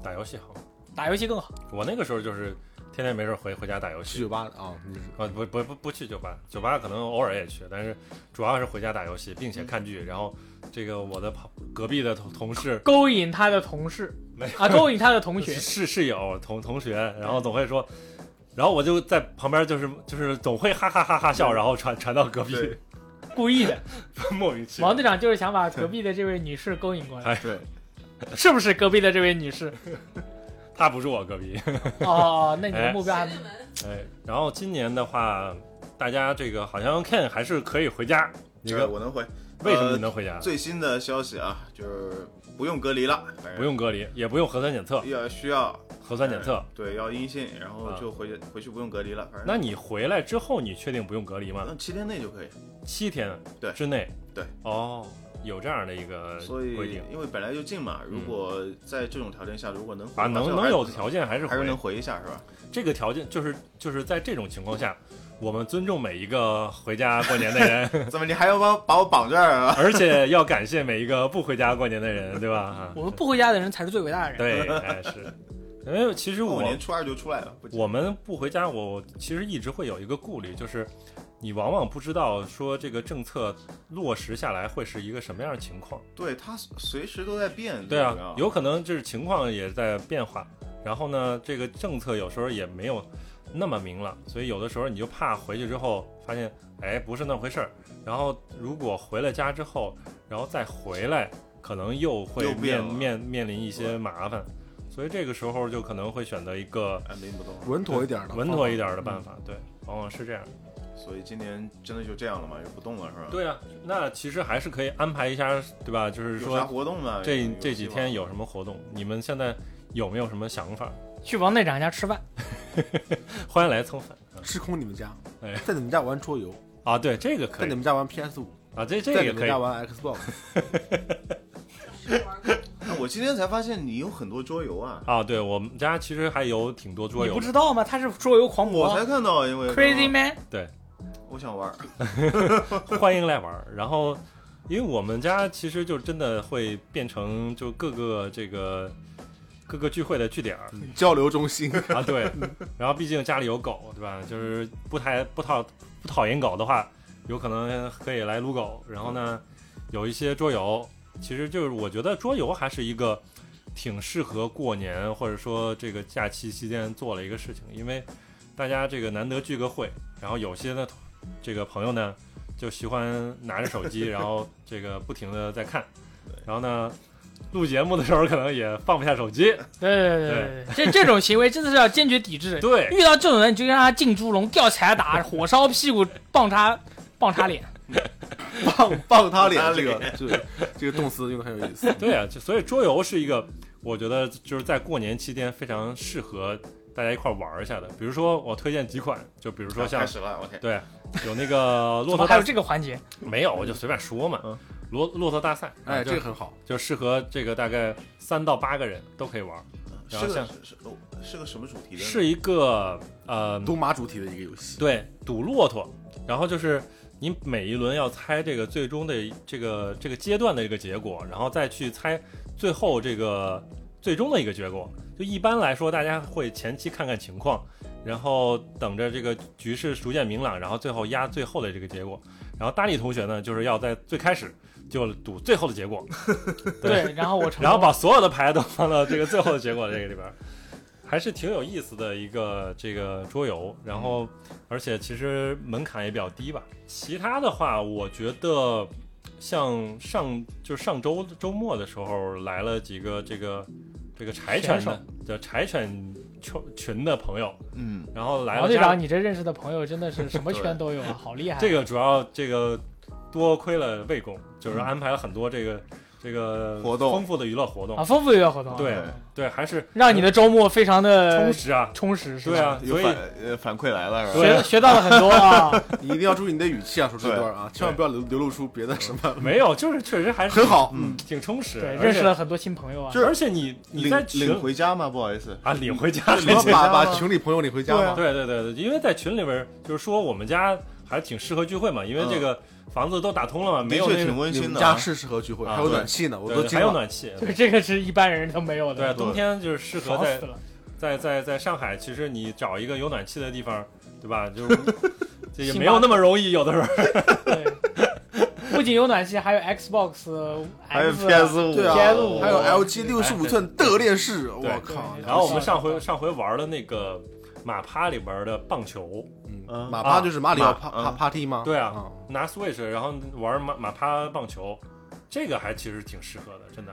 打游戏好。打游戏更好。我那个时候就是天天没事儿回回家打游去戏酒吧啊，你是啊，不不不不去酒吧，酒吧可能偶尔也去，但是主要是回家打游戏，并且嗯看剧。然后这个我的旁隔壁的同同事勾引他的同事没有啊，勾引他的 同 学，室室友同同学，然后总会说，然后我就在旁边就是就是总会哈哈哈哈笑，然后传传到隔壁，对故意的。 莫名其王妙。队长就是想把隔壁的这位女士勾引过来，哎对， 是不是隔壁的这位女士？他不是我隔壁， 哦，那你哎的目标还门。哎，然后今年的话，大家这个好像 Ken 还是可以回家，你呃个我能回。为什么你能回家？最新的消息啊，就是不用隔离了，反正不用隔离，也不用核酸检测，要需要核酸检测。对，要阴性，然嗯后就回去回去不用隔离了。反正那你回来之后，你确定不用隔离吗？那七天内就可以。七天对之内。对。哦，有这样的一个所以规定因为本来就近嘛，如果在这种条件下，如果能回啊，的话能最好能有还条件还是还是能回。回一下是吧？这个条件就是就是在这种情况下，我们尊重每一个回家过年的人， 怎么你还要把把我绑这儿啊？而且要感谢每一个不回家过年的人，对吧？啊我们不回家的人才是最伟大的人。对，哎是，因为其实我我年初二就出来了，不急我们不回家，我我其实一直会有一个顾虑，就是你往往不知道说这个政策落实下来会是一个什么样的情况。对他随时都在变。对主啊要，有可能就是情况也在变化，然后呢，这个政策有时候也没有那么明朗，所以有的时候你就怕回去之后发现，哎，不是那么回事儿。然后如果回了家之后，然后再回来，可能又会又面变了面面临一些对麻烦，所以这个时候就可能会选择一个按兵不动了。啊稳妥一点的，嗯稳妥一点的办嗯法。对，往往是这样。所以今年真的就这样了嘛，也不动了是吧？，对啊，那其实还是可以安排一下，对吧？就是有啥说活动嘛？有这有这几希望天有什么活动，你们现在有没有什么想法？去王队长家吃饭，欢迎来蹭饭吃空你们家哎，在你们家玩桌游，啊！对，这个可在你以们家玩 PS 五，啊，这这在个你也们可以家。玩 Xbox， 那啊我今天才发现你有很多桌游啊，啊，对我们家其实还有挺多桌你游 不的，知道吗？他是桌游狂我魔才看到，因为，Crazy Man。我想玩儿，欢迎来玩儿。然后，因为我们家其实就真的会变成就各个这个各个聚会的据点儿交流中心，啊，对。然后毕竟家里有狗，对吧？就是不太不讨不讨厌狗的话，有可能可以来撸狗。然后呢，有一些桌游，其实就是我觉得桌游还是一个挺适合过年或者说这个假期期间做了一个事情，因为大家这个难得聚个会，然后有些呢这个朋友呢就喜欢拿着手机，然后这个不停的在看，然后呢录节目的时候可能也放不下手机，对对对对，这这种行为真的是要坚决抵制。对，遇到这种人，你就让他进猪笼、吊起来打、火烧屁股、棒叉、棒叉脸。棒棒他脸棒，他这个脸这个这个动词用的很有意思。对啊，就所以桌游是一个，我觉得就是在过年期间非常适合大家一块儿玩儿一下的。比如说，我推荐几款，就比如说啊开像始了，OK，对，有那个骆怎么驼还大有这个环节？没有，我就随便说嘛嗯。骆骆驼大赛，啊哎，就这个很好，就适合这个大概三到八个人都可以玩儿，然后是个像是是哦是个什么主题的呢？是一个呃，赌马主题的一个游戏，对，赌骆驼，然后就是你每一轮要猜这个最终的这个这个阶段的一个结果，然后再去猜最后这个最终的一个结果。就一般来说，大家会前期看看情况，然后等着这个局势逐渐明朗，然后最后压最后的这个结果。然后大力同学呢，就是要在最开始就赌最后的结果， 对对，然后我 成然后功把了。所有的牌都放到这个最后的结果这个里边儿，还是挺有意思的一个这个桌游。然后，而且其实门槛也比较低吧。其他的话，我觉得像上就是上周周末的时候来了几个这个这个柴犬的叫柴犬群群的朋友，嗯，然后来王了队家长，你哦这认识的朋友真的是 什么圈都有啊，好厉害啊！嗯这个主要这个多亏了魏工，就是安排了很多这个这个活动丰富的娱乐活动啊，。丰富娱乐活动，对对，还是让你的周末非常的充实啊。充实，是吧对啊，有所以反呃反馈来了是吧？学学到了很 多啊，你一定要注意你的语气啊，说这段啊，千万不要流流露出别的什么，没有，就是确实还是很好，嗯，挺充实，对，而且认识了很多新朋友啊就，是而且你你领在群领回家吗？不好意思，啊领回家，你要回把家吗把群里朋友领回家对啊嘛，对对对对，因为在群里边儿就是说我们家还挺适合聚会嘛，因为这个房子都打通了嘛，没有嗯的那确种挺温你馨们的家啊。是适合聚会，啊还有对暖气呢，我都对惊还有了。暖气，对，这个是一般人都没有对啊的，冬天就是适合爽在死了。在在在上海，其实你找一个有暖气的地方，对吧？ 就是这也星巴克没有那么容易，有的时候。 对，不仅有暖气，还有 Xbox，还有 X PS 五，对啊 PS 五还有哦 LG 六十五寸的电视，我靠！对然后我们是啊上回上回玩了那个马趴里边的棒球，嗯嗯马趴就是马里奥马帕嗯帕帕蒂吗？对啊嗯，拿 Switch 然后玩马马趴棒球，这个还其实挺适合的，真的。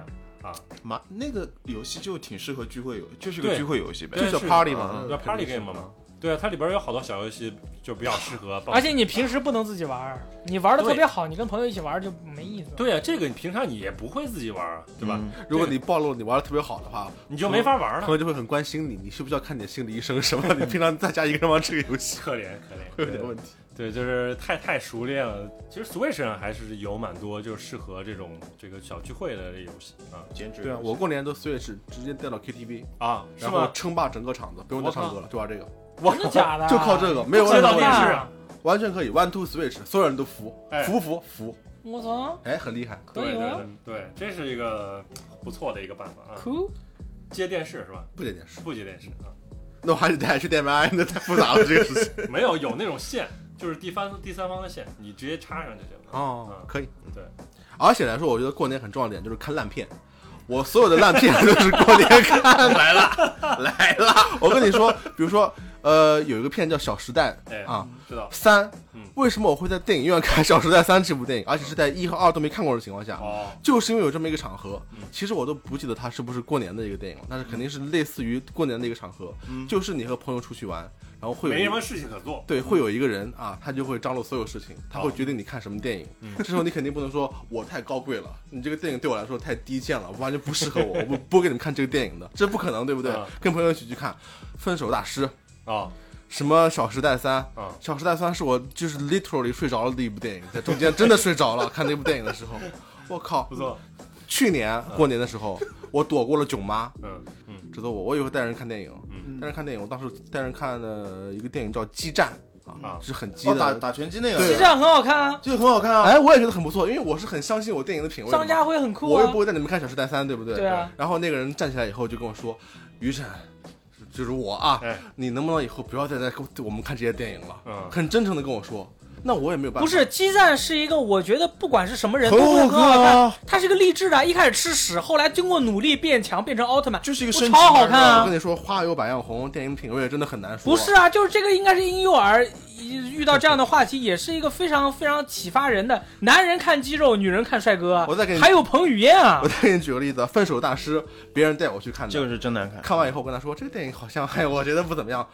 马那个游戏就挺适合聚会游，就是对个聚会游戏呗。对就叫是 party 嘛，嗯叫 party game 嘛。对啊，它里边有好多小游戏就比较适合棒球。而且你平时不能自己玩儿，你玩的特别好，你跟朋友一起玩儿就没意思。，对啊，这个你平常你也不会自己玩啊，对吧？嗯如果你暴露你玩的特别好的话，你就没法玩朋了，友就会很关心你，你需不需要看你的心理医生什么？你平常在家一个人玩这个游戏可怜可怜。会有点问题。对，就是太太熟练了。其实 Switch 上还是有蛮多就是适合这种这个小聚会的游戏啊兼职对啊，我过年都 Switch 直接带到 KTV，啊，是然后吗？称霸整个场子，不用再唱歌了，就玩这个，真的假的？啊 就靠这个，没有 接任到何电问视题，啊完全可以 One Two Switch，所有人都服哎，服不服服，我操，哎，很厉害。可对以对吗？对对，这是一个不错的一个办法啊。酷，接电视是吧？不点电视，不接电视啊？那我还得带去电麦，哎那太复杂了这个事 情。没有，有那种线，就是第三第三方的线，你直接插上就行了。哦嗯，可以。对，而且来说，我觉得过年很重要的点就是看烂片。我所有的烂片都是过年看来了， 来了。我跟你说，比如说，呃，有一个片叫《小时代哎》啊，知道三嗯。为什么我会在电影院看《小时代三》这部电影，而且是在一和二都没看过的情况下？哦，就是因为有这么一个场合嗯，其实我都不记得它是不是过年的一个电影了，但是肯定是类似于过年的一个场合，嗯就是你和朋友出去玩，然后会有没一什个么事情可做。对，会有一个人啊，他就会张罗所有事情，他会哦决定你看什么电影。嗯这时候你肯定不能说我太高贵了，你这个电影对我来说太低贱了，完全不适合 我，我不不给你们看这个电影的，这不可能，对不对嗯？跟朋友一起去看《分手大师》，啊什么《小时代三》。啊《小时代三》是我就是 literally 睡着了的一部电影，在中间真的睡 着了。看那部电影的时候，我靠不！错，去年过年的时候，我躲过了囧妈，嗯嗯，知道我，我也会带人看电影，嗯带人看电影。我当时带人看的一个电影叫《激战》啊啊，是很激哦的，打打拳击那个，对这样很好看啊，这个很好看啊。哎，我也觉得很不错，因为我是很相信我电影的品味的嘛。张家辉很酷我又啊不。会带你们看《小时代三》，对不对？对啊。然后那个人站起来以后就跟我说：“于晨，就是我啊，哎你能不能以后不要再来跟我们看这些电影了？”嗯很真诚的跟我说。那我也没有办法。不是，激战是一个我觉得不管是什么人都很会好很好看看。啊！它是一个励志的，一开始吃屎，后来经过努力变强，变成奥特曼，就是一个我升级超好看我啊跟！你说，花有百样红，电影品味真的很难说。不是，啊，就是这个应该是婴幼儿一遇到这样的话题，也是一个非常非常启发人的。男人看肌肉，女人看帅哥啊，我再给你还有彭于晏啊我，再给你举个例子，《分手大师》，别人带我去看的，这个是真难看。看完以后我跟他说这个电影好像，哎，我觉得不怎么样。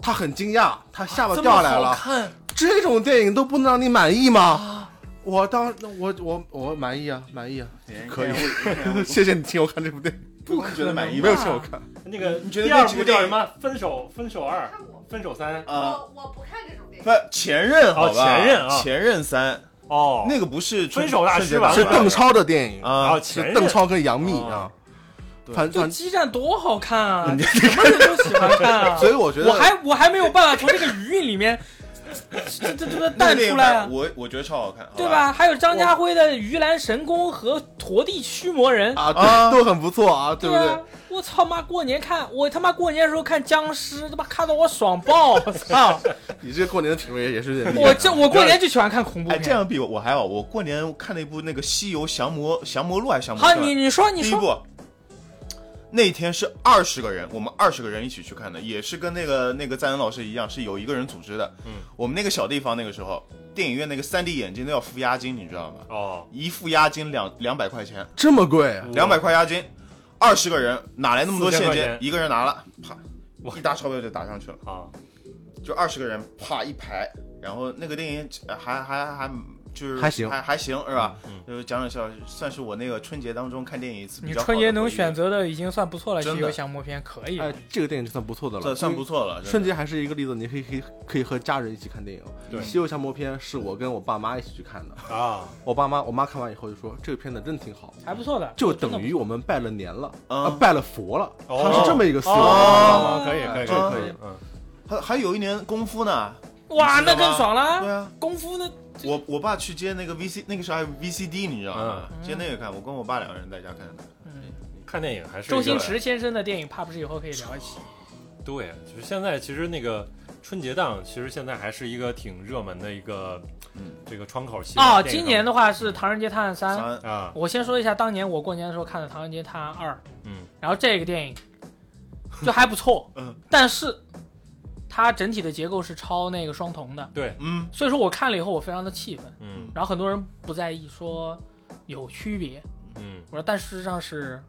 他很惊讶，他下啊巴掉下来了。看这种电影都不能让你满意啊吗？我当我我我满意啊，满意啊，可以。嗯谢谢你请我看这部电影，不觉得满意没吧有请我看。那个你觉得第二那几部个叫电什影么？分手分手二，呃看我，分手三。 啊？我我不看这种电不影。，前任好吧？哦前任啊前任三哦那个不是春分手大师春节吧档是吧邓超的电影，然后啊，前是任邓超跟杨幂哦啊。对反就反，激战多好看啊，什么人都喜欢看啊。所以我觉得我还我还没有办法从这个余韵里面这这这这那个淡电出影来啊版，我我觉得超好看，好对？吧？还有张家辉的《鱼篮神功》和《陀地驱魔人》啊，啊对，都很不错啊，对不对啊？，我操妈！过年看我他妈过年的时候看僵尸，他妈看到我爽爆！我操！你这过年的品味也是有点厉害啊我这我过年就喜欢看恐怖哎，片。这样比我还好。我过年看了一部那个《西游降魔降魔录》还是降魔好，传？你你说你第一说，部，那天是二十个人，我们二十个人一起去看的，也是跟那个那个赞恩老师一样，是有一个人组织的。嗯，我们那个小地方那个时候，电影院那个3 D 眼镜都要付押金，你知道吗？哦，一付押金两两百块钱，这么贵，啊我两百块押金，二十个人哪来那么多现4000块金钱？一个人拿了，啪哇，一沓钞票就打上去了，啊，就二十个人啪一排，然后那个电影呃还还还就是还行还还行是吧？嗯就是讲讲笑，算是我那个春节当中看电影一次比你较好的春节回能忆选，择的已经算不错了，真西的游降魔篇可以。哎，这个电影就算不错的了，算算不错了。真的春节还是一个例子，你可以可以可以和家人一起看电影。对西游降魔篇》是我跟我爸妈一起去看的，啊，我爸妈我妈看完以后就说这个片子真挺好，还不错的，就真的等于我们拜了年了，嗯啊拜了佛了，哦他是这么一个思路。哦，可以可以这个可以，嗯，还还有一年功夫呢，不错哇，你知道那吗更爽对了。啊，功夫呢？我我爸去接那个 VC，那个时候还有 VCD，你知道吗？接那个看，我跟我爸两个人在家看的。嗯看电影还是周星一个驰先生的电影，怕不是以后可以聊一起。对，就是现在其实那个春节档，其实现在还是一个挺热门的一个，嗯这个窗口期哦，今年的的话是《唐人街探案三》，三，啊，我先说一下当年我过年的时候看的《唐人街探案二》，嗯，然后这个电影就还不错 嗯但是它整体的结构是抄那个双瞳的，对，嗯所以说我看了以后我非常的气愤，嗯然后很多人不在意说有区别，嗯，我说但事实上是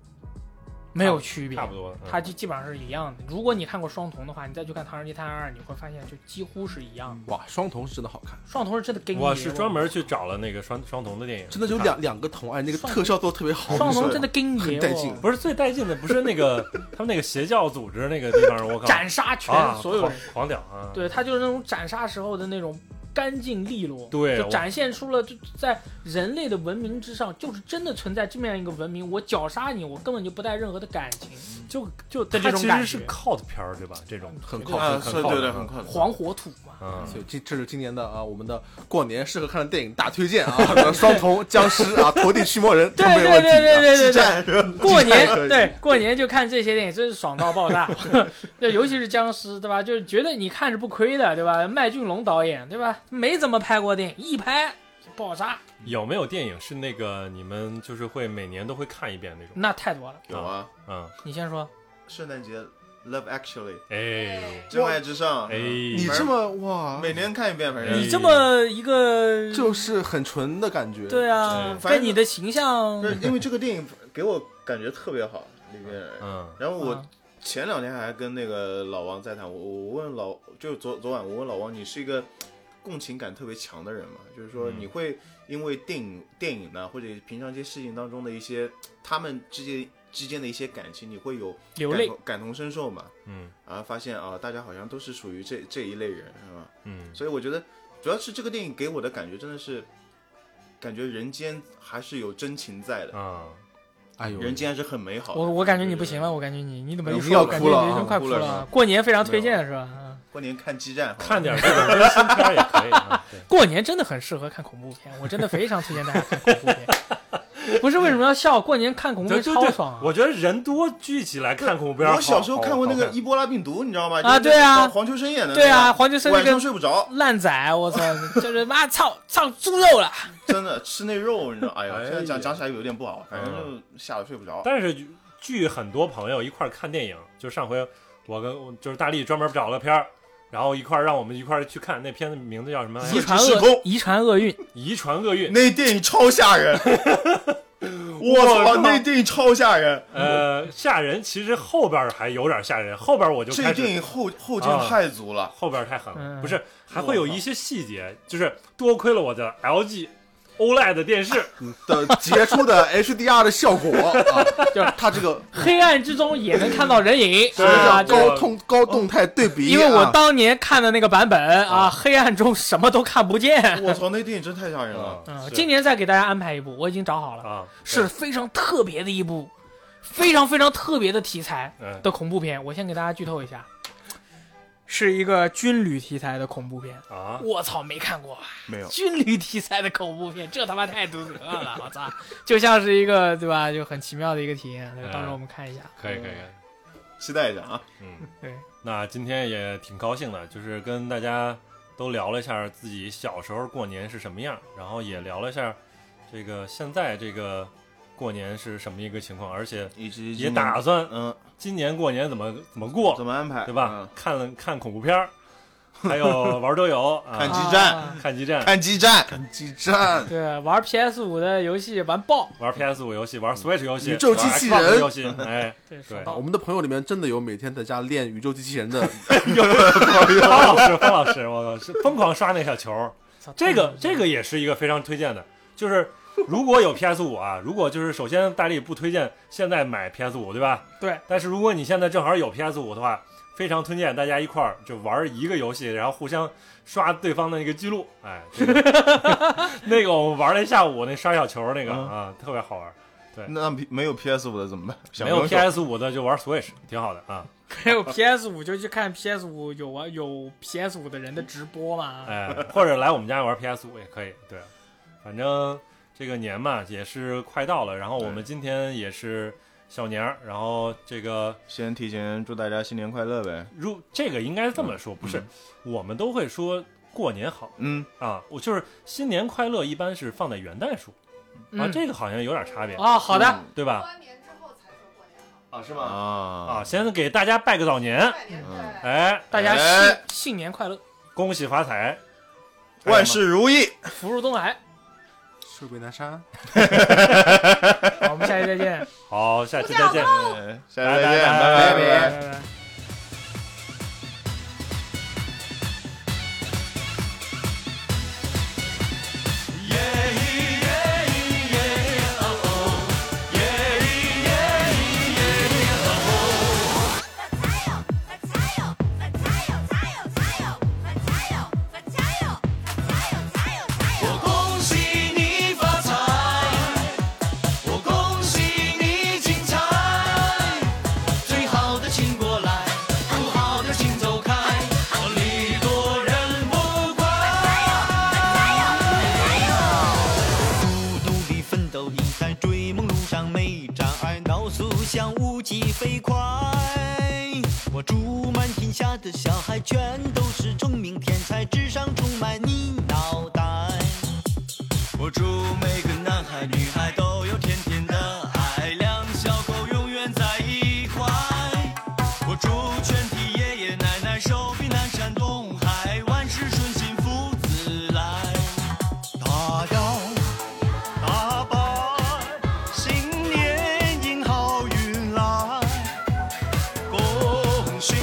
没有区别差，不多，嗯它就基本上是一样的。如果你看过双瞳的话，你再去看《唐人街探案二》，你会发现就几乎是一样的。哇，双瞳是真的好看，双瞳是真的给你，我是专门去找了那个双双瞳的电影，真的有两两个瞳，哎，那个双特效做的特别好，双瞳就是真的给你，很带劲不是最带劲的，不是那个他们那个邪教组织那个地方，我靠，斩杀全啊，所有人狂。狂屌啊，对，他就是那种斩杀时候的那种干净利落，对就我展现出了就在人类的文明之上，就是真的存在这么样一个文明。我绞杀你，我根本就不带任何的感情，就就的它这种其感实是觉 cult 片儿对吧？这种，很靠啊，很很是对靠谱对，嗯很快。黄火土嘛。嗯，所以这这是今年的啊，我们的过年适合看的电影大推荐啊， 双瞳、僵尸啊，陀地驱魔人都 对没有对问题对对啊。对对对，战是吧过年可以对过年就看这些电影，真是爽到爆炸。对，尤其是僵尸，对吧？就是觉得你看着不亏的，对吧？麦浚龙导演，对吧？没怎么拍过电影，一拍爆炸，有没有电影是那个你们就是会每年都会看一遍那种？那太多了。有啊，嗯，你先说，圣诞节 Love Actually 哎真爱至上，哎，嗯你这么哇，每年看一遍，反正哎你这么一个就是很纯的感觉。对哎啊，反正跟你的形象不是因为这个电影给我感觉特别好里面。嗯然后我啊前两天还跟那个老王在谈，我我我问老，就是昨昨晚我问老王，你是一个共情感特别强的人嘛？就是说嗯你会因为电影电影呢，或者平常一些事情当中的一些他们之间之间的一些感情，你会有流感泪同，感同身受嘛？嗯然后发现啊，大家好像都是属于这这一类人，是吧？嗯，所以我觉得主要是这个电影给我的感觉真的是，感觉人间还是有真情在的，啊，哎呦，人间还是很美好的。我我感觉你不行对。对了，我感觉你你怎么一已经说，要我感哭觉了你啊人快哭哭了是了吧。过年非常推荐是吧？嗯对过年看激战，看点儿这种温馨片儿也可以啊， 对过年真的很适合看恐怖片，我真的非常推荐大家看恐怖片。不是为什么要笑？过年看恐怖对片对超对爽，啊！我觉得人多聚起来看恐怖片儿好，我小时候看过那个好伊波拉病毒，你知道吗？啊就是那个对啊黄黄秋生演的。对啊，，黄秋生那晚上个睡不着，烂仔，我操， 就是妈操操猪肉了。真的吃那肉，你知道？哎呀，哎呀嗯现在讲讲起来有点不好，反正就吓得睡不着。但是聚很多朋友一块儿看电影，就上回我跟我就是大力专门找了片儿，然后一块儿让我们一块儿去看，那片子名字叫什么来着？遗传时厄空遗传厄运，遗传厄运。那电影超吓 人，我我操，靠那电影超吓人。呃，吓人，其实后边儿还有点吓人，后边儿我就这开始电影后后劲啊太足了，后边儿太狠了，嗯不是还会有一些细节，就是多亏了我的 LG OLED E 电视，的杰出的 HDR 的效果啊， 就是它这个黑暗之中也能看到人影，对叫啊，就对高动高动态对比啊，因为我当年看的那个版本啊，黑暗中什么都看不见。我操，那电影真太吓人了。嗯，是今年再给大家安排一部，我已经找好了，啊是非常特别的一部，非常非常特别的题材嗯的恐怖片。我先给大家剧透一下，是一个军旅题材的恐怖片。啊，我操，没看过吧没有军旅题材的恐怖片，这他妈太毒舌了！我操，就像是一个对吧，就很奇妙的一个体验。对嗯到时候我们看一下。可以可以，期待一下啊！嗯。对，那今天也挺高兴的，就是跟大家都聊了一下自己小时候过年是什么样，然后也聊了一下这个现在这个过年是什么一个情况，而且以及也打算嗯，今年过年怎么怎么过怎，么安排，嗯对吧？看了看恐怖片儿，还有玩桌游啊，看激战啊看激嗯？战，看激战，激战对，玩 PS 五的游戏玩爆，玩 PS 五游戏，玩 Switch 游戏，宇宙机器人玩 Xbox 游戏，哎，对，对爽啊，爆我。们的朋友里面真的有每天在家练 宇宙机器人的，方老师，方老师，我靠，是疯狂刷那小球儿，操，这个太这个也是一个非常推荐的，就是如果有 PS 五啊，如果就是首先大力不推荐现在买 PS 五，对吧？对。但是如果你现在正好有 PS 五的话，非常推荐大家一块儿就玩一个游戏，然后互相刷对方的那个记录，哎，这个那个我们玩了一下午，那刷小球那个、嗯啊，特别好玩。 那 P- 没有 PS 五的怎么办？想没有不到 PS 五的就玩 Switch，挺好的啊， 没有 PS 五就去看 PS 五有玩有 PS 五的人的直播嘛？哎，或者来我们家玩 PS 五也可以。对，反正这个年嘛也是快到了，然后我们今天也是小年儿，然后这个先提前祝大家新年快乐呗。如这个应该这么说，不是、嗯我们都会说过年好嗯，啊，我就是新年快乐一般是放在元旦说啊，嗯这嗯个好像有点差别，哦，好的，对吧？过完年之后才说过年好，啊，是嗯吗？啊，哦啊，先给大家拜个早年，拜年嗯对，哎，大家新哎新年快乐，恭喜发财，哎万事如意。福如东海。水鬼南山。好，我们下期再见，好，下期再见。哎下次再见，拜拜拜拜拜拜拜。我恭喜你发财，我恭喜你精彩。最好的请过来，不好的请走开，礼多人不怪。不努力奋斗，你在追梦路上没障碍，脑速像雾气飞快。我祝满天下的小孩全都是聪明天才，智商充满你脑袋。我祝每个男孩女孩都有甜甜的爱，两小口永远在一块。我祝全体爷爷奶奶手比南山东海，万事顺心福自来。大摇。大摆，新年迎好运来，恭喜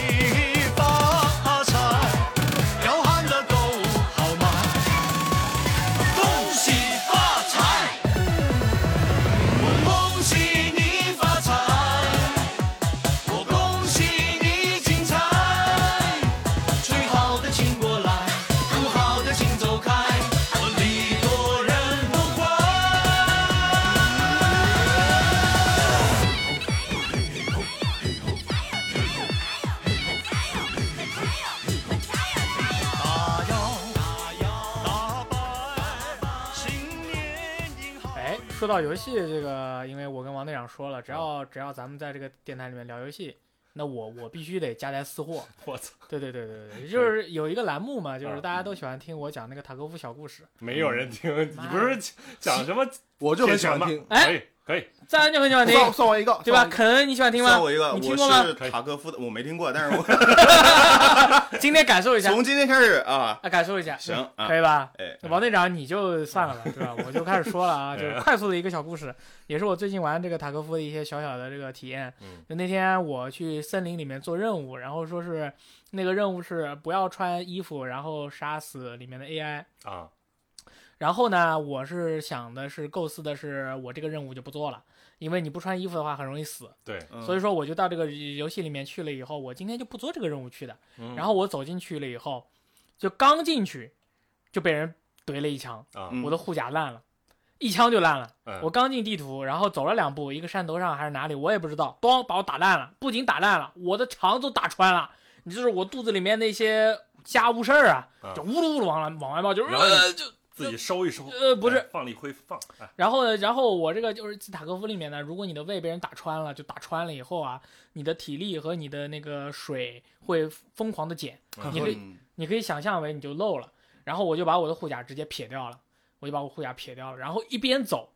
发财，要喊得够豪迈，恭喜发财，我恭喜你发财，我恭喜你精彩，最好的请过来，不好的请走开，我礼多人不怪。大摇大摆，新年迎好。哎，说到游戏这个，因为我跟王队长说了，只要嗯只要咱们在这个电台里面聊游戏，那我我必须得夹带私货。我操，对对对对对，就是有一个栏目嘛，啊就是嗯大家都喜欢听我讲那个塔科夫小故事，没有人听，你不是讲什么？我就很喜欢听。哎可以可以，自然就很喜欢听，算算完一个，对算吧？完一个肯恩，你喜欢听算吗？我一个，你听我过吗是塔科夫的，我没听过， 但是我今天感受一下从今天开始啊，啊，感受一下，行啊，可以吧？哎，王队长，你就算了吧，对吧？我就开始说了啊， 哎就是快速的一个小故事，也是我最近玩这个塔科夫的一些小小的这个体验。嗯就那天我去森林里面做任务，然后说是那个任务是不要穿衣服，然后杀死里面的 AI。啊，然后呢，我是想的是构思的是我这个任务就不做了，因为你不穿衣服的话很容易死。对，嗯所以说我就到这个游戏里面去了以后，我今天就不做这个任务去的。嗯然后我走进去了以后，就刚进去就被人怼了一枪，啊，嗯我的护甲烂了，一枪就烂了。嗯我刚进地图，然后走了两步，一个山头上还是哪里，我也不知道，咣把我打烂了，不仅打烂了，我的肠都打穿了，你就是我肚子里面那些家务事儿啊啊，就呜噜呜噜往外往外冒，就是然后你呃就自己收一收，呃不是哎，放力恢复放，哎，然后呢，然后我这个就是自塔科夫里面呢，如果你的胃被人打穿了，就打穿了以后啊，你的体力和你的那个水会疯狂的减，嗯 你可以嗯你可以想象为你就漏了。然后我就把我的护甲直接撇掉了，我就把我护甲撇掉了，然后一边走，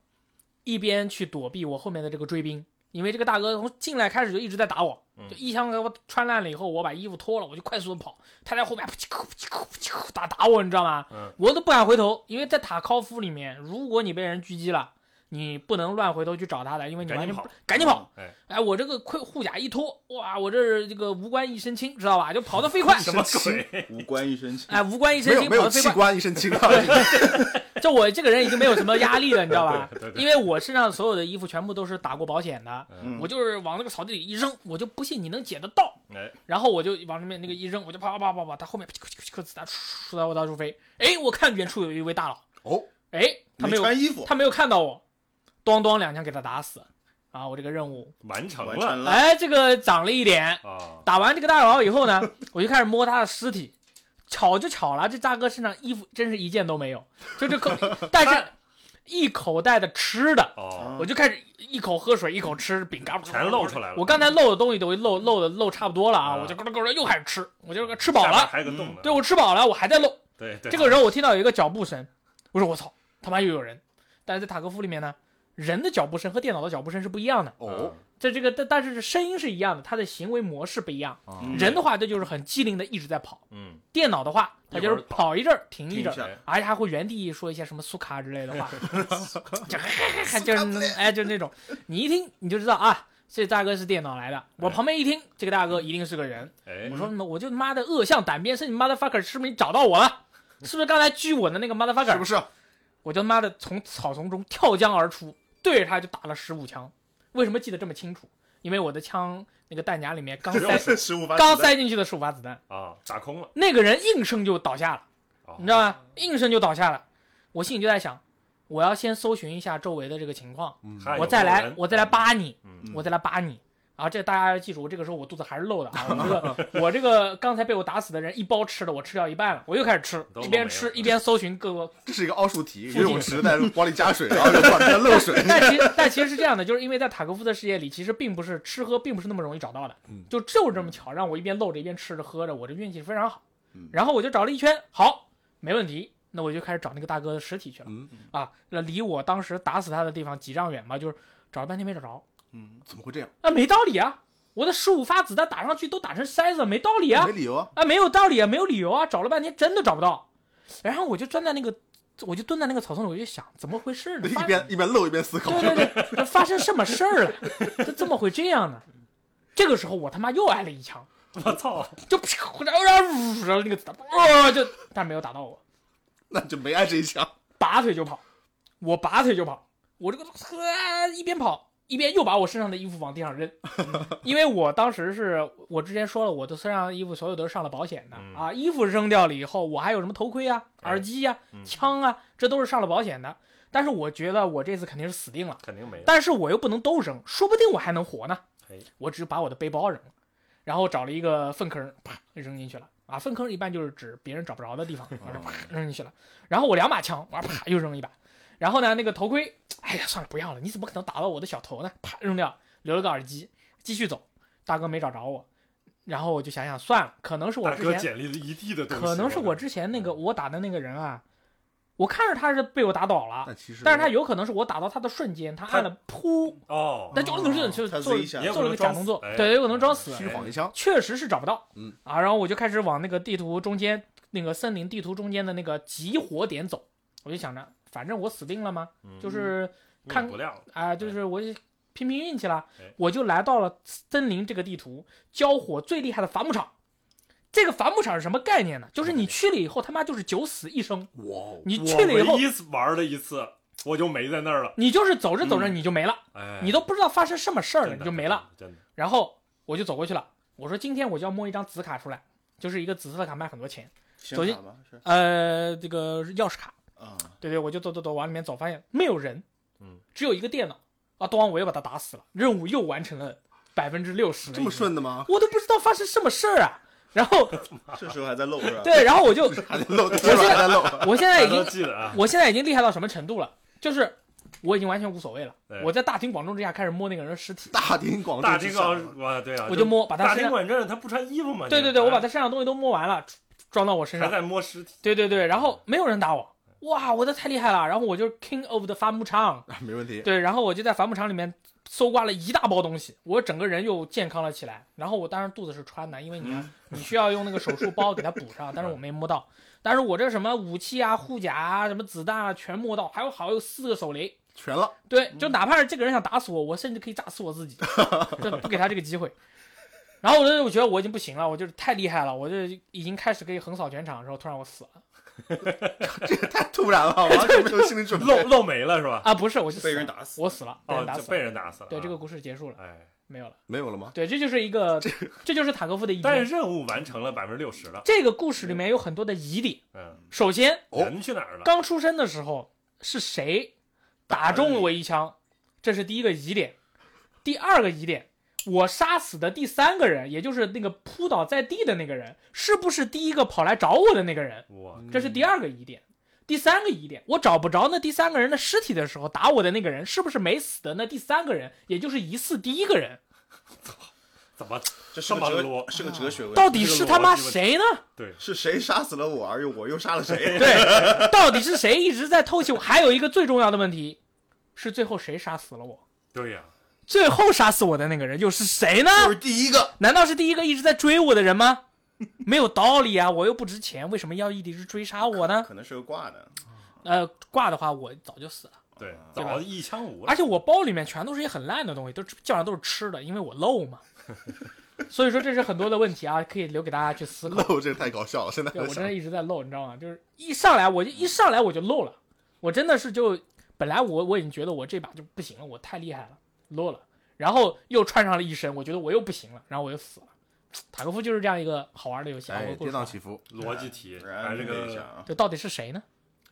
一边去躲避我后面的这个追兵，因为这个大哥从进来开始就一直在打我，嗯就一枪给我穿烂了以后，我把衣服脱了，我就快速的跑，他在后面噗叽噗叽噗叽打打我，你知道吗？嗯我都不敢回头，因为在塔科夫里面，如果你被人狙击了，你不能乱回头去找他的，因为你赶完紧全跑不赶紧跑哎！哎，我这个盔护甲一脱，哇，我这这个无关一身轻，知道吧？就跑 得飞快。什么鬼？无关一身轻。哎，无关一没身有轻，没跑有得飞器快。官一身轻啊， 就我这个人已经没有什么压力了，你知道吧 对对？对因为我身上所有的衣服全部都是打过保险的，嗯我就是往那个草地里一扔，我就不信你能捡得到。哎，然后我就往那边那个一扔，我就啪啪啪啪啪，他后面啪啪啪啪啪子弹唰唰到我到处飞。哎，我看远处有一位大佬，哦，哎，他没有穿衣服，他没有看到我，咣咣两枪给他打死。啊，我这个任务，完成完了成了，哎，这个长了一点。啊！打完这个大佬以后呢， 我就开始摸他的尸体，巧就巧了，这大哥身上衣服真是一件都没有，就 这口，但是一口袋的吃的，哦，我就开始一口喝水，一口吃饼干，全露出来了啊我刚才漏的东西都漏漏的漏差不多了啊，啊我就咕噜咕噜又开始吃，我就吃饱下面了，嗯还有个洞呢。对我吃饱了，我还在漏。对对，这个时候我听到有一个脚步声，我说我操，他妈又有人。但是在塔科夫里面呢，人的脚步声和电脑的脚步声是不一样的，嗯哦，在这个但但是声音是一样的，它的行为模式不一样。哦嗯人的话，这就是很机灵的一直在跑；嗯，电脑的话，它就是跑一阵儿停一停阵下儿，而且还会原地说一些什么苏卡之类的话，就就是哎，就是那种你一听你就知道啊，这大哥是电脑来的。我旁边一听，这个大哥一定是个人。哎，我说妈我就他妈的恶向胆边生，你 motherfucker 是不是你找到我了？是不是刚才狙我的那个 motherfucker？是不是？啊我就他妈的从草丛中跳江而出，对着他就打了十五枪。为什么记得这么清楚？因为我的枪那个弹夹里面刚塞 十五发刚子弹塞进去的十五发子弹，啊，炸空了，那个人应声就倒下了，哦你知道吗？应声就倒下了。我心里就在想，我要先搜寻一下周围的这个情况，还嗯有我再个来人我再来扒你，嗯我再来扒你。啊，这大家要记住，我这个时候我肚子还是漏的 啊！我这个我这个刚才被我打死的人一包吃的，我吃掉一半了，我又开始吃，都一边漏没吃了一边搜寻各个，这是一个奥数题，游泳池在往里加水，然后往里面漏水 但其实但其实是这样的，就是因为在塔科夫的世界里，其实并不是吃喝并不是那么容易找到的，嗯就就是这么巧，让我一边露着一边吃着喝着，我这运气非常好嗯。然后我就找了一圈，好，没问题，那我就开始找那个大哥的尸体去了。嗯啊，那离我当时打死他的地方几丈远嘛，就是找了半天没找着，嗯，怎么会这样？啊，没道理啊，我的十五发子弹打上去都打成筛子，没道理啊没，理由啊，啊，没有道理啊，没有理由啊，找了半天真的找不到。然后我就钻在那个，我就蹲在那个草丛里，我就想怎么回事呢？一边一边漏一边思考，对对对，这发生什么事儿了？这怎么会这样呢？这个时候我他妈又挨了一枪，我操，就啪，然后然后然后那个子弹，哇，就但没有打到我，那就没挨这一枪。拔腿就跑，我拔腿就跑，我这个呵一边跑一边又把我身上的衣服往地 上扔，因为我当时是我之前说了，我的身上的衣服所有都是上了保险的、嗯啊，衣服扔掉了以后，我还有什么头盔啊、哎耳机啊、嗯枪啊，这都是上了保险的。但是我觉得我这次肯定是死定了。肯定没了，但是我又不能都扔，说不定我还能活呢哎。我只把我的背包扔了，然后找了一个粪坑，啪扔进去了。啊，粪坑一般就是指别人找不着的地哦方，我 就啪扔进去了。然后我两把枪，我啪又扔一把。然后呢，那个头盔，哎呀，算了，不要了，你怎么可能打到我的小头呢？啪扔掉，留了个耳机，继续走。大哥没找着我，然后我就想想，算了，可能是我大之哥前捡了一地的东西，可能是我之前那个我打的那个人啊，我看着他是被我打倒了，但其实，但是他有可能是我打到他的瞬间，他按了扑，哦，那就可能是就他是自做己想也有做了个假动作可能装死哎，对，有可能装死，虚晃一枪，确实是找不到。嗯啊，然后我就开始往那个地图中间那个森林地图中间的那个集火点走，我就想着，反正我死定了嘛，嗯就是命看不亮了，啊、就是我就拼拼运气啦哎，我就来到了森林这个地图交火最厉害的伐木场。这个伐木场是什么概念呢？就是你去了以后，他妈就是九死一生。哇哦，你去我了以后唯，一玩了一次，我就没在那儿了，你就是走着走着你就没了，哎，你都不知道发生什么事儿了，真你的就没了。，真的，然后我就走过去了，我说今天我就要摸一张紫卡出来，就是一个紫色的卡卖很多钱，显卡吧是呃，这个钥匙卡，啊，对对，我就走走走往里面走，发现没有人，嗯，只有一个电脑啊，当晚我又把他打死了，任务又完成了百分之六十，这么，顺的吗？我都不知道发生什么事儿啊。然后这时候还在漏是吧？对，然后我就还在漏，这还在漏，我现在大已家都经记得啊，我现在已经厉害到什么程度了，就是我已经完全无所谓了对，我在大庭广众之下开始摸那个人的尸体，大庭广众大之庭下广众哇，对啊，我就摸把他大身庭上，广众他不穿衣服嘛，对你对对，我把还他身上的东西都摸完了，装到我身上还。在摸尸体，对对对，然后没有人打我，嗯哇，我的太厉害了，然后我就是 king of the 伐木场，啊没问题。对，然后我就在伐木场里面搜刮了一大包东西，我整个人又健康了起来，然后我当然肚子是穿的，因 为你嗯要你需要用那个手术包给它补上，但是我没摸到，但是我这什么武器啊、护甲啊、什么子弹啊全摸到，还有好有四个手雷，全了，对，就哪怕是这个人想打死我，我甚至可以炸死我 自己，就不给他这个机会。然后我就我觉得我已经不行了，我就是太厉害了，我就已经开始可以横扫全场的时候，突然我死了这也太突然了，完全没有心理准备。漏漏没了是吧？啊！不是，我就死被人了打死。我死了，啊被哦人打，就死被了。人打死了。对，这个啊故事结束了，哎，没有了。没有了吗？对，这就是一个， 这就是塔科夫的疑但点。是任务完成了百分之六十了，这个故事里面有很多的疑点。嗯，首先，哦人去哪儿了？刚出生的时候是谁打中了我一枪？这是第一个疑点。第二个疑点，我杀死的第三个人，也就是那个扑倒在地的那个人，是不是第一个跑来找我的那个人？我这是第二个疑点。第三个疑点，我找不着那第三个人的尸体的时候，打我的那个人是不是没死的那第三个人，也就是疑似第一个人？怎么这是这个么哲啰，？是个哲学问题。到底是他妈谁呢？ 是谁杀死了我，而又我又杀了谁？对，到底是谁一直在偷袭我？还有一个最重要的问题，是最后谁杀死了我？对呀，最后杀死我的那个人又是谁呢？ 就是第一个，难道是第一个一直在追我的人吗？没有道理啊！我又不值钱，为什么要一直追杀我呢？可能是个挂的。哎呃，挂的话我早就死了，对，对吧早一枪无了而。且我包里面全都是一些很烂的东西，都是基本上都是吃的，因为我漏嘛。 所以说这是很多的问题啊，可以留给大家去思考。嗯漏这个太搞笑了，现在对在我真 的想一直在漏，你知道吗？就是一上来我就一上来我就漏了，我真的是就本来我我已经觉得我这把就不行了，我太厉害了，漏了，然后又穿上了一身，我觉得我又不行了，然后我又死了。塔科夫就是这样一个好玩的游戏，好哎多，故跌事宕起伏，逻辑题，然哎，后这一下个啊，这到底是谁呢？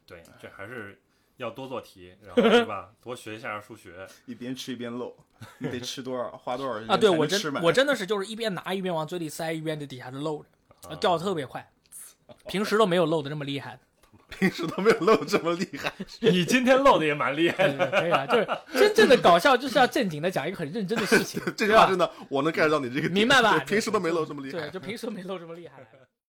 对，这还是要多做题， 然后对吧？多学一下数学。一边吃一边漏，你得吃多少，花多少时间啊，对才能我吃真满我真的是就是一边拿一边往嘴里塞，一边在底下就漏着，啊呃掉啊的特别快，平时都没有漏的这么厉害。平时 都没有漏这么厉害。你今天漏的也蛮厉害对的，对，可以啊，就是真正的搞笑就是要正经的讲一个很认真的事情 ，这句对吧话真的，我能 get 到你这个点，明白吧？对平时都没漏这么厉对，害。就平时没漏这么厉害。